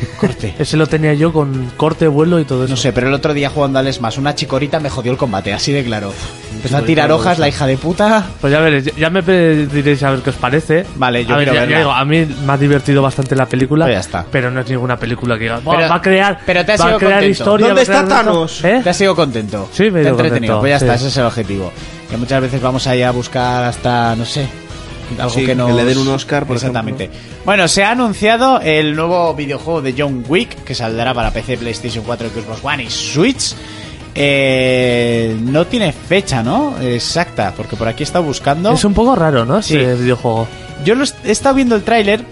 Speaker 4: Corte.
Speaker 6: Ese lo tenía yo con corte, vuelo y todo eso.
Speaker 4: No sé, pero el otro día jugando al más una chicorita me jodió el combate, así de claro. Empezó a tirar hojas, la hija de puta.
Speaker 6: Pues ya veréis, ya- ya me pe- diréis a ver qué os parece.
Speaker 4: Vale, yo
Speaker 6: a ver,
Speaker 4: quiero
Speaker 6: ya- ya
Speaker 4: verla.
Speaker 6: digo, a mí me ha divertido bastante la película.
Speaker 4: Pues ya está.
Speaker 6: Pero no es ninguna película que diga, "Buah,
Speaker 4: Pero-
Speaker 6: va a crear,
Speaker 4: pero te has
Speaker 6: va
Speaker 4: ido
Speaker 6: a crear
Speaker 4: contento.
Speaker 6: historia.
Speaker 5: ¿Dónde
Speaker 6: va a crear
Speaker 5: está
Speaker 6: esto".
Speaker 5: Thanos?
Speaker 6: ¿Eh?
Speaker 4: ¿Te has sido contento?
Speaker 6: Sí, me he
Speaker 4: Te ha
Speaker 6: ido
Speaker 4: entretenido.
Speaker 6: contento,
Speaker 4: Pues ya está,
Speaker 6: sí.
Speaker 4: ese es el objetivo. Que muchas veces vamos ahí a buscar hasta, no sé, algo
Speaker 5: Sí,
Speaker 4: que
Speaker 5: que
Speaker 4: no.
Speaker 5: le den un Oscar, por
Speaker 4: Exactamente. Bueno, se ha anunciado el nuevo videojuego de John Wick que saldrá para PC, PlayStation 4, Xbox One y Switch. Eh, no tiene fecha, ¿no? Exacta, porque por aquí está buscando.
Speaker 6: Es un poco raro, ¿no?
Speaker 4: Sí.
Speaker 6: Ese videojuego.
Speaker 4: Yo lo est- he estado viendo el tráiler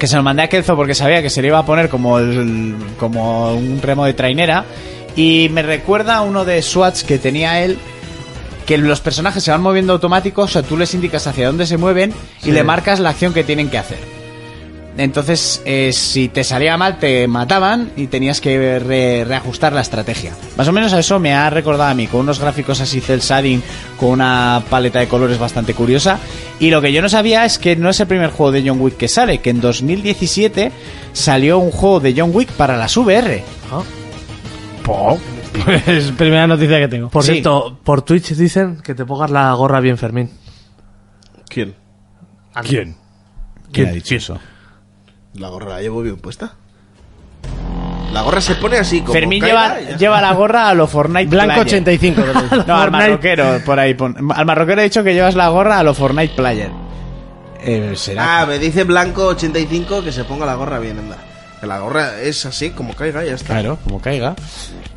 Speaker 4: que se lo mandé a Kelzo porque sabía que se le iba a poner como, el- como un remo de trainera y me recuerda a uno de Swatch que tenía él que los personajes se van moviendo automáticos, o sea, tú les indicas hacia dónde se mueven y
Speaker 6: Sí.
Speaker 4: le marcas la acción que tienen que hacer. Entonces, eh, si te salía mal, te mataban y tenías que re- reajustar la estrategia. Más o menos a eso me ha recordado a mí, con unos gráficos así cel shading, con una paleta de colores bastante curiosa. Y lo que yo no sabía es que no es el primer juego de John Wick que sale, que en 2017 salió un juego de John Wick para las VR.
Speaker 6: Ah.
Speaker 2: Po. Pues primera noticia que tengo.
Speaker 6: Por
Speaker 4: Sí.
Speaker 6: cierto, por Twitch dicen que te pongas la gorra bien Fermín.
Speaker 5: ¿Quién?
Speaker 2: ¿Quién?
Speaker 6: ¿Quién?
Speaker 2: ha dicho eso?
Speaker 5: La gorra la llevo bien puesta. La gorra se pone así como.
Speaker 4: Fermín
Speaker 5: caiga
Speaker 4: lleva,
Speaker 5: y ya
Speaker 4: lleva la gorra a lo Fortnite
Speaker 2: Blanco
Speaker 4: Player.
Speaker 2: 85. lo tengo.
Speaker 4: No, al
Speaker 6: Fortnite.
Speaker 4: marroquero, por ahí. pon- Al marroquero he dicho que llevas la gorra a lo Fortnite Player. Eh, será.
Speaker 5: está. Ah, me dice Blanco 85 que se ponga la gorra bien, anda. Que la gorra es así como caiga y ya está.
Speaker 4: Claro, como caiga.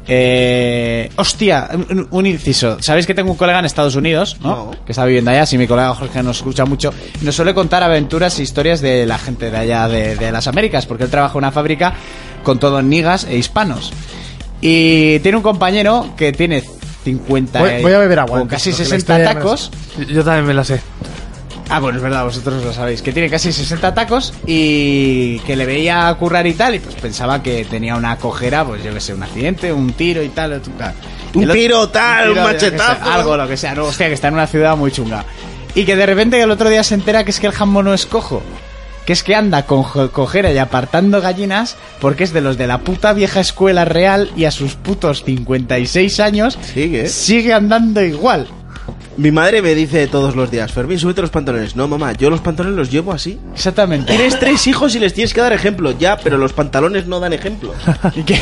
Speaker 4: Eh, hostia, un, un inciso. Sabéis que tengo un colega en Estados Unidos, ¿no?
Speaker 5: No.
Speaker 4: Que está viviendo allá. Si mi colega Jorge nos escucha mucho, nos suele contar aventuras e historias de la gente de allá de, de las Américas, porque él trabaja en una fábrica con todo nigas e hispanos. Y tiene un compañero que tiene 50
Speaker 2: Voy- voy a beber agua
Speaker 4: o
Speaker 2: antes,
Speaker 4: casi
Speaker 2: porque la
Speaker 4: 60
Speaker 2: historia ya me la
Speaker 4: tacos.
Speaker 6: Yo también me la sé.
Speaker 4: Ah, bueno, es verdad, vosotros lo sabéis. Que tiene casi 60 tacos y que le veía currar y tal. Y pues pensaba que tenía una cojera, pues yo que sé, un accidente, un tiro y tal. otro- tal.
Speaker 5: Un
Speaker 4: El otro-
Speaker 5: tiro, tal, un
Speaker 4: yo que sé,
Speaker 5: machetazo.
Speaker 4: algo, lo que sea. No, hostia, que está en una ciudad muy chunga. Y que de repente el otro día se entera que es que el jambo no es cojo. Que es que anda con jo- cojera y apartando gallinas porque es de los de la puta vieja escuela real y a sus putos 56 años
Speaker 5: Sigue.
Speaker 4: sigue andando igual.
Speaker 5: Mi madre me dice todos los días, Fermín, súbete los pantalones. No, mamá, yo los pantalones los llevo así.
Speaker 4: Exactamente.
Speaker 5: Tienes tres hijos y les tienes que dar ejemplo, ya, pero los pantalones no dan ejemplo.
Speaker 4: Y que,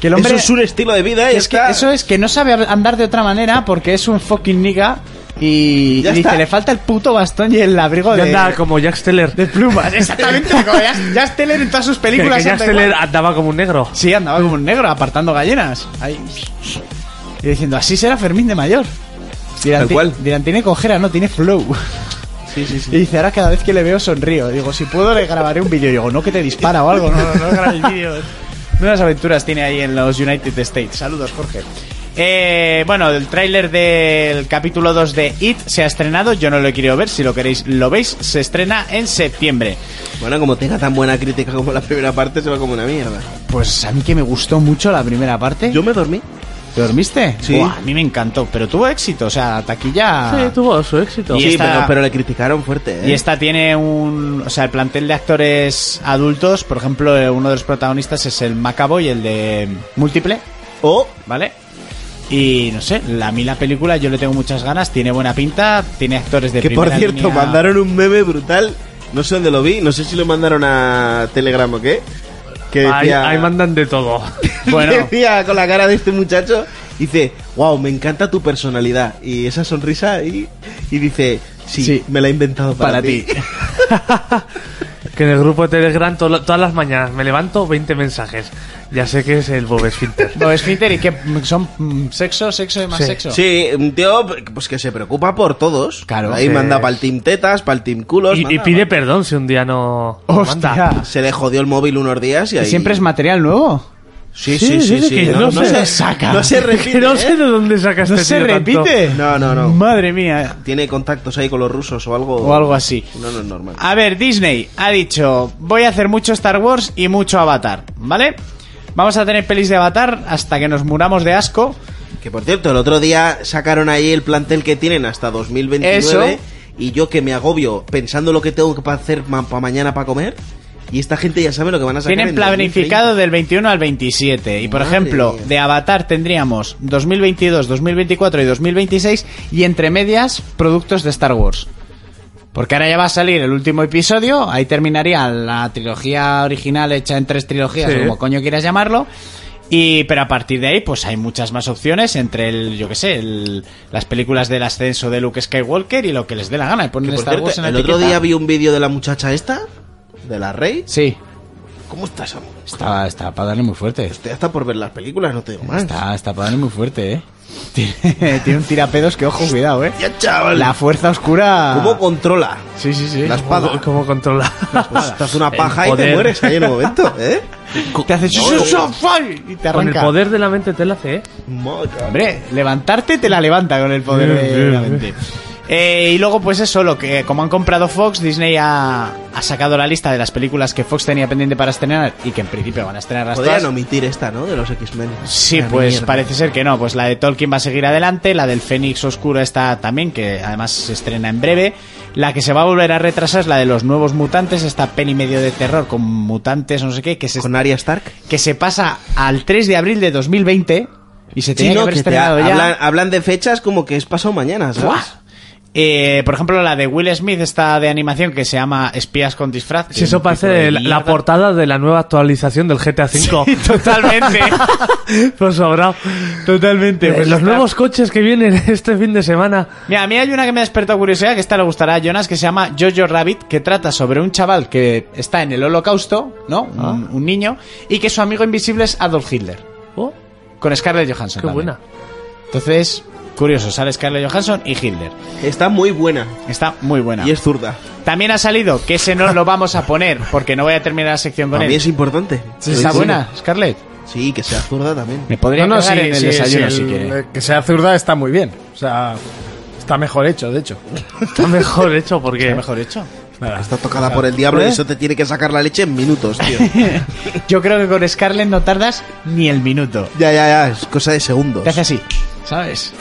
Speaker 4: que el hombre.
Speaker 5: Eso es un estilo de vida, y
Speaker 4: que es que
Speaker 5: está.
Speaker 4: eso es que no sabe andar de otra manera porque es un fucking nigga y,
Speaker 5: Ya
Speaker 4: y dice,
Speaker 5: está.
Speaker 4: le falta el puto bastón y el abrigo
Speaker 6: Yo
Speaker 4: de,
Speaker 6: andaba como Jack Steller.
Speaker 4: de plumas. Exactamente, como Jas- Jas Teller en todas sus
Speaker 6: Que,
Speaker 4: películas.
Speaker 6: que Jack
Speaker 4: anda
Speaker 6: Steller
Speaker 4: igual.
Speaker 6: andaba como un negro.
Speaker 4: Sí, andaba como un negro apartando gallinas. Ahí. Y diciendo, así será Fermín de mayor. Dirán,
Speaker 5: Tal
Speaker 4: ti-
Speaker 5: cual.
Speaker 4: dirán, tiene cojera, no, tiene flow.
Speaker 5: Sí, sí, sí.
Speaker 4: Y dice, ahora cada vez que le veo sonrío. Digo, si puedo le grabaré un vídeo. Y Digo, no que te dispara o algo, no, no grabes vídeos. Nuevas aventuras tiene ahí en los United States. Saludos, Jorge. Eh, bueno, el tráiler del capítulo 2 de It se ha estrenado. Yo no lo he querido ver. Si lo queréis, lo veis. Se estrena en septiembre.
Speaker 5: Bueno, como tenga tan buena crítica como la primera parte, se va como una mierda.
Speaker 4: Pues a mí que me gustó mucho la primera parte.
Speaker 5: Yo me dormí.
Speaker 4: ¿Te dormiste?
Speaker 5: Sí.
Speaker 4: Buah, a mí me encantó. Pero tuvo éxito. O sea, taquilla.
Speaker 6: Sí, tuvo su éxito.
Speaker 4: Y
Speaker 5: Sí,
Speaker 4: esta-
Speaker 5: pero, pero le criticaron fuerte, ¿eh?
Speaker 4: Y este- esta tiene un. O sea, el plantel de actores adultos, por ejemplo, eh, uno de los protagonistas es el Macaboy, el de Múltiple,
Speaker 5: O
Speaker 4: ¿vale? Y no sé, la, a mí la película yo le tengo muchas ganas, tiene buena pinta, tiene actores de
Speaker 5: Que por
Speaker 4: primera
Speaker 5: cierto,
Speaker 4: línea.
Speaker 5: mandaron un meme brutal. No sé dónde lo vi, no sé si lo mandaron a Telegram o qué. Que
Speaker 6: Ahí,
Speaker 5: decía,
Speaker 6: ahí mandan de todo.
Speaker 4: Bueno.
Speaker 5: decía con la cara de este muchacho, dice, wow, me encanta tu personalidad. Y esa sonrisa y, y dice, sí,
Speaker 4: Sí.
Speaker 5: me la he inventado para,
Speaker 4: Para ti.
Speaker 6: Que en el grupo de Telegram tolo- todas las mañanas me levanto 20 mensajes. Ya sé que es el Bob Esfinter.
Speaker 4: No, es Finter y que son mm, sexo, sexo y más
Speaker 6: Sí.
Speaker 4: sexo.
Speaker 5: Sí, un tío pues que se preocupa por todos.
Speaker 4: Claro.
Speaker 5: Ahí
Speaker 6: Sí.
Speaker 5: manda para el team tetas, para el team culos.
Speaker 6: Y, y
Speaker 5: manda
Speaker 6: pide
Speaker 5: pa'l-
Speaker 6: perdón si un día no. no manda.
Speaker 4: Hostia.
Speaker 5: Se le jodió el móvil unos días y
Speaker 4: ¿Y
Speaker 5: ahí...
Speaker 4: siempre es material nuevo?
Speaker 5: Sí,
Speaker 6: Sí,
Speaker 5: sí, sí.
Speaker 6: dice
Speaker 5: sí.
Speaker 6: que no se
Speaker 4: saca.
Speaker 5: No se repite.
Speaker 6: Que no
Speaker 5: ¿eh?
Speaker 6: sé de dónde sacas
Speaker 4: ¿No
Speaker 6: este
Speaker 4: se
Speaker 6: tío tanto.
Speaker 4: repite?
Speaker 5: No, no, no.
Speaker 4: Madre mía.
Speaker 5: Tiene contactos ahí con los rusos o algo.
Speaker 4: O algo así. Ah.
Speaker 5: No, no es normal.
Speaker 4: A ver, Disney ha dicho, voy a hacer mucho Star Wars y mucho Avatar, ¿vale? Vamos a tener pelis de Avatar hasta que nos muramos de asco.
Speaker 5: Que por cierto, el otro día sacaron ahí el plantel que tienen hasta 2029.
Speaker 4: Eso.
Speaker 5: Y yo que me agobio pensando lo que tengo que pa- hacer para mañana para comer. Y esta gente ya sabe lo que van a sacar.
Speaker 4: Tienen
Speaker 5: en
Speaker 4: planificado del 21 al 27. Y por
Speaker 5: Madre
Speaker 4: ejemplo,
Speaker 5: mía.
Speaker 4: de Avatar tendríamos 2022, 2024 y 2026 y entre medias productos de Star Wars. Porque ahora ya va a salir el último episodio, ahí terminaría la trilogía original hecha en tres trilogías,
Speaker 6: Sí.
Speaker 4: o como coño quieras llamarlo. Y, pero a partir de ahí, pues hay muchas más opciones entre el, yo que sé, el- las películas del ascenso de Luke Skywalker y lo que les dé la gana. Y ponen
Speaker 5: 2030. Por
Speaker 4: Star Wars
Speaker 5: cierto,
Speaker 4: en la
Speaker 5: el otro
Speaker 4: etiqueta.
Speaker 5: día vi un vídeo de la muchacha esta, de la Rey.
Speaker 4: Sí,
Speaker 5: ¿Cómo estás, amor?
Speaker 4: estaba, estaba para darle muy fuerte.
Speaker 5: Estoy hasta por ver las películas, no te digo más.
Speaker 4: Está, está pagando muy fuerte, eh. Tiene, tiene un tirapedos que ojo, cuidado, eh.
Speaker 5: Ya, chaval.
Speaker 4: La fuerza oscura.
Speaker 5: ¿Cómo controla?
Speaker 4: Sí, sí, Ah. sí.
Speaker 5: La espada.
Speaker 6: ¿Cómo, cómo controla?
Speaker 5: Pues estás una paja y te
Speaker 6: poder.
Speaker 5: mueres ahí en el momento, ¿eh?
Speaker 4: Te haces
Speaker 5: No,
Speaker 4: "Eso
Speaker 5: no.
Speaker 4: es un fall", y te
Speaker 6: Con el
Speaker 4: arranca.
Speaker 6: poder de la mente te la hace, ¿eh?
Speaker 5: Madre
Speaker 4: Hombre, levantarte te la levanta con el poder de la mente. Eh, y luego, pues eso, lo que como han comprado Fox, Disney ha, ha sacado la lista de las películas que Fox tenía pendiente para estrenar y que en principio van a estrenar las
Speaker 5: Podrían
Speaker 4: todas.
Speaker 5: omitir esta, ¿no? De los X-Men.
Speaker 4: Sí,
Speaker 5: Una
Speaker 4: pues
Speaker 5: mierda.
Speaker 4: parece ser que no. Pues la de Tolkien va a seguir adelante, la del Fénix Oscuro está también, que además se estrena en breve. La que se va a volver a retrasar es la de los nuevos mutantes, esta peli medio de terror con mutantes, no sé qué, que se,
Speaker 5: Con Arya Stark.
Speaker 4: que se pasa al 3 de abril de 2020 y se tiene
Speaker 5: Sí,
Speaker 4: que
Speaker 5: no,
Speaker 4: haber
Speaker 5: que te
Speaker 4: estrenado
Speaker 5: ha-
Speaker 4: ya.
Speaker 5: hablan, hablan de fechas como que es pasado mañana, ¿sabes?
Speaker 4: ¡Buah! Eh, por ejemplo, la de Will Smith, esta de animación que se llama Espías con disfraz. que
Speaker 6: Si
Speaker 4: es
Speaker 6: eso
Speaker 4: un título
Speaker 6: parece
Speaker 4: de
Speaker 6: la, la
Speaker 4: mierda.
Speaker 6: portada de la nueva actualización del GTA V.
Speaker 4: Sí, totalmente.
Speaker 6: Por sobrado.
Speaker 4: totalmente.
Speaker 6: Eh,
Speaker 4: pues
Speaker 6: los
Speaker 4: está-
Speaker 6: nuevos coches que vienen este fin de semana.
Speaker 4: Mira, a mí hay una que me ha despertado curiosidad, que esta le gustará a Jonas, que se llama Jojo Rabbit, que trata sobre un chaval que está en el holocausto, ¿no? Un, un niño, y que su amigo invisible es Adolf Hitler,
Speaker 6: Oh,
Speaker 4: con Scarlett Johansson.
Speaker 6: qué
Speaker 4: también.
Speaker 6: buena.
Speaker 4: Entonces, curioso, sale Scarlett Johansson y Hitler.
Speaker 5: Está muy buena.
Speaker 4: Está muy buena.
Speaker 5: Y es zurda.
Speaker 4: También ha salido, que ese no lo vamos a poner, porque no voy a terminar la sección con
Speaker 5: Para mí
Speaker 4: él.
Speaker 5: es importante.
Speaker 4: Está
Speaker 5: Sí,
Speaker 4: buena, Scarlett.
Speaker 5: Sí, que sea zurda también.
Speaker 4: Me podría
Speaker 2: No, no,
Speaker 4: cagar
Speaker 2: sí,
Speaker 4: en el
Speaker 2: sí,
Speaker 4: desayuno
Speaker 2: sí,
Speaker 4: si
Speaker 2: el-
Speaker 4: quiere.
Speaker 2: eh, Que sea zurda está muy bien. O sea, está mejor hecho, de hecho.
Speaker 6: Está mejor hecho porque.
Speaker 4: Está mejor hecho.
Speaker 5: Está tocada por el diablo
Speaker 2: ¿Eh?
Speaker 5: y eso te tiene que sacar la leche en minutos, tío.
Speaker 4: Yo creo que con Scarlett no tardas ni el minuto.
Speaker 5: ya, ya, ya, es cosa de segundos.
Speaker 4: Te hace así, ¿sabes?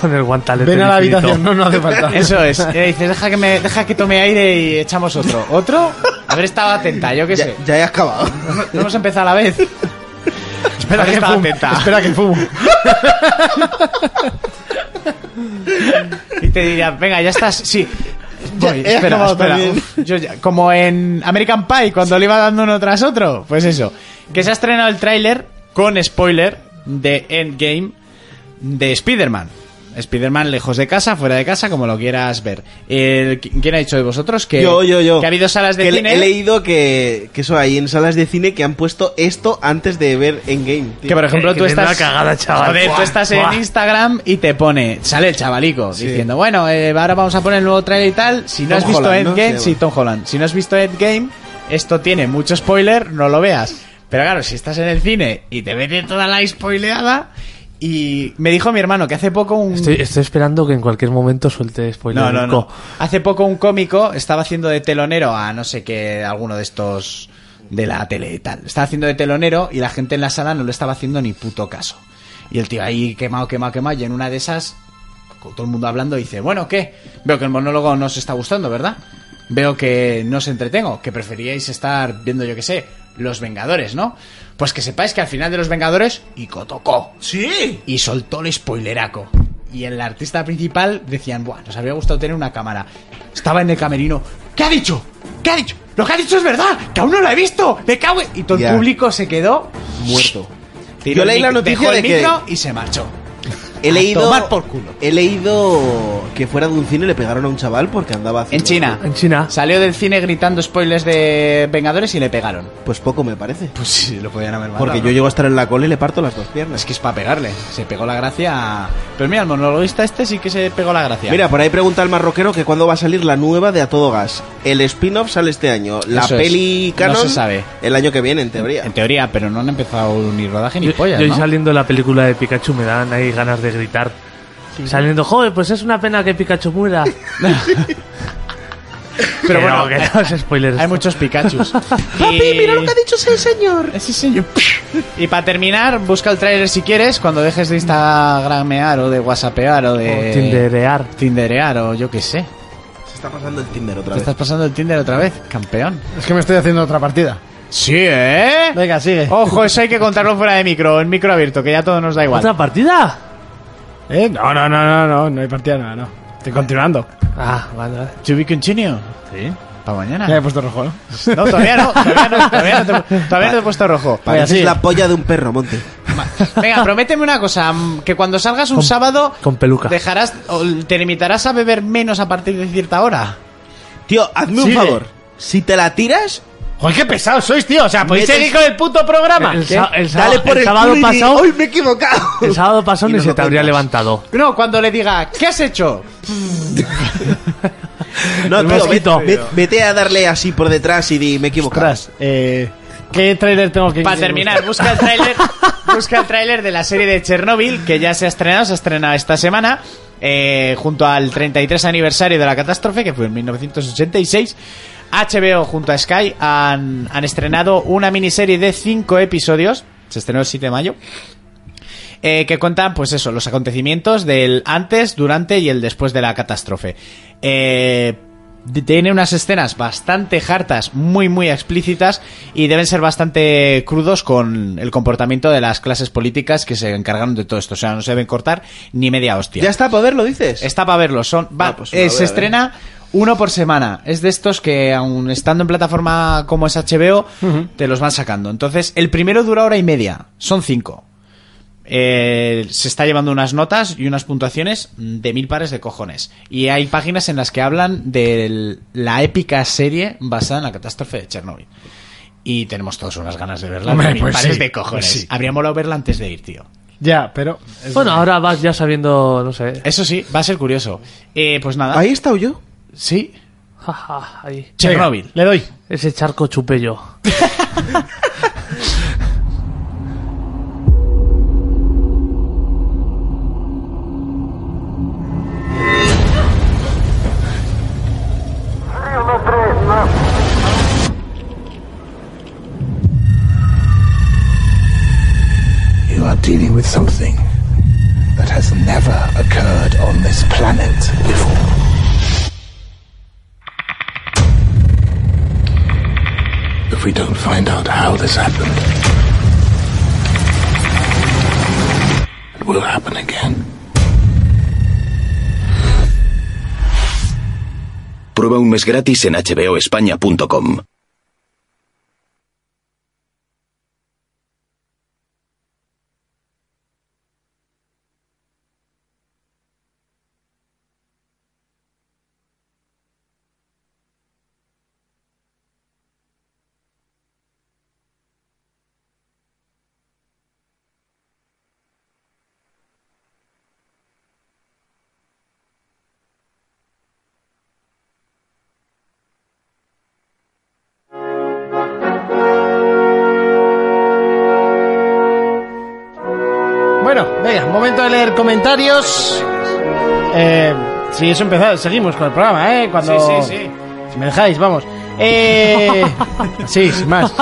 Speaker 6: Con el guantalete.
Speaker 2: Ven a la
Speaker 6: infinito.
Speaker 2: habitación, no, no hace falta.
Speaker 4: Eso es. Y le dices, deja que, me, deja que tome aire y echamos otro. ¿Otro? Haber estado atenta, yo qué
Speaker 5: Ya,
Speaker 4: sé.
Speaker 5: ya he acabado.
Speaker 4: No hemos empezado a la vez.
Speaker 2: espera,
Speaker 4: Haber
Speaker 2: que
Speaker 4: estado
Speaker 2: fumo,
Speaker 4: atenta.
Speaker 2: espera que fumo.
Speaker 4: Y te diría, venga, ya estás. Sí.
Speaker 5: Ya,
Speaker 4: Voy,
Speaker 5: he
Speaker 4: espera,
Speaker 5: acabado
Speaker 4: espera.
Speaker 5: también.
Speaker 4: Uf, yo ya- como en American Pie, cuando le iba dando uno tras otro. Pues eso. Que se ha estrenado el tráiler con spoiler de Endgame de Spider-Man. Spider-Man lejos de casa, fuera de casa, como lo quieras ver. El- ¿Quién ha dicho de vosotros que,
Speaker 5: yo, yo, yo.
Speaker 4: que ha habido salas de
Speaker 5: Que le-
Speaker 4: cine?
Speaker 5: He leído que, que eso hay en salas de cine que han puesto esto antes de ver Endgame. tío.
Speaker 4: Que por ejemplo
Speaker 6: Que-
Speaker 4: tú
Speaker 6: que menuda
Speaker 4: estás.
Speaker 6: cagada, chaval.
Speaker 4: Joder, tú
Speaker 6: Buah,
Speaker 4: estás
Speaker 6: buah.
Speaker 4: en Instagram y te pone. Sale el chavalico diciendo, bueno, eh, ahora vamos a poner el nuevo trailer y tal. Si no
Speaker 5: Tom
Speaker 4: has visto
Speaker 5: Holland, ¿no?
Speaker 4: Endgame,
Speaker 5: Se
Speaker 4: sí,
Speaker 5: llama.
Speaker 4: Tom Holland. Si no has visto Endgame, esto tiene mucho spoiler, no lo veas. Pero claro, si estás en el cine y te mete toda la spoileada. Y me dijo mi hermano que hace poco un.
Speaker 6: Estoy, estoy esperando que en cualquier momento suelte spoiler.
Speaker 4: No, no, no.
Speaker 6: Co-
Speaker 4: Hace poco un cómico estaba haciendo de telonero a no sé qué, alguno de estos de la tele y tal. Estaba haciendo de telonero y la gente en la sala no le estaba haciendo ni puto caso. Y el tío ahí quemado, quemado, quemado. Y en una de esas, con todo el mundo hablando, dice: Bueno, ¿qué? Veo que el monólogo no os está gustando, ¿verdad? Veo que no os entretengo, que preferíais estar viendo, yo qué sé, Los Vengadores, ¿no? Pues que sepáis que al final de Los Vengadores, Ico tocó y soltó el spoileraco. Y el artista principal decían, Buah, nos habría gustado tener una cámara. Estaba en el camerino. ¿Qué ha dicho? ¿Qué ha dicho? Lo que ha dicho es verdad, que aún no lo he visto. Me cago en-". Y todo el
Speaker 5: Ya.
Speaker 4: público se quedó
Speaker 5: Muerto.
Speaker 4: tiró
Speaker 5: Yo
Speaker 4: el
Speaker 5: leí la
Speaker 4: mic-
Speaker 5: noticia
Speaker 4: dejó el
Speaker 5: de que-
Speaker 4: micro y se marchó.
Speaker 5: He
Speaker 4: A
Speaker 5: leído.
Speaker 4: tomar por culo.
Speaker 5: He leído que fuera de un cine le pegaron a un chaval porque andaba haciendo-
Speaker 4: En China.
Speaker 6: En China.
Speaker 4: Salió del cine gritando spoilers de Vengadores y le pegaron.
Speaker 5: Pues poco me parece.
Speaker 4: Pues sí, lo podían haber matado.
Speaker 5: Porque
Speaker 4: ¿no?
Speaker 5: yo llego a estar en la cola y le parto las dos piernas.
Speaker 4: Es que es para pegarle. Se pegó la gracia. Pues mira, el monologuista este sí que se pegó la gracia.
Speaker 5: Mira, por ahí pregunta el marroquero que cuándo va a salir la nueva de A Todo Gas. El spin-off sale este año. La
Speaker 4: Eso es.
Speaker 5: peli
Speaker 4: No
Speaker 5: canon
Speaker 4: se sabe.
Speaker 5: el año que viene, en teoría.
Speaker 4: en teoría, pero no han empezado ni rodaje ni
Speaker 6: Yo,
Speaker 4: pollas.
Speaker 6: yo
Speaker 4: ¿no?
Speaker 6: saliendo de la película de Pikachu me dan ahí ganas de gritar. Saliendo, joder, pues es una pena que Pikachu muera.
Speaker 4: Pero bueno,
Speaker 6: que no es spoiler.
Speaker 4: Hay muchos Pikachus. Papi, mira lo que ha dicho ese señor. Ese señor. Y para terminar, busca el tráiler si quieres, cuando dejes de instagramear o de whatsappear o de...
Speaker 6: O tinderear.
Speaker 4: Tinderear o yo qué sé.
Speaker 5: Se está pasando el Tinder otra
Speaker 4: Te
Speaker 5: vez.
Speaker 4: estás pasando el Tinder otra vez, campeón.
Speaker 2: Es que me estoy haciendo otra partida.
Speaker 4: Sí, ¿eh?
Speaker 2: Venga, sigue.
Speaker 4: Ojo, eso hay que contarlo fuera de micro, en micro abierto, que ya todo nos da igual.
Speaker 6: ¿Otra partida?
Speaker 2: ¿Eh? No, no, no, no, no, no hay partida nada, no. Estoy continuando.
Speaker 6: Ah, vale, vale.
Speaker 4: ¿To be continued? Sí. Para
Speaker 2: Ya he
Speaker 4: mañana.
Speaker 2: puesto rojo, ¿no?
Speaker 4: No, todavía no, todavía no, todavía no te, todavía no te he puesto rojo.
Speaker 5: Pareces
Speaker 2: sigue.
Speaker 5: la polla de un perro, Monte.
Speaker 4: Venga, prométeme una cosa, mm, que cuando salgas un
Speaker 6: Con-
Speaker 4: sábado
Speaker 6: con peluca.
Speaker 4: dejarás o te limitarás a beber menos a partir de cierta hora.
Speaker 5: Tío, hazme un
Speaker 2: Sigue.
Speaker 5: favor. Si te la tiras,
Speaker 2: Joder, qué pesados sois, tío. O sea, podéis
Speaker 5: Metes-
Speaker 2: seguir con el puto programa.
Speaker 6: El,
Speaker 2: ¿Qué?
Speaker 6: sa- el
Speaker 5: dale
Speaker 6: sábado-
Speaker 5: por
Speaker 6: el
Speaker 5: el,
Speaker 6: sábado
Speaker 5: culo y di,
Speaker 6: pasado,
Speaker 5: ¡Ay, me he equivocado!
Speaker 6: el sábado pasado
Speaker 5: Y
Speaker 6: ni
Speaker 5: no
Speaker 6: se
Speaker 5: lo
Speaker 6: te habría
Speaker 5: cuentas.
Speaker 6: levantado.
Speaker 4: No, cuando le diga, ¿qué has hecho?
Speaker 5: No,
Speaker 6: El
Speaker 5: tío,
Speaker 6: mosquito.
Speaker 5: ve- ve- vete a darle así por detrás y di, me he equivocado.
Speaker 2: Ostras, eh, ¿qué trailer tengo que
Speaker 4: Para terminar, busca el tráiler, busca el tráiler de la serie de Chernobyl que ya se ha estrenado, se ha estrenado esta semana. eh, junto al 33 aniversario de la catástrofe, que fue en 1986, HBO junto a Sky han, han estrenado una miniserie de 5 episodios, se estrenó el 7 de mayo, eh, que cuentan, pues eso, los acontecimientos del antes, durante y el después de la catástrofe. Eh, de- tiene unas escenas bastante hartas, muy muy explícitas y deben ser bastante crudos con el comportamiento de las clases políticas que se encargaron de todo esto. O sea, no se deben cortar ni media hostia.
Speaker 5: Ya está para verlo, dices.
Speaker 4: Está para verlo. Son, va-
Speaker 5: Ah, pues me lo
Speaker 4: eh,
Speaker 5: voy a
Speaker 4: se
Speaker 5: ver.
Speaker 4: estrena uno por semana. Es de estos que, aun estando en plataforma como es HBO, te los van sacando. Entonces, el primero dura hora y media. Son cinco. Eh, se está llevando unas notas y unas puntuaciones de mil pares de cojones. Y hay páginas en las que hablan de la épica serie basada en la catástrofe de Chernobyl. Y tenemos todos unas ganas de verla.
Speaker 2: Hombre,
Speaker 4: de mil
Speaker 2: pues
Speaker 4: pares
Speaker 2: sí,
Speaker 4: de cojones.
Speaker 2: pues sí.
Speaker 4: Habría molado verla antes de ir, tío.
Speaker 2: Ya, pero.
Speaker 6: Bueno, ahora vas ya sabiendo, no sé.
Speaker 4: Eso sí, va a ser curioso. Eh, pues nada.
Speaker 5: Ahí he estado yo.
Speaker 4: Sí.
Speaker 6: Ja, ja, ahí.
Speaker 4: Chernobyl.
Speaker 2: Le doy.
Speaker 6: Ese charco chupé yo.
Speaker 7: You are dealing with something that has never occurred on this planet before. If we don't find out how this happened, it will happen again.
Speaker 8: Prueba un mes gratis en hboespaña.com.
Speaker 2: Bueno, venga, momento de leer comentarios. Eh, sí, eso empezado. Seguimos con el programa, ¿eh? Cuando...
Speaker 4: Sí, sí, sí.
Speaker 2: Si me dejáis, vamos. Eh, sí, sin más.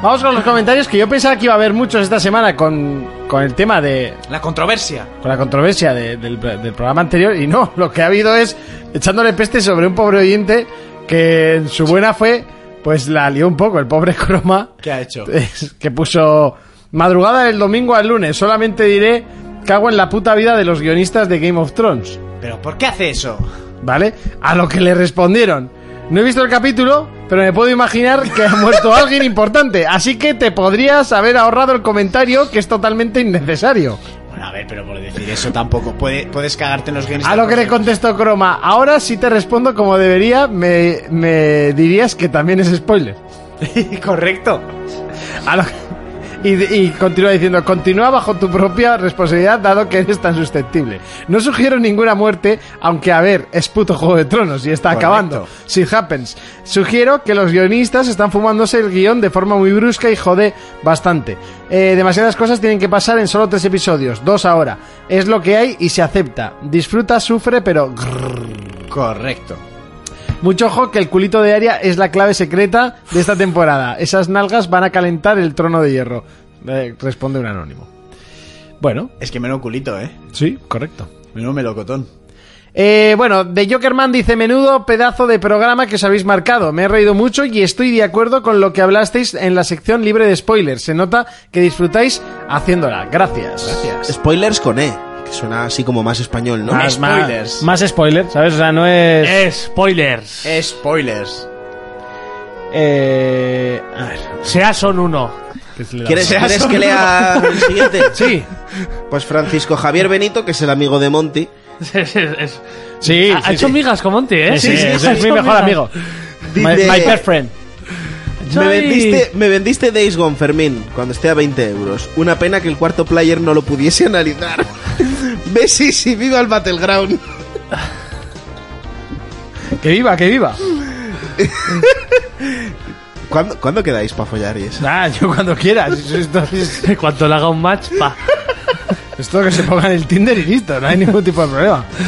Speaker 2: Vamos con los comentarios que yo pensaba que iba a haber muchos esta semana con, con el tema de.
Speaker 4: La controversia.
Speaker 2: con la controversia de- del, del programa anterior y no, lo que ha habido es echándole peste sobre un pobre oyente que en su buena fue, pues la lió un poco, el pobre croma.
Speaker 4: ¿Qué ha hecho?
Speaker 2: Es que puso madrugada del domingo al lunes. Solamente diré cago en la puta vida de los guionistas de Game of Thrones.
Speaker 4: ¿Pero por qué hace eso?
Speaker 2: ¿Vale? A lo que le respondieron. No he visto el capítulo, pero me puedo imaginar que ha muerto alguien importante. Así que te podrías haber ahorrado el comentario que es totalmente innecesario.
Speaker 4: Bueno, a ver, pero por decir eso tampoco. Puede, puedes cagarte en los guiones.
Speaker 2: A lo que le contestó Croma. Ahora si te respondo como debería, me, me dirías que también es spoiler.
Speaker 4: Correcto.
Speaker 2: A lo- Y, y continúa diciendo, continúa bajo tu propia responsabilidad dado que eres tan susceptible. No sugiero ninguna muerte, aunque a ver, es puto Juego de Tronos y está
Speaker 4: Correcto.
Speaker 2: acabando. Shit happens. Sugiero que los guionistas están fumándose el guión de forma muy brusca y jode bastante. Eh, demasiadas cosas tienen que pasar en solo tres episodios, dos ahora. Es lo que hay y se acepta. Disfruta, sufre, pero...
Speaker 4: Correcto.
Speaker 2: Mucho ojo que el culito de Aria es la clave secreta de esta temporada. Esas nalgas van a calentar el trono de hierro. Eh, responde un anónimo. Bueno,
Speaker 4: Es que menos culito, ¿eh?
Speaker 2: sí, correcto.
Speaker 4: Menos melocotón.
Speaker 2: Eh, bueno, de Jokerman dice menudo pedazo de programa que os habéis marcado. Me he reído mucho y estoy de acuerdo con lo que hablasteis en la sección libre de spoilers. Se nota que disfrutáis haciéndola. Gracias. Gracias.
Speaker 5: Spoilers con E, que suena así como más español, ¿no?
Speaker 2: Más,
Speaker 4: Spoilers.
Speaker 2: Más, más spoilers, ¿sabes? O sea, no es...
Speaker 6: Eh. Spoilers.
Speaker 4: Spoilers.
Speaker 2: eh, a ver.
Speaker 6: Sea son uno.
Speaker 5: ¿Quieres, quieres que lea el siguiente?
Speaker 2: Sí,
Speaker 5: Pues Francisco Javier Benito, que es el amigo de Monty.
Speaker 6: Es- es- es-
Speaker 2: sí.
Speaker 6: ha ha
Speaker 2: sí,
Speaker 6: hecho
Speaker 2: sí.
Speaker 6: migas con Monty, ¿eh?
Speaker 2: Sí, sí, ese es mi
Speaker 6: Ha hecho
Speaker 2: mejor
Speaker 6: migas.
Speaker 2: amigo. My,
Speaker 5: Dice-
Speaker 2: my best friend.
Speaker 5: Me
Speaker 6: Ay.
Speaker 5: vendiste, me vendiste Days Gone, Fermín, cuando esté a 20 euros. Una pena que el cuarto player no lo pudiese analizar. Besis y viva el Battleground.
Speaker 2: Que viva, que viva.
Speaker 5: ¿Cuándo, cuándo quedáis para follar y eso?
Speaker 2: Ah, yo cuando quieras. Esto, es-
Speaker 6: En cuanto le haga un match, pa.
Speaker 2: esto que se ponga en el Tinder y listo, no hay ningún tipo de problema. Eh,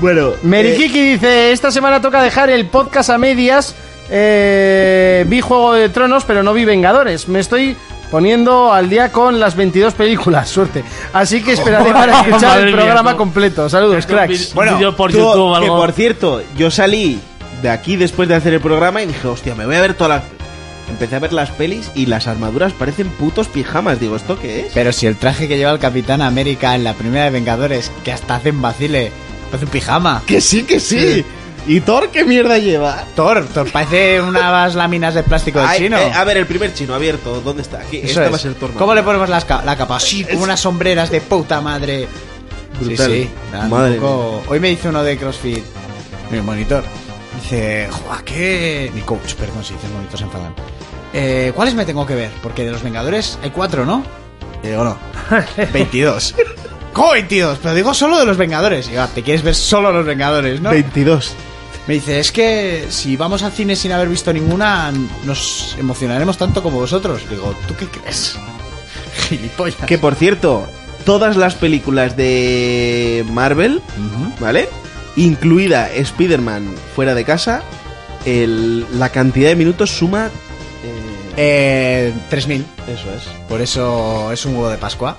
Speaker 5: Bueno, eh,
Speaker 2: Merikiki dice, esta semana toca dejar el podcast a medias. Eh, vi Juego de Tronos, pero no vi Vengadores. Me estoy poniendo al día con las 22 películas. Suerte. Así que esperaré para escuchar
Speaker 6: Madre
Speaker 2: el
Speaker 6: mía,
Speaker 2: programa
Speaker 6: tú.
Speaker 2: completo. Saludos, cracks.
Speaker 6: Bueno, vídeo por
Speaker 5: tú,
Speaker 6: YouTube o
Speaker 5: que
Speaker 6: algo.
Speaker 5: por cierto, yo salí de aquí después de hacer el programa y dije, hostia, me voy a ver todas las... Empecé a ver las pelis y las armaduras parecen putos pijamas. Digo, ¿esto qué es?
Speaker 4: Pero si el traje que lleva el Capitán América en la primera de Vengadores, que hasta hacen vacile, parece un pijama.
Speaker 5: Que sí, que sí. ¿Y Thor qué mierda lleva?
Speaker 4: Thor, Thor parece unas láminas de plástico de
Speaker 5: Ay,
Speaker 4: chino.
Speaker 5: eh, a ver, el primer chino abierto, ¿dónde está? Aquí,
Speaker 4: Eso
Speaker 5: este
Speaker 4: es.
Speaker 5: va a ser Thor.
Speaker 4: ¿Cómo le ponemos las ca- la capa? Sí, con unas sombreras de puta madre.
Speaker 5: Brutal.
Speaker 4: Sí, sí. Nada, un
Speaker 5: Madre
Speaker 4: poco- Hoy me dice uno de CrossFit, mi monitor. Dice, "Joa, ¿qué? Mi coach, perdón, si dicen monitor se enfadan. Eh, ¿Cuáles me tengo que ver? Porque de los Vengadores hay cuatro, ¿no? Y digo, Eh, no. 22. ¿Cómo 22? Pero digo solo de los Vengadores. Y digo, "Ah, te quieres ver solo los Vengadores, ¿no?
Speaker 5: 22.
Speaker 4: Me dice, es que si vamos al cine sin haber visto ninguna, nos emocionaremos tanto como vosotros. Digo, ¿tú qué crees? Gilipollas.
Speaker 5: Que por cierto, todas las películas de Marvel, ¿vale? Incluida Spider-Man fuera de casa, el- la cantidad de minutos suma...
Speaker 4: Eh,
Speaker 5: eh,
Speaker 4: 3.000.
Speaker 5: eso es.
Speaker 4: Por eso es un huevo de Pascua.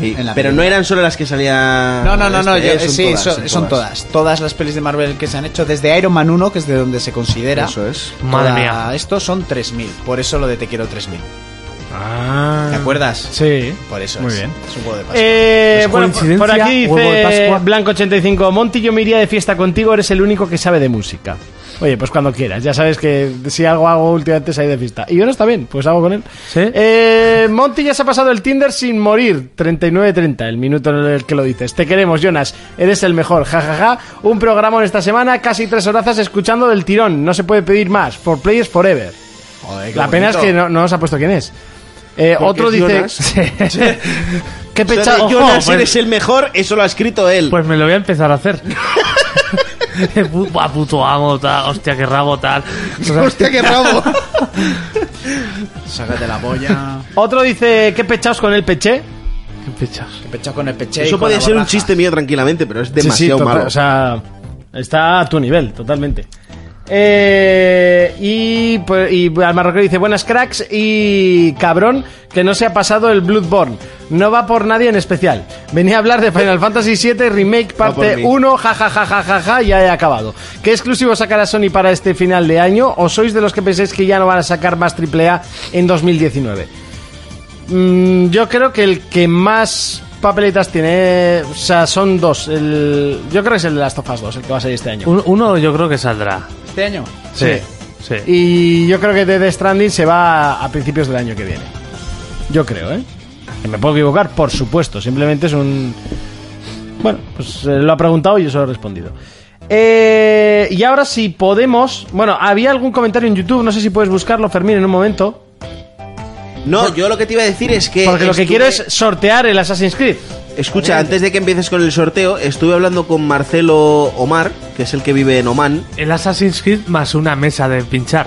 Speaker 5: Sí,
Speaker 4: En la
Speaker 5: pero no
Speaker 4: película.
Speaker 5: eran solo las que salían...
Speaker 4: No, no, no, no.
Speaker 5: este,
Speaker 4: yo-
Speaker 5: eh,
Speaker 4: sí, son, son todas. Todas las pelis de Marvel que se han hecho desde Iron Man 1, que es de donde se considera.
Speaker 5: Eso es.
Speaker 6: Madre
Speaker 4: toda-
Speaker 6: mía.
Speaker 4: Esto son 3.000. Por eso lo de Te quiero 3.000.
Speaker 6: Ah.
Speaker 4: ¿Te acuerdas?
Speaker 2: Sí.
Speaker 4: Por eso
Speaker 2: Muy
Speaker 4: es.
Speaker 2: bien.
Speaker 4: Es un huevo de Pascua.
Speaker 2: Eh,
Speaker 6: Es
Speaker 2: bueno, por- por
Speaker 6: coincidencia,
Speaker 2: aquí
Speaker 6: huevo de
Speaker 2: dice
Speaker 6: Pascua.
Speaker 2: Blanco85, Monty, yo me iría de fiesta contigo, eres el único que sabe de música. Oye, pues cuando quieras, ya sabes que si algo hago últimamente es ahí de fiesta. Y yo no está bien, pues hago con él.
Speaker 6: ¿Sí?
Speaker 2: Eh, Monty ya se ha pasado el Tinder sin morir, 39.30, el minuto en el que lo dices. Te queremos, Jonas, eres el mejor, jajaja. Un programa en esta semana, casi tres horas escuchando del tirón, no se puede pedir más. For Players Forever.
Speaker 4: Joder, qué
Speaker 2: La pena es
Speaker 4: bonito.
Speaker 2: que no, no nos ha puesto quién es. Eh,
Speaker 5: Porque
Speaker 2: otro
Speaker 5: es
Speaker 2: dice...
Speaker 5: Jonas.
Speaker 2: Sí. Qué
Speaker 5: Eso
Speaker 2: pecha...
Speaker 5: de
Speaker 2: Ojo,
Speaker 5: Jonas,
Speaker 2: pues-
Speaker 5: eres el mejor, eso lo ha escrito él.
Speaker 6: Pues me lo voy a empezar a hacer. Pu- Buah, puto amo, tal, hostia, qué rabo, tal.
Speaker 4: Eh,
Speaker 5: Hostia, qué rabo.
Speaker 4: Sácate la boya.
Speaker 2: Otro dice, ¿qué pechaos con el peché?
Speaker 6: Qué pechas.
Speaker 4: que pecha con el peche. y
Speaker 5: Eso
Speaker 4: con
Speaker 5: podía
Speaker 4: la
Speaker 5: ser un
Speaker 4: borraja.
Speaker 5: chiste mío tranquilamente, pero es
Speaker 2: Sí, sí,
Speaker 5: demasiado
Speaker 2: total,
Speaker 5: malo.
Speaker 2: O sea, está a tu nivel, totalmente. Eh, y, pues, y al marroquero dice, buenas cracks y cabrón que no se ha pasado el Bloodborne. No va por nadie en especial. Venía a hablar de Final Fantasy VII Remake
Speaker 5: Va por
Speaker 2: parte
Speaker 5: mí.
Speaker 2: 1, jajajajaja, ya he acabado. ¿Qué exclusivo sacará Sony para este final de año? ¿O sois de los que pensáis que ya no van a sacar más AAA en 2019? Mm, yo creo que el que más papeletas tiene, eh, o sea, son dos. El, yo creo que es el de Last of Us 2, el que va a salir este año.
Speaker 6: Un- Uno yo creo que saldrá.
Speaker 4: Este año.
Speaker 6: Sí. Sí.
Speaker 2: Y yo creo que Death Stranding se va a, a principios del año que viene. Yo creo, ¿eh? Que me puedo equivocar, por supuesto. Simplemente es un... Bueno, pues eh, lo ha preguntado y yo se lo he respondido. Eh, y ahora si podemos... Bueno, había algún comentario en YouTube, no sé si puedes buscarlo, Fermín, en un momento.
Speaker 5: No, yo lo que te iba a decir es que.
Speaker 2: Porque lo que
Speaker 5: Eh, estuve-
Speaker 2: quiero es sortear el Assassin's Creed.
Speaker 5: Escucha, antes de que empieces con el sorteo, estuve hablando con Marcelo Omar, que es el que vive en Oman,
Speaker 6: El Assassin's Creed más una mesa de pinchar.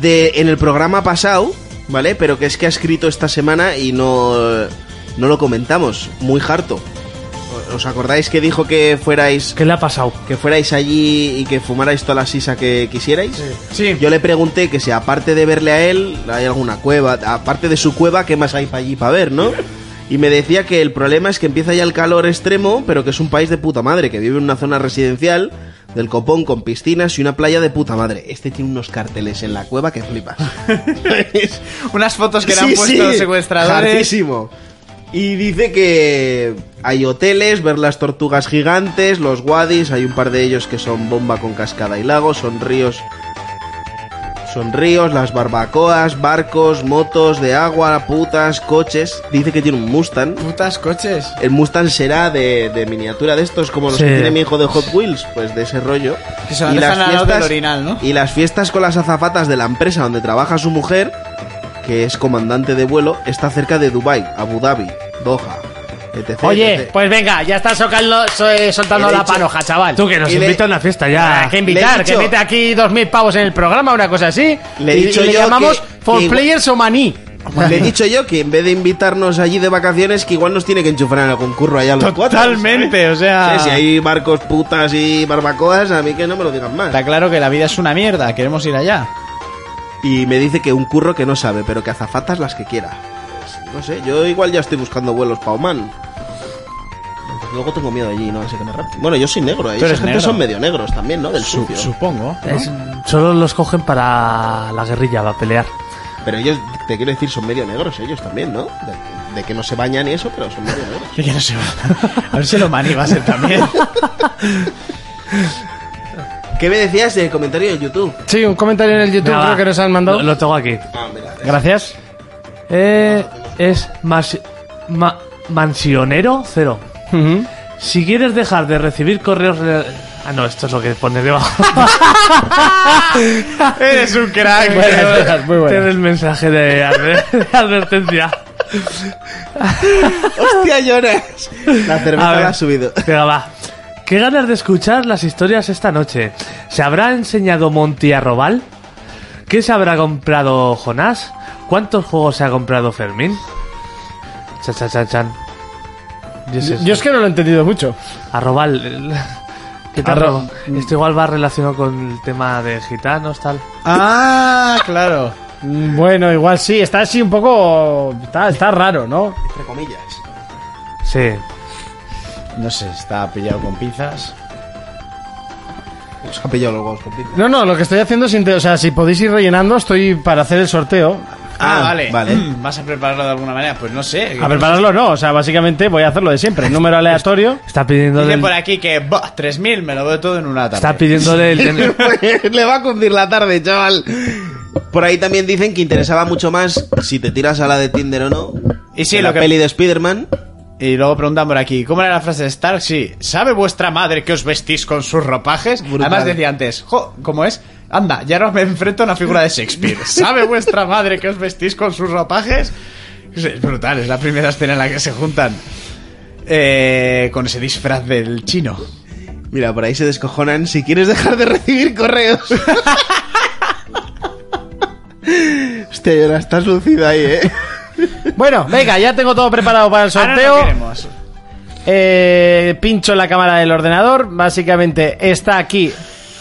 Speaker 5: de, en el programa pasado, ¿vale? Pero que es que ha escrito esta semana y no, no lo comentamos. Muy harto. ¿Os acordáis que dijo que fuerais
Speaker 6: ¿Qué le ha pasado?
Speaker 5: que fuerais allí y que fumarais toda la sisa que quisierais.
Speaker 4: Sí.
Speaker 5: Yo le pregunté que si aparte de verle a él, hay alguna cueva, aparte de su cueva, ¿qué más hay para allí para ver, no? Y me decía que el problema es que empieza ya el calor extremo, pero que es un país de puta madre, que vive en una zona residencial del copón con piscinas y una playa de puta madre. Este tiene unos carteles en la cueva que flipas.
Speaker 4: Unas fotos que le han
Speaker 5: Sí,
Speaker 4: puesto los
Speaker 5: sí,
Speaker 4: secuestradores.
Speaker 5: hartísimo. Y dice que hay hoteles, ver las tortugas gigantes, los wadis, hay un par de ellos que son bomba con cascada y lago, son ríos. Son ríos, las barbacoas, barcos, motos de agua, putas, coches. Dice que tiene un Mustang.
Speaker 4: Putas coches.
Speaker 5: El Mustang será de, de miniatura de estos, como los
Speaker 6: Sí.
Speaker 5: que tiene mi hijo de Hot Wheels, pues de ese rollo.
Speaker 4: Que se la dejan al lado del orinal, ¿no?
Speaker 5: Y las fiestas con las azafatas de la empresa donde trabaja su mujer, que es comandante de vuelo, está cerca de Dubai, Abu Dhabi, Doha, etc.
Speaker 2: Oye,
Speaker 5: etc..
Speaker 2: pues venga, ya estás socando- so- eh, soltando
Speaker 5: Le he
Speaker 2: la
Speaker 5: dicho-
Speaker 2: panoja, chaval.
Speaker 6: Tú que nos
Speaker 5: Y le-
Speaker 6: invita a una fiesta
Speaker 2: Ah,
Speaker 6: ya.
Speaker 2: que
Speaker 5: le
Speaker 2: invitar,
Speaker 5: he dicho-
Speaker 2: que mete aquí dos mil pavos en el programa, una cosa así.
Speaker 5: Le he
Speaker 2: y,
Speaker 5: dicho
Speaker 2: y le
Speaker 5: yo
Speaker 2: llamamos
Speaker 5: que-
Speaker 2: For
Speaker 5: que igual-
Speaker 2: Players Omaní.
Speaker 5: le he dicho yo que en vez de invitarnos allí de vacaciones, que igual nos tiene que enchufar en algún curro allá a los cuatro,
Speaker 4: Totalmente, o sea.
Speaker 5: ¿sabes? Si hay barcos, putas y barbacoas, a mí que no me lo digan más.
Speaker 4: Está claro que la vida es una mierda, queremos ir allá.
Speaker 5: Y me dice que un curro que no sabe, pero que azafatas las que quiera. Pues, no sé, yo igual ya estoy buscando vuelos para Oman. Porque Luego tengo miedo allí, ¿no? Así que me rapten. Bueno, yo soy negro, ¿eh?
Speaker 4: Tú
Speaker 5: Esa
Speaker 4: eres
Speaker 5: gente
Speaker 4: negro.
Speaker 5: son medio negros también, ¿no? Del
Speaker 4: Su-
Speaker 5: sucio.
Speaker 4: supongo. ¿no?
Speaker 6: Es- solo los cogen para la guerrilla, para pelear.
Speaker 5: Pero ellos, te quiero decir, son medio negros ellos también, ¿no? De, de que no se bañan y eso, pero son medio negros.
Speaker 4: Que ya no sé. A ver si lo mani va a ser también.
Speaker 5: ¿Qué me decías del comentario de YouTube?
Speaker 2: Sí, un comentario en el YouTube
Speaker 6: Mira,
Speaker 2: creo
Speaker 6: va.
Speaker 2: que nos han mandado.
Speaker 6: Lo, lo tengo aquí.
Speaker 5: Ah, mira. es-
Speaker 2: Gracias.
Speaker 6: Eh, es más, ma- mansionero cero. Si quieres dejar de recibir correos... re- Ah, no, esto es lo que pones debajo.
Speaker 4: Eres un crack.
Speaker 2: Buenas, buenas, muy
Speaker 6: Tiene
Speaker 2: buenas.
Speaker 6: el mensaje de, adver- de advertencia.
Speaker 5: Hostia, lloras. La
Speaker 6: A
Speaker 5: cerveza
Speaker 6: ver.
Speaker 5: la ha subido.
Speaker 6: Venga, va. Qué ganas de escuchar las historias esta noche. ¿Se habrá enseñado Monty a robar? ¿Qué se habrá comprado Jonás? ¿Cuántos juegos se ha comprado Fermín? Chan, chan, chan, chan. Yo sé-
Speaker 2: Yo es que no lo he entendido mucho.
Speaker 6: A robar. el- ¿Qué
Speaker 2: Arro-
Speaker 6: tal?
Speaker 5: Mm.
Speaker 6: robo? Esto igual va relacionado con el tema de gitanos, tal.
Speaker 4: Ah, claro.
Speaker 2: Mm, Bueno, igual sí, está así un poco. Está, está raro, ¿no?
Speaker 5: Entre comillas.
Speaker 6: Sí.
Speaker 4: No sé, está pillado con pinzas.
Speaker 5: Os ha pillado los huevos con pinzas.
Speaker 2: No, no, lo que estoy haciendo es. inte- O sea, si podéis ir rellenando, estoy para hacer el sorteo.
Speaker 5: Ah, vale.
Speaker 4: Mm, ¿Vas a prepararlo de alguna manera? Pues no sé.
Speaker 2: A prepararlo no, o sea, básicamente voy a hacer lo de siempre. Número aleatorio.
Speaker 6: Está pidiendo
Speaker 4: Dice
Speaker 6: del-
Speaker 4: por aquí que "Bah, 3.000 me lo veo todo en una tarde.
Speaker 6: Está pidiéndole el DNI.
Speaker 5: Pues, Le va a cundir la tarde, chaval. Por ahí también dicen que interesaba mucho más si te tiras a la de Tinder o no.
Speaker 4: Y sí,
Speaker 5: que
Speaker 4: lo
Speaker 5: la
Speaker 4: que-
Speaker 5: peli de Spider-Man.
Speaker 4: Y luego preguntan por aquí, ¿cómo era la frase de Stark? Sí, ¿sabe vuestra madre que os vestís con sus ropajes?
Speaker 5: Brutal.
Speaker 4: Además decía antes, jo, ¿cómo es? Anda, ya no me enfrento a una figura de Shakespeare. ¿Sabe vuestra madre que os vestís con sus ropajes? Es- Es brutal, es la primera escena en la que se juntan. Eh, con ese disfraz del chino.
Speaker 5: Mira, por ahí se descojonan si quieres dejar de recibir correos. Hostia, Yona, estás lucida ahí, eh.
Speaker 2: Bueno, venga, ya tengo todo preparado para el
Speaker 4: Ahora no
Speaker 2: sorteo.
Speaker 4: queremos.
Speaker 2: Eh, pincho la cámara del ordenador. Básicamente está aquí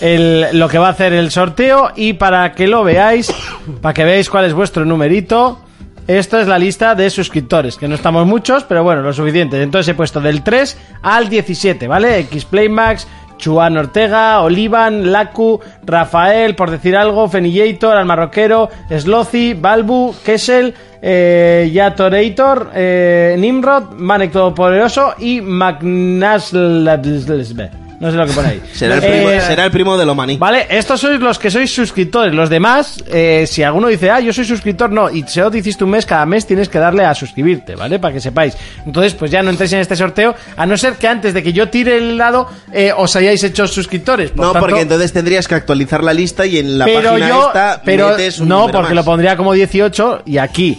Speaker 2: el- lo que va a hacer el sorteo. Y para que lo veáis, para que veáis cuál es vuestro numerito, esta es la lista de suscriptores. Que no estamos muchos, pero bueno, lo suficiente. Entonces he puesto del 3 al 17, ¿vale? Xplaymax. Chuan Ortega, Olivan, Laku, Rafael, por decir algo, Fenillator, Al Marroquero, Slozy, Balbu, Kessel, eh, Yatorator, eh, Nimrod, Manek Todopoderoso y Magnaslabsb. No sé lo que pone ahí.
Speaker 5: Será el primo,
Speaker 2: Eh,
Speaker 5: será el primo de Lomani.
Speaker 2: Vale, estos sois los que sois suscriptores. Los demás, eh, si alguno dice, ah, yo soy suscriptor, no. Y si lo hiciste un mes, cada mes tienes que darle a suscribirte, ¿vale? Para que sepáis. Entonces, pues ya no entréis en este sorteo, a no ser que antes de que yo tire el lado, eh, os hayáis hecho suscriptores. Por
Speaker 5: no,
Speaker 2: tanto-
Speaker 5: porque entonces tendrías que actualizar la lista y en la
Speaker 2: pero
Speaker 5: página
Speaker 2: yo,
Speaker 5: esta
Speaker 2: pero
Speaker 5: metes un
Speaker 2: no,
Speaker 5: número
Speaker 2: porque lo
Speaker 5: más.
Speaker 2: pondría como 18 y aquí,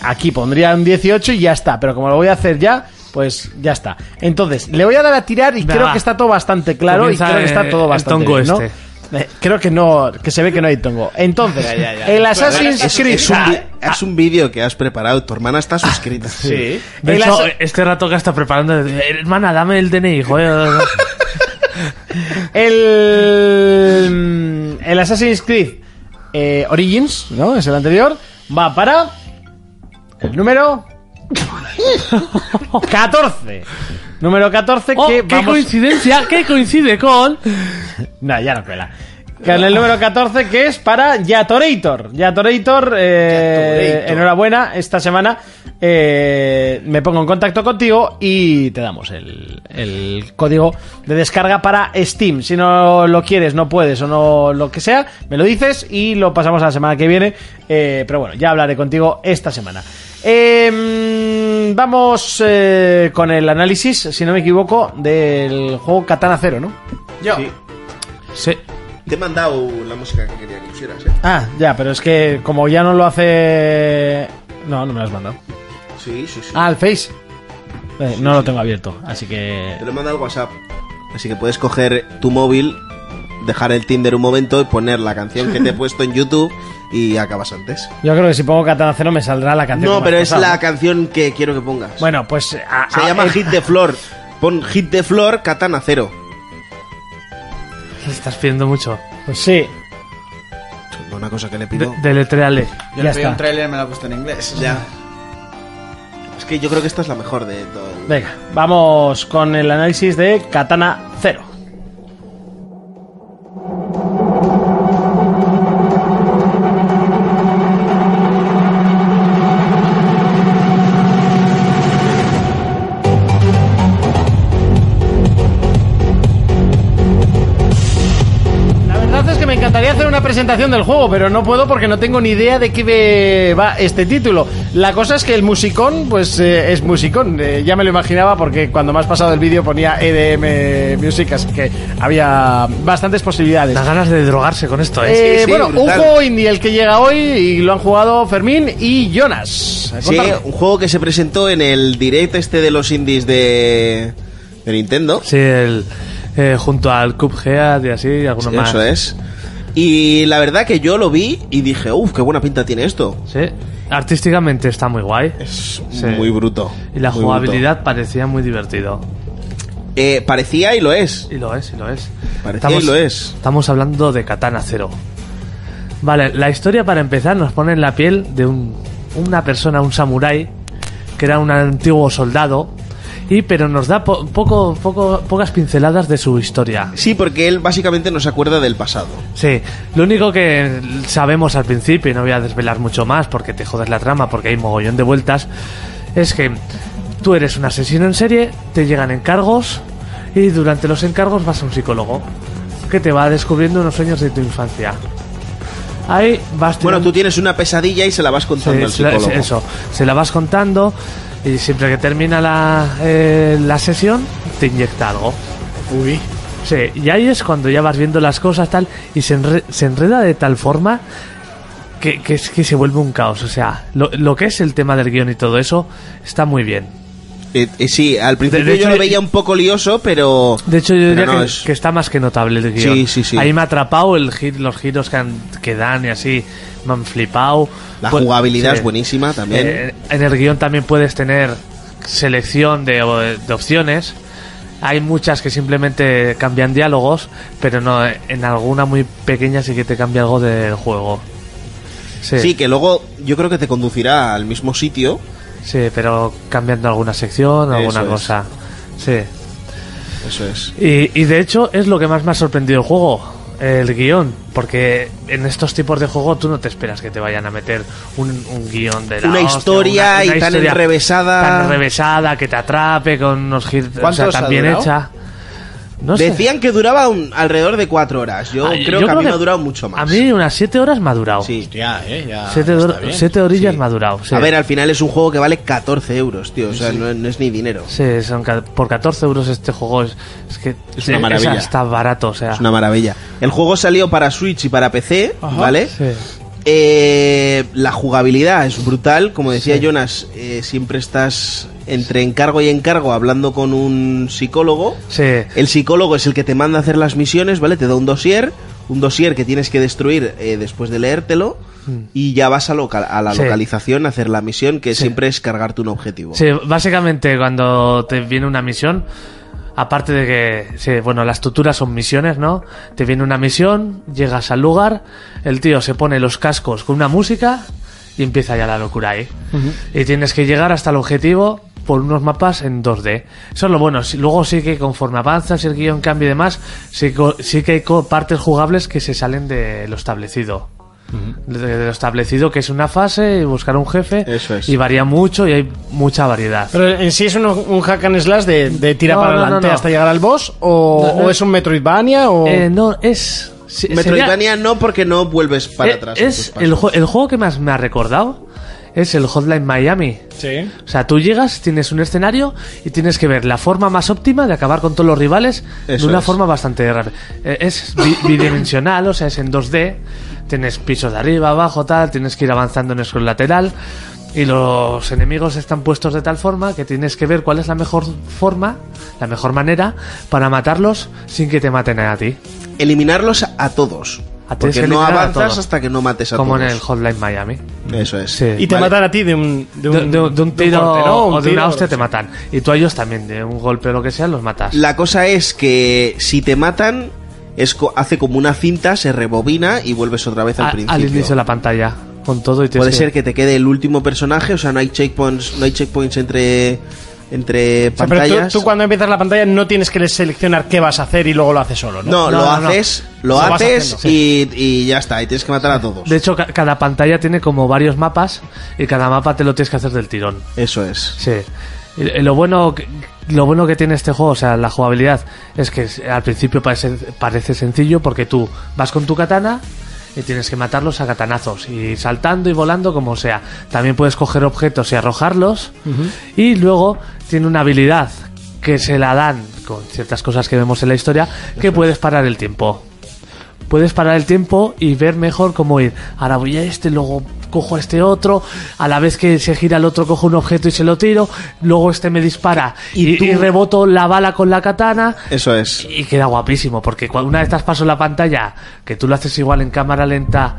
Speaker 2: aquí pondría un 18 y ya está. Pero como lo voy a hacer ya, pues ya está. Entonces le voy a dar a tirar y
Speaker 6: Venga,
Speaker 2: creo
Speaker 6: va.
Speaker 2: que está todo bastante claro
Speaker 6: Comienza,
Speaker 2: y creo que está
Speaker 6: eh,
Speaker 2: todo
Speaker 6: el
Speaker 2: bastante
Speaker 6: tongo
Speaker 2: bien, ¿no?
Speaker 6: este.
Speaker 2: Eh, Creo que no, que se ve que no hay tongo. Entonces,
Speaker 4: ya, ya.
Speaker 2: el
Speaker 4: Pero
Speaker 2: Assassin's
Speaker 5: Es,
Speaker 2: Creed.
Speaker 5: es un, vi- es un vídeo que has preparado. Tu hermana está suscrita.
Speaker 4: Sí.
Speaker 6: De
Speaker 2: El
Speaker 6: hecho,
Speaker 2: asa-
Speaker 6: este rato que está preparando, eh, hermana, dame el DNI, joder.
Speaker 2: El, mm, el Assassin's Creed eh, Origins, ¿no? Es el anterior. Va para el número 14. Número 14
Speaker 6: Oh,
Speaker 2: que
Speaker 6: qué
Speaker 2: vamos...
Speaker 6: coincidencia, que coincide con...
Speaker 2: No, ya no cuela. Con el número 14 que es para Yatorator. Yatorator, eh,
Speaker 4: Yatorator.
Speaker 2: enhorabuena. Esta semana eh, me pongo en contacto contigo y te damos el, el código de descarga para Steam. Si no lo quieres, no puedes o no lo que sea, me lo dices y lo pasamos a la semana que viene. Eh, pero bueno, ya hablaré contigo esta semana. Em, vamos eh, con el análisis, si no me equivoco, del juego Katana Cero, ¿no?
Speaker 4: Yo.
Speaker 6: Sí.
Speaker 5: Te he mandado la música que quería que pusieras, eh.
Speaker 2: Ah, ya, pero es que como ya no lo hace. No, no me lo has mandado.
Speaker 5: Sí, sí, sí.
Speaker 2: Ah, el Face. Eh, no lo tengo abierto, así que.
Speaker 5: Te lo manda al WhatsApp. Así que puedes coger tu móvil, dejar el Tinder un momento y poner la canción que te he puesto en YouTube y acabas antes.
Speaker 2: Yo creo que si pongo Katana Cero me saldrá la canción. que
Speaker 5: No,
Speaker 2: me
Speaker 5: pero
Speaker 2: has
Speaker 5: es
Speaker 2: pasado.
Speaker 5: la canción que quiero que pongas.
Speaker 2: Bueno, pues. ah,
Speaker 5: Se
Speaker 2: ah,
Speaker 5: llama
Speaker 2: eh,
Speaker 5: Hit de Flor. Pon Hit de Flor, Katana Cero.
Speaker 6: Te estás pidiendo mucho.
Speaker 2: pues sí.
Speaker 5: Una cosa que le
Speaker 6: De, E
Speaker 5: pido.
Speaker 6: deletréale.
Speaker 4: Yo
Speaker 2: Ya
Speaker 4: le pedí
Speaker 2: está.
Speaker 4: un tráiler y me lo he puesto en inglés.
Speaker 5: Ya. Es que yo creo que esta es la mejor de todo. el-
Speaker 2: Venga, vamos con el análisis de Katana 0. La verdad es que me encantaría hacer una presentación del juego, pero no puedo porque no tengo ni idea de qué de- va este título. La cosa es que el musicón, pues eh, es musicón. Eh, ya me lo imaginaba porque cuando me has pasado el vídeo ponía EDM Music, así que había bastantes posibilidades.
Speaker 6: Las ganas de drogarse con esto, ¿eh?
Speaker 2: Eh,
Speaker 5: sí,
Speaker 2: bueno, un
Speaker 5: brutal.
Speaker 2: juego indie el que llega hoy y lo han jugado Fermín y Jonas.
Speaker 5: Sí,
Speaker 2: Contadme.
Speaker 5: un juego que se presentó en el direct este de los indies de, de Nintendo.
Speaker 6: Sí, el, eh, junto al Cuphead y así, y alguno más.
Speaker 5: Eso ¿eh? es. Y la verdad que yo lo vi y dije, uff, qué buena pinta tiene esto.
Speaker 6: Sí. Artísticamente está muy guay.
Speaker 5: Es
Speaker 6: Sí.
Speaker 5: muy bruto.
Speaker 6: Y la
Speaker 5: muy bruto.
Speaker 6: jugabilidad parecía muy divertido.
Speaker 5: Eh, parecía y lo es.
Speaker 6: Y lo es, y lo es.
Speaker 5: Parecía y lo es.
Speaker 6: Estamos hablando de Katana Cero. Vale, la historia para empezar nos pone en la piel de un- una persona, un samurái, que era un antiguo soldado, y pero nos da po- poco, poco, pocas pinceladas de su historia.
Speaker 5: Sí, porque él básicamente no se acuerda del pasado.
Speaker 6: Sí, lo único que sabemos al principio, y no voy a desvelar mucho más porque te jodes la trama, porque hay mogollón de vueltas, es que tú eres un asesino en serie, te llegan encargos y durante los encargos vas a un psicólogo que te va descubriendo unos sueños de tu infancia. Ahí vas
Speaker 5: Bueno,
Speaker 6: tirando-
Speaker 5: tú tienes una pesadilla y se la vas contando al
Speaker 6: se la-
Speaker 5: psicólogo.
Speaker 6: eso, se la vas contando y siempre que termina la, eh, la sesión te inyecta algo.
Speaker 2: Uy.
Speaker 6: Sí, y ahí es cuando ya vas viendo las cosas tal y se, enre- se enreda de tal forma que, que es que se vuelve un caos. O sea, lo, lo que es el tema del guión y todo eso está muy bien.
Speaker 5: Eh, eh, sí, al principio
Speaker 6: de
Speaker 5: yo
Speaker 6: hecho,
Speaker 5: lo
Speaker 6: eh,
Speaker 5: veía un poco lioso, pero...
Speaker 6: De hecho, yo
Speaker 5: pero
Speaker 6: diría
Speaker 5: no,
Speaker 6: que,
Speaker 5: es-
Speaker 6: que está más que notable el guión.
Speaker 5: Sí, sí, sí.
Speaker 6: Ahí me ha atrapado el gi- los giros que, han- que dan y así, me han flipado.
Speaker 5: La
Speaker 6: Pues-
Speaker 5: jugabilidad
Speaker 6: sí.
Speaker 5: es buenísima también.
Speaker 6: Eh, en el guión también puedes tener selección de, o- de opciones. Hay muchas que simplemente cambian diálogos, pero no, eh, en alguna muy pequeña sí que te cambia algo del juego. Sí,
Speaker 5: Sí, que luego yo creo que te conducirá al mismo sitio.
Speaker 6: sí, pero cambiando alguna sección, alguna
Speaker 5: Eso es.
Speaker 6: cosa. Sí.
Speaker 5: Eso es.
Speaker 6: Y, y de hecho es lo que más me ha sorprendido el juego, el guión, porque en estos tipos de juego tú no te esperas que te vayan a meter un, un guión de la
Speaker 5: Una
Speaker 6: hostia,
Speaker 5: historia y tan enrevesada.
Speaker 6: tan enrevesada que te atrape con unos giros, o
Speaker 4: ¿Cuánto
Speaker 6: sea,
Speaker 4: os
Speaker 6: tan
Speaker 4: ha
Speaker 6: bien
Speaker 4: durado?
Speaker 6: hecha. No sé.
Speaker 5: Decían que duraba un- alrededor de cuatro horas. Yo
Speaker 6: Ah,
Speaker 5: creo que a mí me ha durado mucho más.
Speaker 6: A mí unas 7 horas me ha durado. Ah,
Speaker 5: Sí.
Speaker 4: Hostia, eh, ya.
Speaker 6: Siete
Speaker 4: está
Speaker 6: hor-
Speaker 4: bien.
Speaker 6: siete orillas
Speaker 5: Sí.
Speaker 6: me ha durado. sí.
Speaker 5: A ver, al final es un juego que vale 14 euros, tío. O sea, no, no es ni dinero.
Speaker 6: Sí, son ca- por 14 euros este juego es, es que
Speaker 5: Es una maravilla.
Speaker 6: está barato, o sea.
Speaker 5: Es una maravilla. El juego salió para Switch y para PC, ¿vale?
Speaker 6: Sí.
Speaker 5: Eh, la jugabilidad es brutal. Como decía Jonas, eh, siempre estás entre encargo y encargo hablando con un psicólogo.
Speaker 6: Sí.
Speaker 5: El psicólogo es el que te manda a hacer las misiones, ¿vale? Te da un dossier, un dossier que tienes que destruir eh, después de leértelo y ya vas a, loca- a la
Speaker 6: Mm. Sí.
Speaker 5: localización a hacer la misión, que siempre es cargarte un objetivo.
Speaker 6: Sí, básicamente cuando te viene una misión, aparte de que, sí, bueno, las tuturas son misiones, ¿no? Te viene una misión, llegas al lugar, el tío se pone los cascos con una música y empieza ya la locura ahí. Y tienes que llegar hasta el objetivo por unos mapas en 2D. Eso es lo bueno. Si- Luego sí que conforme avanzas, el guión cambia y demás, sí, co- sí que hay co- partes jugables que se salen de lo establecido. De, de lo establecido que es una fase y buscar un jefe
Speaker 5: Eso es.
Speaker 6: y varía mucho y hay mucha variedad.
Speaker 2: Pero en sí es un, un hack and slash de, de tira
Speaker 6: No,
Speaker 2: para
Speaker 6: no, no,
Speaker 2: adelante
Speaker 6: no.
Speaker 2: hasta llegar al boss o,
Speaker 6: No, no.
Speaker 2: o es un Metroidvania o...
Speaker 6: Eh, no, es... se- sería-
Speaker 5: Metroidvania no porque no vuelves para
Speaker 6: eh,
Speaker 5: atrás. en tus
Speaker 6: Es
Speaker 5: pasos.
Speaker 6: el, ju- el juego que más me ha recordado es el Hotline Miami.
Speaker 2: Sí.
Speaker 6: O sea, tú llegas, tienes un escenario y tienes que ver la forma más óptima de acabar con todos los rivales
Speaker 5: Eso
Speaker 6: de una
Speaker 5: es.
Speaker 6: forma bastante rápida. Eh, Es bi- bidimensional, o sea, es en 2D. Tienes pisos de arriba, abajo, tal. Tienes que ir avanzando en el scroll lateral. Y los enemigos están puestos de tal forma que tienes que ver cuál es la mejor forma, la mejor manera para matarlos sin que te maten a ti.
Speaker 5: Eliminarlos a, a todos.
Speaker 6: Ah, tienes
Speaker 5: porque
Speaker 6: que
Speaker 5: no
Speaker 6: eliminar a
Speaker 5: avanzas
Speaker 6: todos.
Speaker 5: hasta que no mates a
Speaker 6: Como en el
Speaker 5: todos.
Speaker 6: Hotline Miami.
Speaker 5: Eso es.
Speaker 6: Sí.
Speaker 2: Y te
Speaker 5: Vale.
Speaker 2: matan a ti de un... De
Speaker 6: de,
Speaker 2: un,
Speaker 6: de- de un
Speaker 2: de un
Speaker 6: tiro
Speaker 2: corte, ¿no?
Speaker 6: o de
Speaker 2: tiro,
Speaker 6: una hostia
Speaker 2: no
Speaker 6: te
Speaker 2: sé.
Speaker 6: matan. Y tú a ellos también, de un golpe o lo que sea, los matas.
Speaker 5: La cosa es que si te matan, es co- hace como una cinta, se rebobina y vuelves otra vez al
Speaker 6: A-
Speaker 5: principio.
Speaker 6: al inicio de Ah, la pantalla. Con todo y tienes
Speaker 5: Puede ser que te quede el último personaje, o sea, no hay checkpoints, no hay checkpoints entre entre
Speaker 2: O sea, pero tú-
Speaker 5: pantallas.
Speaker 2: tú, cuando empiezas la pantalla no tienes que seleccionar qué vas a hacer y luego lo haces solo, ¿no?
Speaker 5: No,
Speaker 6: No,
Speaker 5: lo
Speaker 6: no, no.
Speaker 5: haces, lo,
Speaker 2: Lo vas
Speaker 5: haces
Speaker 2: haciendo.
Speaker 5: y, y ya está, y tienes que matar a todos.
Speaker 6: De hecho, ca- cada pantalla tiene como varios mapas y cada mapa te lo tienes que hacer del tirón.
Speaker 5: Eso es.
Speaker 6: Sí. Y- y Lo bueno, que- lo bueno que tiene este juego, o sea, la jugabilidad, es que es- al principio parece, parece sencillo porque tú vas con tu katana y tienes que matarlos a katanazos y saltando y volando como sea. También puedes coger objetos y arrojarlos y luego tiene una habilidad que se la dan con ciertas cosas que vemos en la historia que puedes parar el tiempo puedes parar el tiempo y ver mejor cómo ir. Ahora voy a este, luego cojo a este otro, a la vez que se gira el otro cojo un objeto y se lo tiro, luego este me dispara y, y reboto la bala con la katana
Speaker 5: Eso es.
Speaker 6: y queda guapísimo porque cuando una vez estás paso la pantalla, que tú lo haces igual en cámara lenta,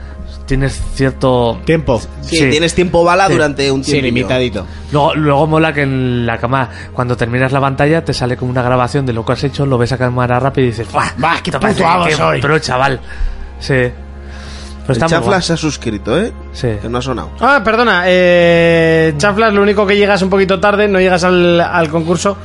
Speaker 6: tienes cierto...
Speaker 4: Tiempo.
Speaker 5: Sí,
Speaker 6: Sí.
Speaker 5: tienes tiempo bala
Speaker 6: Sí.
Speaker 5: durante un
Speaker 4: Sí,
Speaker 5: tiempo.
Speaker 4: limitadito.
Speaker 6: Luego, luego mola que en la cama, cuando terminas la pantalla, te sale como una grabación de lo que has hecho, lo ves a cámara rápida y dices, ¡Buah!
Speaker 2: Bah, qué
Speaker 6: te parece
Speaker 2: puto amo
Speaker 6: que-
Speaker 2: soy".
Speaker 6: Pero chaval, sí. Pero
Speaker 5: El
Speaker 6: está muy
Speaker 5: Chafla
Speaker 6: guay.
Speaker 5: se ha suscrito, ¿eh?
Speaker 6: Sí.
Speaker 5: Que no ha sonado.
Speaker 2: Ah, perdona, eh, Chaflas, lo único que llegas un poquito tarde, no llegas al, al concurso.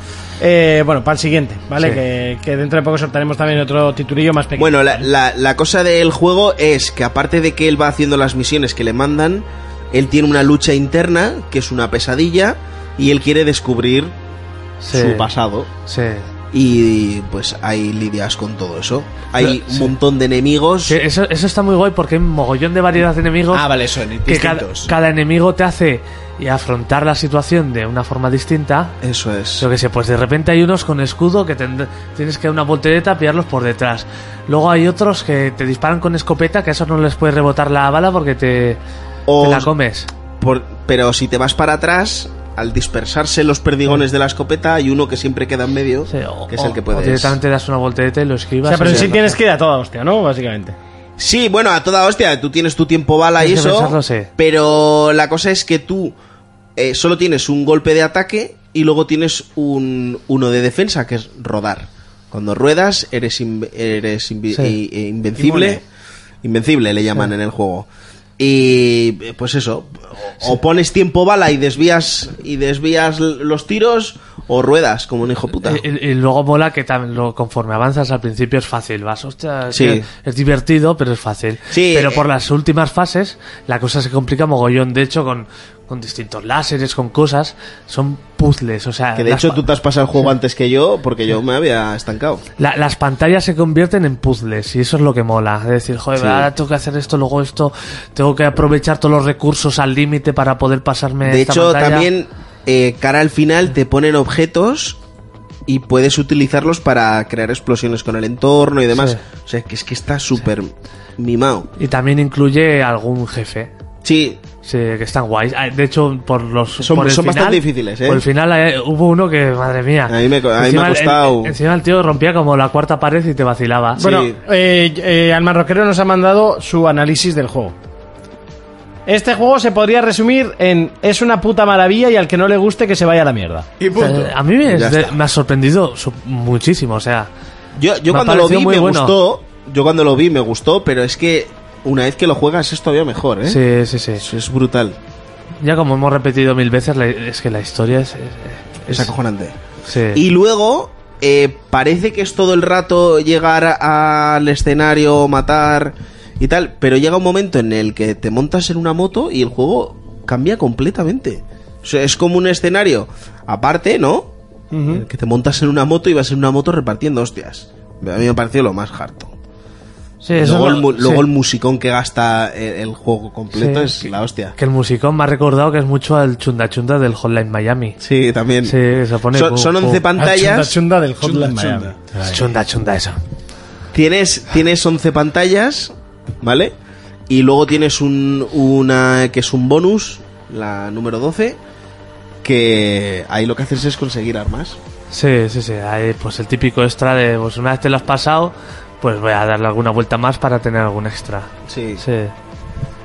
Speaker 2: eh, bueno, para el siguiente, ¿vale?
Speaker 6: Sí.
Speaker 2: Que, que dentro de poco soltaremos también otro titulillo más pequeño.
Speaker 5: Bueno, la, la- la cosa del juego es que aparte de que él va haciendo las misiones que le mandan, él tiene una lucha interna, que es una pesadilla, y él quiere descubrir
Speaker 6: Sí.
Speaker 5: su pasado.
Speaker 6: Sí.
Speaker 5: Y pues hay lidias con todo eso. Hay
Speaker 6: Pero-
Speaker 5: un montón de enemigos.
Speaker 6: Sí, eso, eso está muy guay porque hay un mogollón de variedad de enemigos.
Speaker 4: Ah, vale, son
Speaker 6: que cada,
Speaker 4: distintos.
Speaker 6: cada enemigo te hace y afrontar la situación de una forma distinta.
Speaker 5: Eso es.
Speaker 6: Yo que sé, pues de repente hay unos con escudo que tend- tienes que dar una voltereta, pillarlos por detrás. Luego hay otros que te disparan con escopeta, que a esos no les puedes rebotar la bala porque te,
Speaker 5: O-
Speaker 6: te la comes.
Speaker 5: Por- pero si te vas para atrás, al dispersarse los perdigones de la escopeta, hay uno que siempre queda en medio,
Speaker 6: Sí, o-
Speaker 5: que es el que
Speaker 6: o- o
Speaker 5: puedes.
Speaker 6: directamente das una voltereta y lo
Speaker 2: o
Speaker 6: esquivas.
Speaker 2: sea, pero
Speaker 6: y
Speaker 2: en sí
Speaker 6: ya
Speaker 2: tienes que ir a toda hostia, ¿no? Básicamente.
Speaker 5: Sí, bueno, a toda hostia, tú tienes tu tiempo bala y
Speaker 6: Tienes que
Speaker 5: eso.
Speaker 6: pensarlo, sí.
Speaker 5: Pero la cosa es que tú eh, solo tienes un golpe de ataque y luego tienes un, uno de defensa, que es rodar. Cuando ruedas eres, inve- eres invi-
Speaker 6: Sí.
Speaker 5: i- eh, invencible. Invencible le llaman en el juego. Y eh, pues eso, o o pones tiempo bala y desvías y desvías l- los tiros o ruedas como un hijo puta.
Speaker 6: Eh, Y, y- y luego mola que tam- lo, conforme avanzas al principio es fácil, vas, hostia, es,
Speaker 5: Sí.
Speaker 6: que es divertido, pero es fácil.
Speaker 5: Sí,
Speaker 6: pero por
Speaker 5: eh.
Speaker 6: las últimas fases la cosa se complica mogollón, de hecho, con, con distintos láseres, con cosas, son puzzles, o sea...
Speaker 5: Que de
Speaker 6: las
Speaker 5: hecho
Speaker 6: pa-
Speaker 5: tú te has pasado el juego antes que yo porque yo me había estancado.
Speaker 6: la- las pantallas se convierten en puzzles y eso es lo que mola. Es decir, joder,
Speaker 5: Sí.
Speaker 6: ahora tengo que hacer esto, luego esto, tengo que aprovechar todos los recursos al límite para poder pasarme
Speaker 5: De
Speaker 6: esta
Speaker 5: hecho,
Speaker 6: pantalla.
Speaker 5: también eh, cara al final te ponen objetos y puedes utilizarlos para crear explosiones con el entorno y demás.
Speaker 6: Sí.
Speaker 5: O sea, que es que está súper mimado.
Speaker 6: Y también incluye algún jefe.
Speaker 5: Sí,
Speaker 6: Sí, que están guays. Ah, De hecho, por los.
Speaker 5: Son-
Speaker 6: por el
Speaker 5: son bastante
Speaker 6: final-
Speaker 5: difíciles, ¿eh?
Speaker 6: Por el final eh, hubo uno que, madre mía.
Speaker 5: A mí me co- a mí me ha
Speaker 6: el-
Speaker 5: costado.
Speaker 6: El, encima el tío rompía como la cuarta pared y te vacilaba.
Speaker 2: Bueno, eh, eh, al marroquero nos ha mandado su análisis del juego. Este juego se podría resumir en es una puta maravilla y al que no le guste que se vaya a la mierda.
Speaker 4: Y
Speaker 6: O sea, a mí me,
Speaker 5: Ya
Speaker 6: es de-
Speaker 5: está.
Speaker 6: me ha sorprendido su- muchísimo. O sea,
Speaker 5: yo, yo
Speaker 6: Me ha
Speaker 5: cuando lo
Speaker 6: parecido
Speaker 5: vi
Speaker 6: muy
Speaker 5: me
Speaker 6: bueno.
Speaker 5: gustó. Yo cuando lo vi me gustó, pero es que una vez que lo juegas es todavía mejor, ¿eh?
Speaker 6: sí, sí, sí.
Speaker 5: Es, es brutal.
Speaker 6: Ya como hemos repetido mil veces, la- es que la historia es.
Speaker 5: Es
Speaker 6: es-
Speaker 5: acojonante.
Speaker 6: sí.
Speaker 5: Y luego eh, parece que es todo el rato llegar a- al escenario, matar y tal, pero llega un momento en el que te montas en una moto y el juego cambia completamente. O sea, es como un escenario aparte, ¿no? En el que te montas en una moto y vas en una moto repartiendo hostias. A mí me pareció lo más harto.
Speaker 6: Sí, eso
Speaker 5: luego
Speaker 6: no-
Speaker 5: el, mu-
Speaker 6: sí.
Speaker 5: luego el musicón que gasta eh, el, el juego completo
Speaker 6: Sí.
Speaker 5: es la hostia.
Speaker 6: Que el musicón me ha recordado que es mucho al chunda chunda del Hotline Miami.
Speaker 5: Sí, también.
Speaker 6: Sí, se pone
Speaker 5: son,
Speaker 6: pu-
Speaker 5: son 11
Speaker 6: pu-
Speaker 2: La
Speaker 5: pantallas.
Speaker 2: chunda, chunda del Hotline
Speaker 5: Chunda,
Speaker 2: Miami.
Speaker 5: chunda.
Speaker 6: Chunda chunda eso.
Speaker 5: Tienes, tienes 11 pantallas, ¿vale? Y luego tienes un, una que es un bonus, la número 12, que ahí lo que haces es conseguir armas.
Speaker 6: Sí, sí, sí. Hay, pues el típico extra de, pues una vez te lo has pasado, pues voy a darle alguna vuelta más para tener algún extra.
Speaker 5: Sí.
Speaker 6: Sí.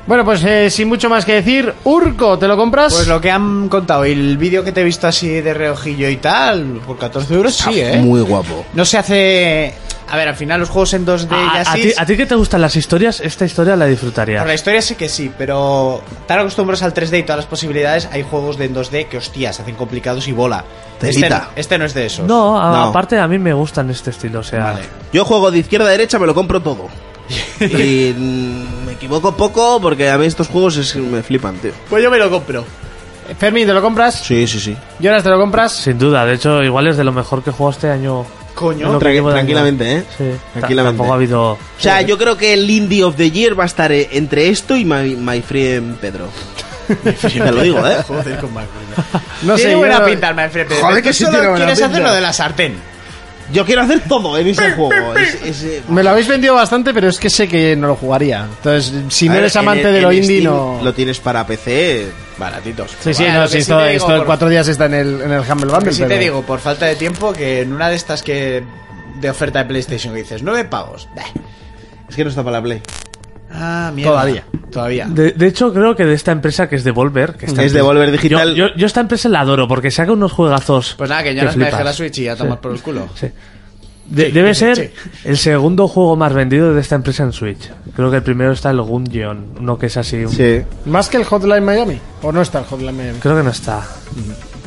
Speaker 2: Bueno, pues eh, sin mucho más que decir, Urco, ¿te lo compras?
Speaker 4: Pues lo que han contado y el vídeo que te he visto así de reojillo y tal, por 14 euros, sí, ¿eh?
Speaker 5: Muy Ah, guapo.
Speaker 4: No se hace A ver, al final los juegos en 2D y
Speaker 6: Ah, A, a
Speaker 4: así.
Speaker 6: ti, a ti que te gustan las historias, esta historia la disfrutaría.
Speaker 4: Por la historia sé que sí, pero tan acostumbrados al 3D y todas las posibilidades, hay juegos de en 2D que hostias, hacen complicados y bola.
Speaker 5: Te
Speaker 4: este,
Speaker 5: quita.
Speaker 4: este no es de esos.
Speaker 6: No, a-
Speaker 5: No.
Speaker 6: aparte a mí me gustan este estilo, o sea...
Speaker 4: Vale.
Speaker 5: Yo juego de izquierda a derecha, me lo compro todo. y mm, me equivoco poco porque a mí estos juegos es- me flipan, tío.
Speaker 4: Pues yo me lo compro.
Speaker 2: Fermín, ¿te lo compras?
Speaker 5: Sí, sí, sí.
Speaker 2: Jonas, ¿te lo compras?
Speaker 6: Sin duda, de hecho, igual es de lo mejor que he jugado este año.
Speaker 4: Coño,
Speaker 6: En lo que
Speaker 5: tranqui-
Speaker 6: llevo de año.
Speaker 5: tranquilamente, ¿eh?
Speaker 6: Sí, ta-
Speaker 5: Tranquilamente.
Speaker 6: Tampoco ha habido.
Speaker 5: O sea, yo creo que el Indie of the Year va a estar eh, entre esto y My, My Friend Pedro. Te lo digo, ¿eh?
Speaker 4: Joder, con más
Speaker 2: No
Speaker 4: Tiene
Speaker 2: sé,
Speaker 4: buena
Speaker 2: yo-
Speaker 4: pinta el Manfred Pedro.
Speaker 5: Joder, que
Speaker 4: Tú
Speaker 5: sí
Speaker 4: solo
Speaker 5: tiene buena
Speaker 4: quieres hacer
Speaker 5: pinta.
Speaker 4: lo de la sartén.
Speaker 5: Yo quiero hacer todo en ese juego. Es- es, eh,
Speaker 2: Me lo habéis vendido bastante, pero es que sé que no lo jugaría. Entonces, si
Speaker 5: a
Speaker 2: no
Speaker 5: ver,
Speaker 2: eres
Speaker 5: en-
Speaker 2: amante de
Speaker 5: en
Speaker 2: lo indie,
Speaker 5: Steam
Speaker 2: no.
Speaker 5: Lo tienes para PC.
Speaker 4: Baratitos.
Speaker 2: Sí, sí,
Speaker 4: Bueno,
Speaker 2: no,
Speaker 4: lo
Speaker 2: si
Speaker 4: Ah, que
Speaker 2: esto,
Speaker 4: pues te digo
Speaker 2: esto en
Speaker 4: por-
Speaker 2: cuatro días está en el, en el Humble
Speaker 4: lo que
Speaker 2: Bundle.
Speaker 4: sí te
Speaker 2: pero-
Speaker 4: digo, por falta de tiempo, que en una de estas que de oferta de PlayStation que dices, nueve pagos. bah.
Speaker 5: Es que no está para la Play.
Speaker 4: Ah, mierda.
Speaker 2: Todavía.
Speaker 4: Todavía.
Speaker 6: De, de hecho, creo que de esta empresa que es Devolver. Que esta
Speaker 5: Es
Speaker 6: empresa-
Speaker 5: Devolver Digital.
Speaker 6: Yo, yo, yo esta empresa la adoro porque saca unos juegazos.
Speaker 4: Pues nada, que ya me
Speaker 6: flipas.
Speaker 4: dejé la Switch y ya tomas por el culo.
Speaker 6: Sí. De- debe ser el segundo juego más vendido de esta empresa en Switch. Creo que el primero está el Gungeon, uno que es así. un-
Speaker 5: Sí.
Speaker 2: ¿Más que el Hotline Miami? ¿O no está el Hotline Miami?
Speaker 6: Creo que no está.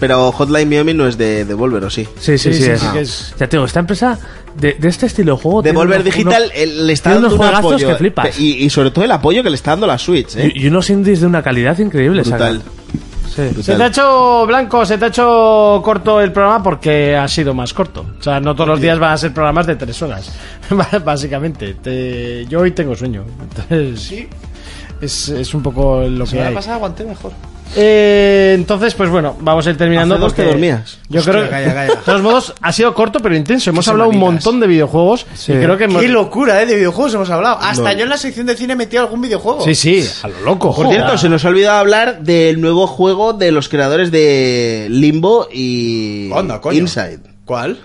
Speaker 5: Pero Hotline Miami no es de Devolver, ¿o sí?
Speaker 6: Sí, sí, sí.
Speaker 2: Sí, sí,
Speaker 6: es.
Speaker 2: sí que es-
Speaker 6: Ya te digo, esta empresa de, de este estilo de juego. tiene
Speaker 5: Devolver
Speaker 6: unos-
Speaker 5: Digital
Speaker 6: unos-
Speaker 5: eh, le está
Speaker 6: tiene
Speaker 5: dando
Speaker 6: unos
Speaker 5: un
Speaker 6: juegazos
Speaker 5: apoyo. eh,
Speaker 6: que flipas.
Speaker 5: Y, y sobre todo el apoyo que le está dando la Switch, ¿eh?
Speaker 6: Y, y unos indies de una calidad increíble. saca.
Speaker 5: Brutal.
Speaker 6: Sí.
Speaker 2: Se te ha hecho blanco, se te ha hecho corto el programa porque ha sido más corto. O sea, no todos los días van a ser programas de tres horas. Básicamente. Te- Yo hoy tengo sueño. Entonces, sí. Es, es un poco lo que hay.
Speaker 4: aguanté mejor.
Speaker 2: Eh, entonces, pues bueno, vamos a ir terminando.
Speaker 5: Hace dos
Speaker 2: porque
Speaker 5: te dormías.
Speaker 2: Yo
Speaker 4: Hostia,
Speaker 2: creo
Speaker 4: calla, calla.
Speaker 2: De todos modos, ha sido corto pero intenso. Hemos
Speaker 4: Qué
Speaker 2: hablado un
Speaker 4: semanitas.
Speaker 2: montón de videojuegos.
Speaker 6: Sí.
Speaker 2: Y creo que hemos-
Speaker 4: Qué locura, ¿eh? De videojuegos hemos hablado. Hasta yo en la sección de cine he metido algún videojuego.
Speaker 2: Sí, sí, a lo loco.
Speaker 5: Por
Speaker 2: joder.
Speaker 5: cierto, se nos ha olvidado hablar del nuevo juego de los creadores de Limbo y
Speaker 4: Onda, coño.
Speaker 5: Inside.
Speaker 4: ¿Cuál?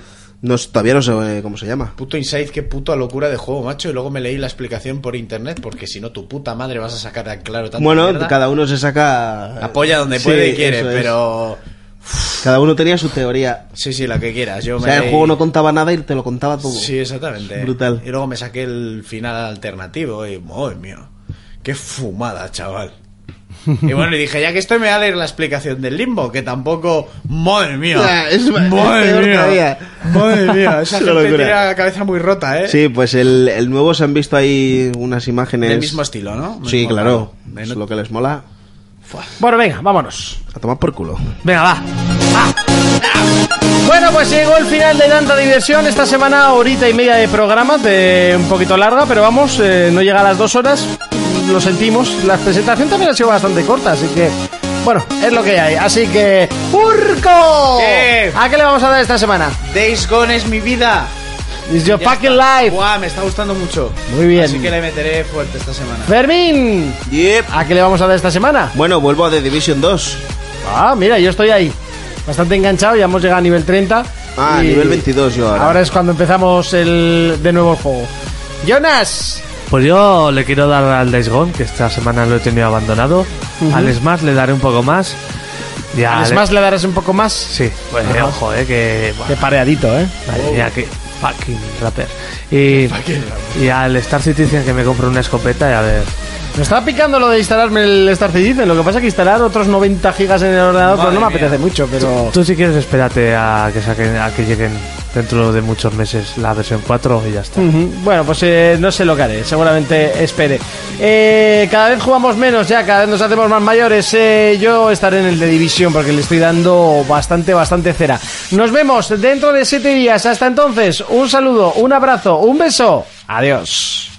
Speaker 5: No, s- todavía no sé eh, cómo se llama.
Speaker 4: Puto Inside, qué puta locura de juego, macho. Y luego me leí la explicación por internet, porque si no, tu puta madre vas a sacar a claro tanto.
Speaker 5: Bueno, cada uno se saca...
Speaker 4: Apoya donde
Speaker 5: Sí,
Speaker 4: puede y quiere,
Speaker 5: eso es.
Speaker 4: pero.
Speaker 5: Cada uno tenía su teoría.
Speaker 4: Sí, sí, la que quieras. Yo
Speaker 5: O
Speaker 4: me
Speaker 5: sea, el
Speaker 4: leí-
Speaker 5: juego no contaba nada y te lo contaba todo.
Speaker 4: Sí, exactamente.
Speaker 5: Brutal.
Speaker 4: Y luego me saqué el final alternativo y, madre mía, qué fumada, chaval. Y bueno, y dije, ya que estoy, me voy a leer la explicación del limbo, que tampoco, madre mía.
Speaker 5: Ah, es- es peor todavía.
Speaker 4: Madre mía, esa
Speaker 5: Es
Speaker 4: gente
Speaker 5: una locura.
Speaker 4: tiene la cabeza muy rota, ¿eh?
Speaker 5: Sí, pues el, el nuevo se han visto ahí unas imágenes...
Speaker 4: Del mismo estilo, ¿no?
Speaker 5: Sí,
Speaker 4: Mismo
Speaker 5: claro.
Speaker 4: palo. De
Speaker 5: Es
Speaker 4: no-
Speaker 5: lo que les mola.
Speaker 2: Bueno, venga, vámonos.
Speaker 5: A tomar por culo.
Speaker 6: Venga, va.
Speaker 2: Bueno, pues llegó el final de tanta diversión. Esta semana, horita y media de programa, de un poquito larga, pero vamos, eh, no llega a las dos horas. Lo sentimos. La presentación también ha sido bastante corta, así que, bueno, es lo que hay. Así que, ¡Urco!
Speaker 4: ¿Qué?
Speaker 2: ¿A qué le vamos a dar esta semana?
Speaker 4: Days Gone es mi vida.
Speaker 2: It's your
Speaker 4: Ya
Speaker 2: fucking
Speaker 4: está.
Speaker 2: life.
Speaker 4: Buah, me está gustando mucho.
Speaker 2: Muy bien.
Speaker 4: Así que le meteré fuerte esta semana.
Speaker 2: Fermín,
Speaker 5: Yep.
Speaker 2: ¿a qué le vamos a dar esta semana?
Speaker 5: Bueno, vuelvo a The Division 2.
Speaker 2: Ah, mira, yo estoy ahí. Bastante enganchado, ya hemos llegado a nivel 30.
Speaker 5: Ah,
Speaker 2: y
Speaker 5: nivel 22 yo ahora.
Speaker 2: Ahora es cuando empezamos el, de nuevo el juego. Jonas,
Speaker 6: Pues yo le quiero dar al Days Gone, que esta semana lo he tenido abandonado. Al Smash le daré un poco más. Y al-
Speaker 2: Además le darás un poco más.
Speaker 6: Sí, pues
Speaker 2: Ajá.
Speaker 6: ojo, eh, que. buah,
Speaker 2: Qué pareadito, ¿eh?
Speaker 6: madre mía, qué fucking rapper. Y, y al Star Citizen que me compro una escopeta y a ver.
Speaker 2: Me estaba picando lo de instalarme el Star Citizen. Lo que pasa es que instalar otros 90 gigas en el ordenador
Speaker 4: Madre
Speaker 2: pues no me
Speaker 4: mía.
Speaker 2: apetece mucho, pero...
Speaker 6: Tú si quieres espérate a que saquen, a que lleguen dentro de muchos meses la versión 4 y ya está.
Speaker 2: Ujú. Bueno, pues eh, no sé lo que haré, seguramente espere. Eh, cada vez jugamos menos ya, cada vez nos hacemos más mayores. Eh, yo estaré en el de división porque le estoy dando bastante, bastante cera. Nos vemos dentro de 7 días. Hasta entonces, un saludo, un abrazo, un beso. Adiós.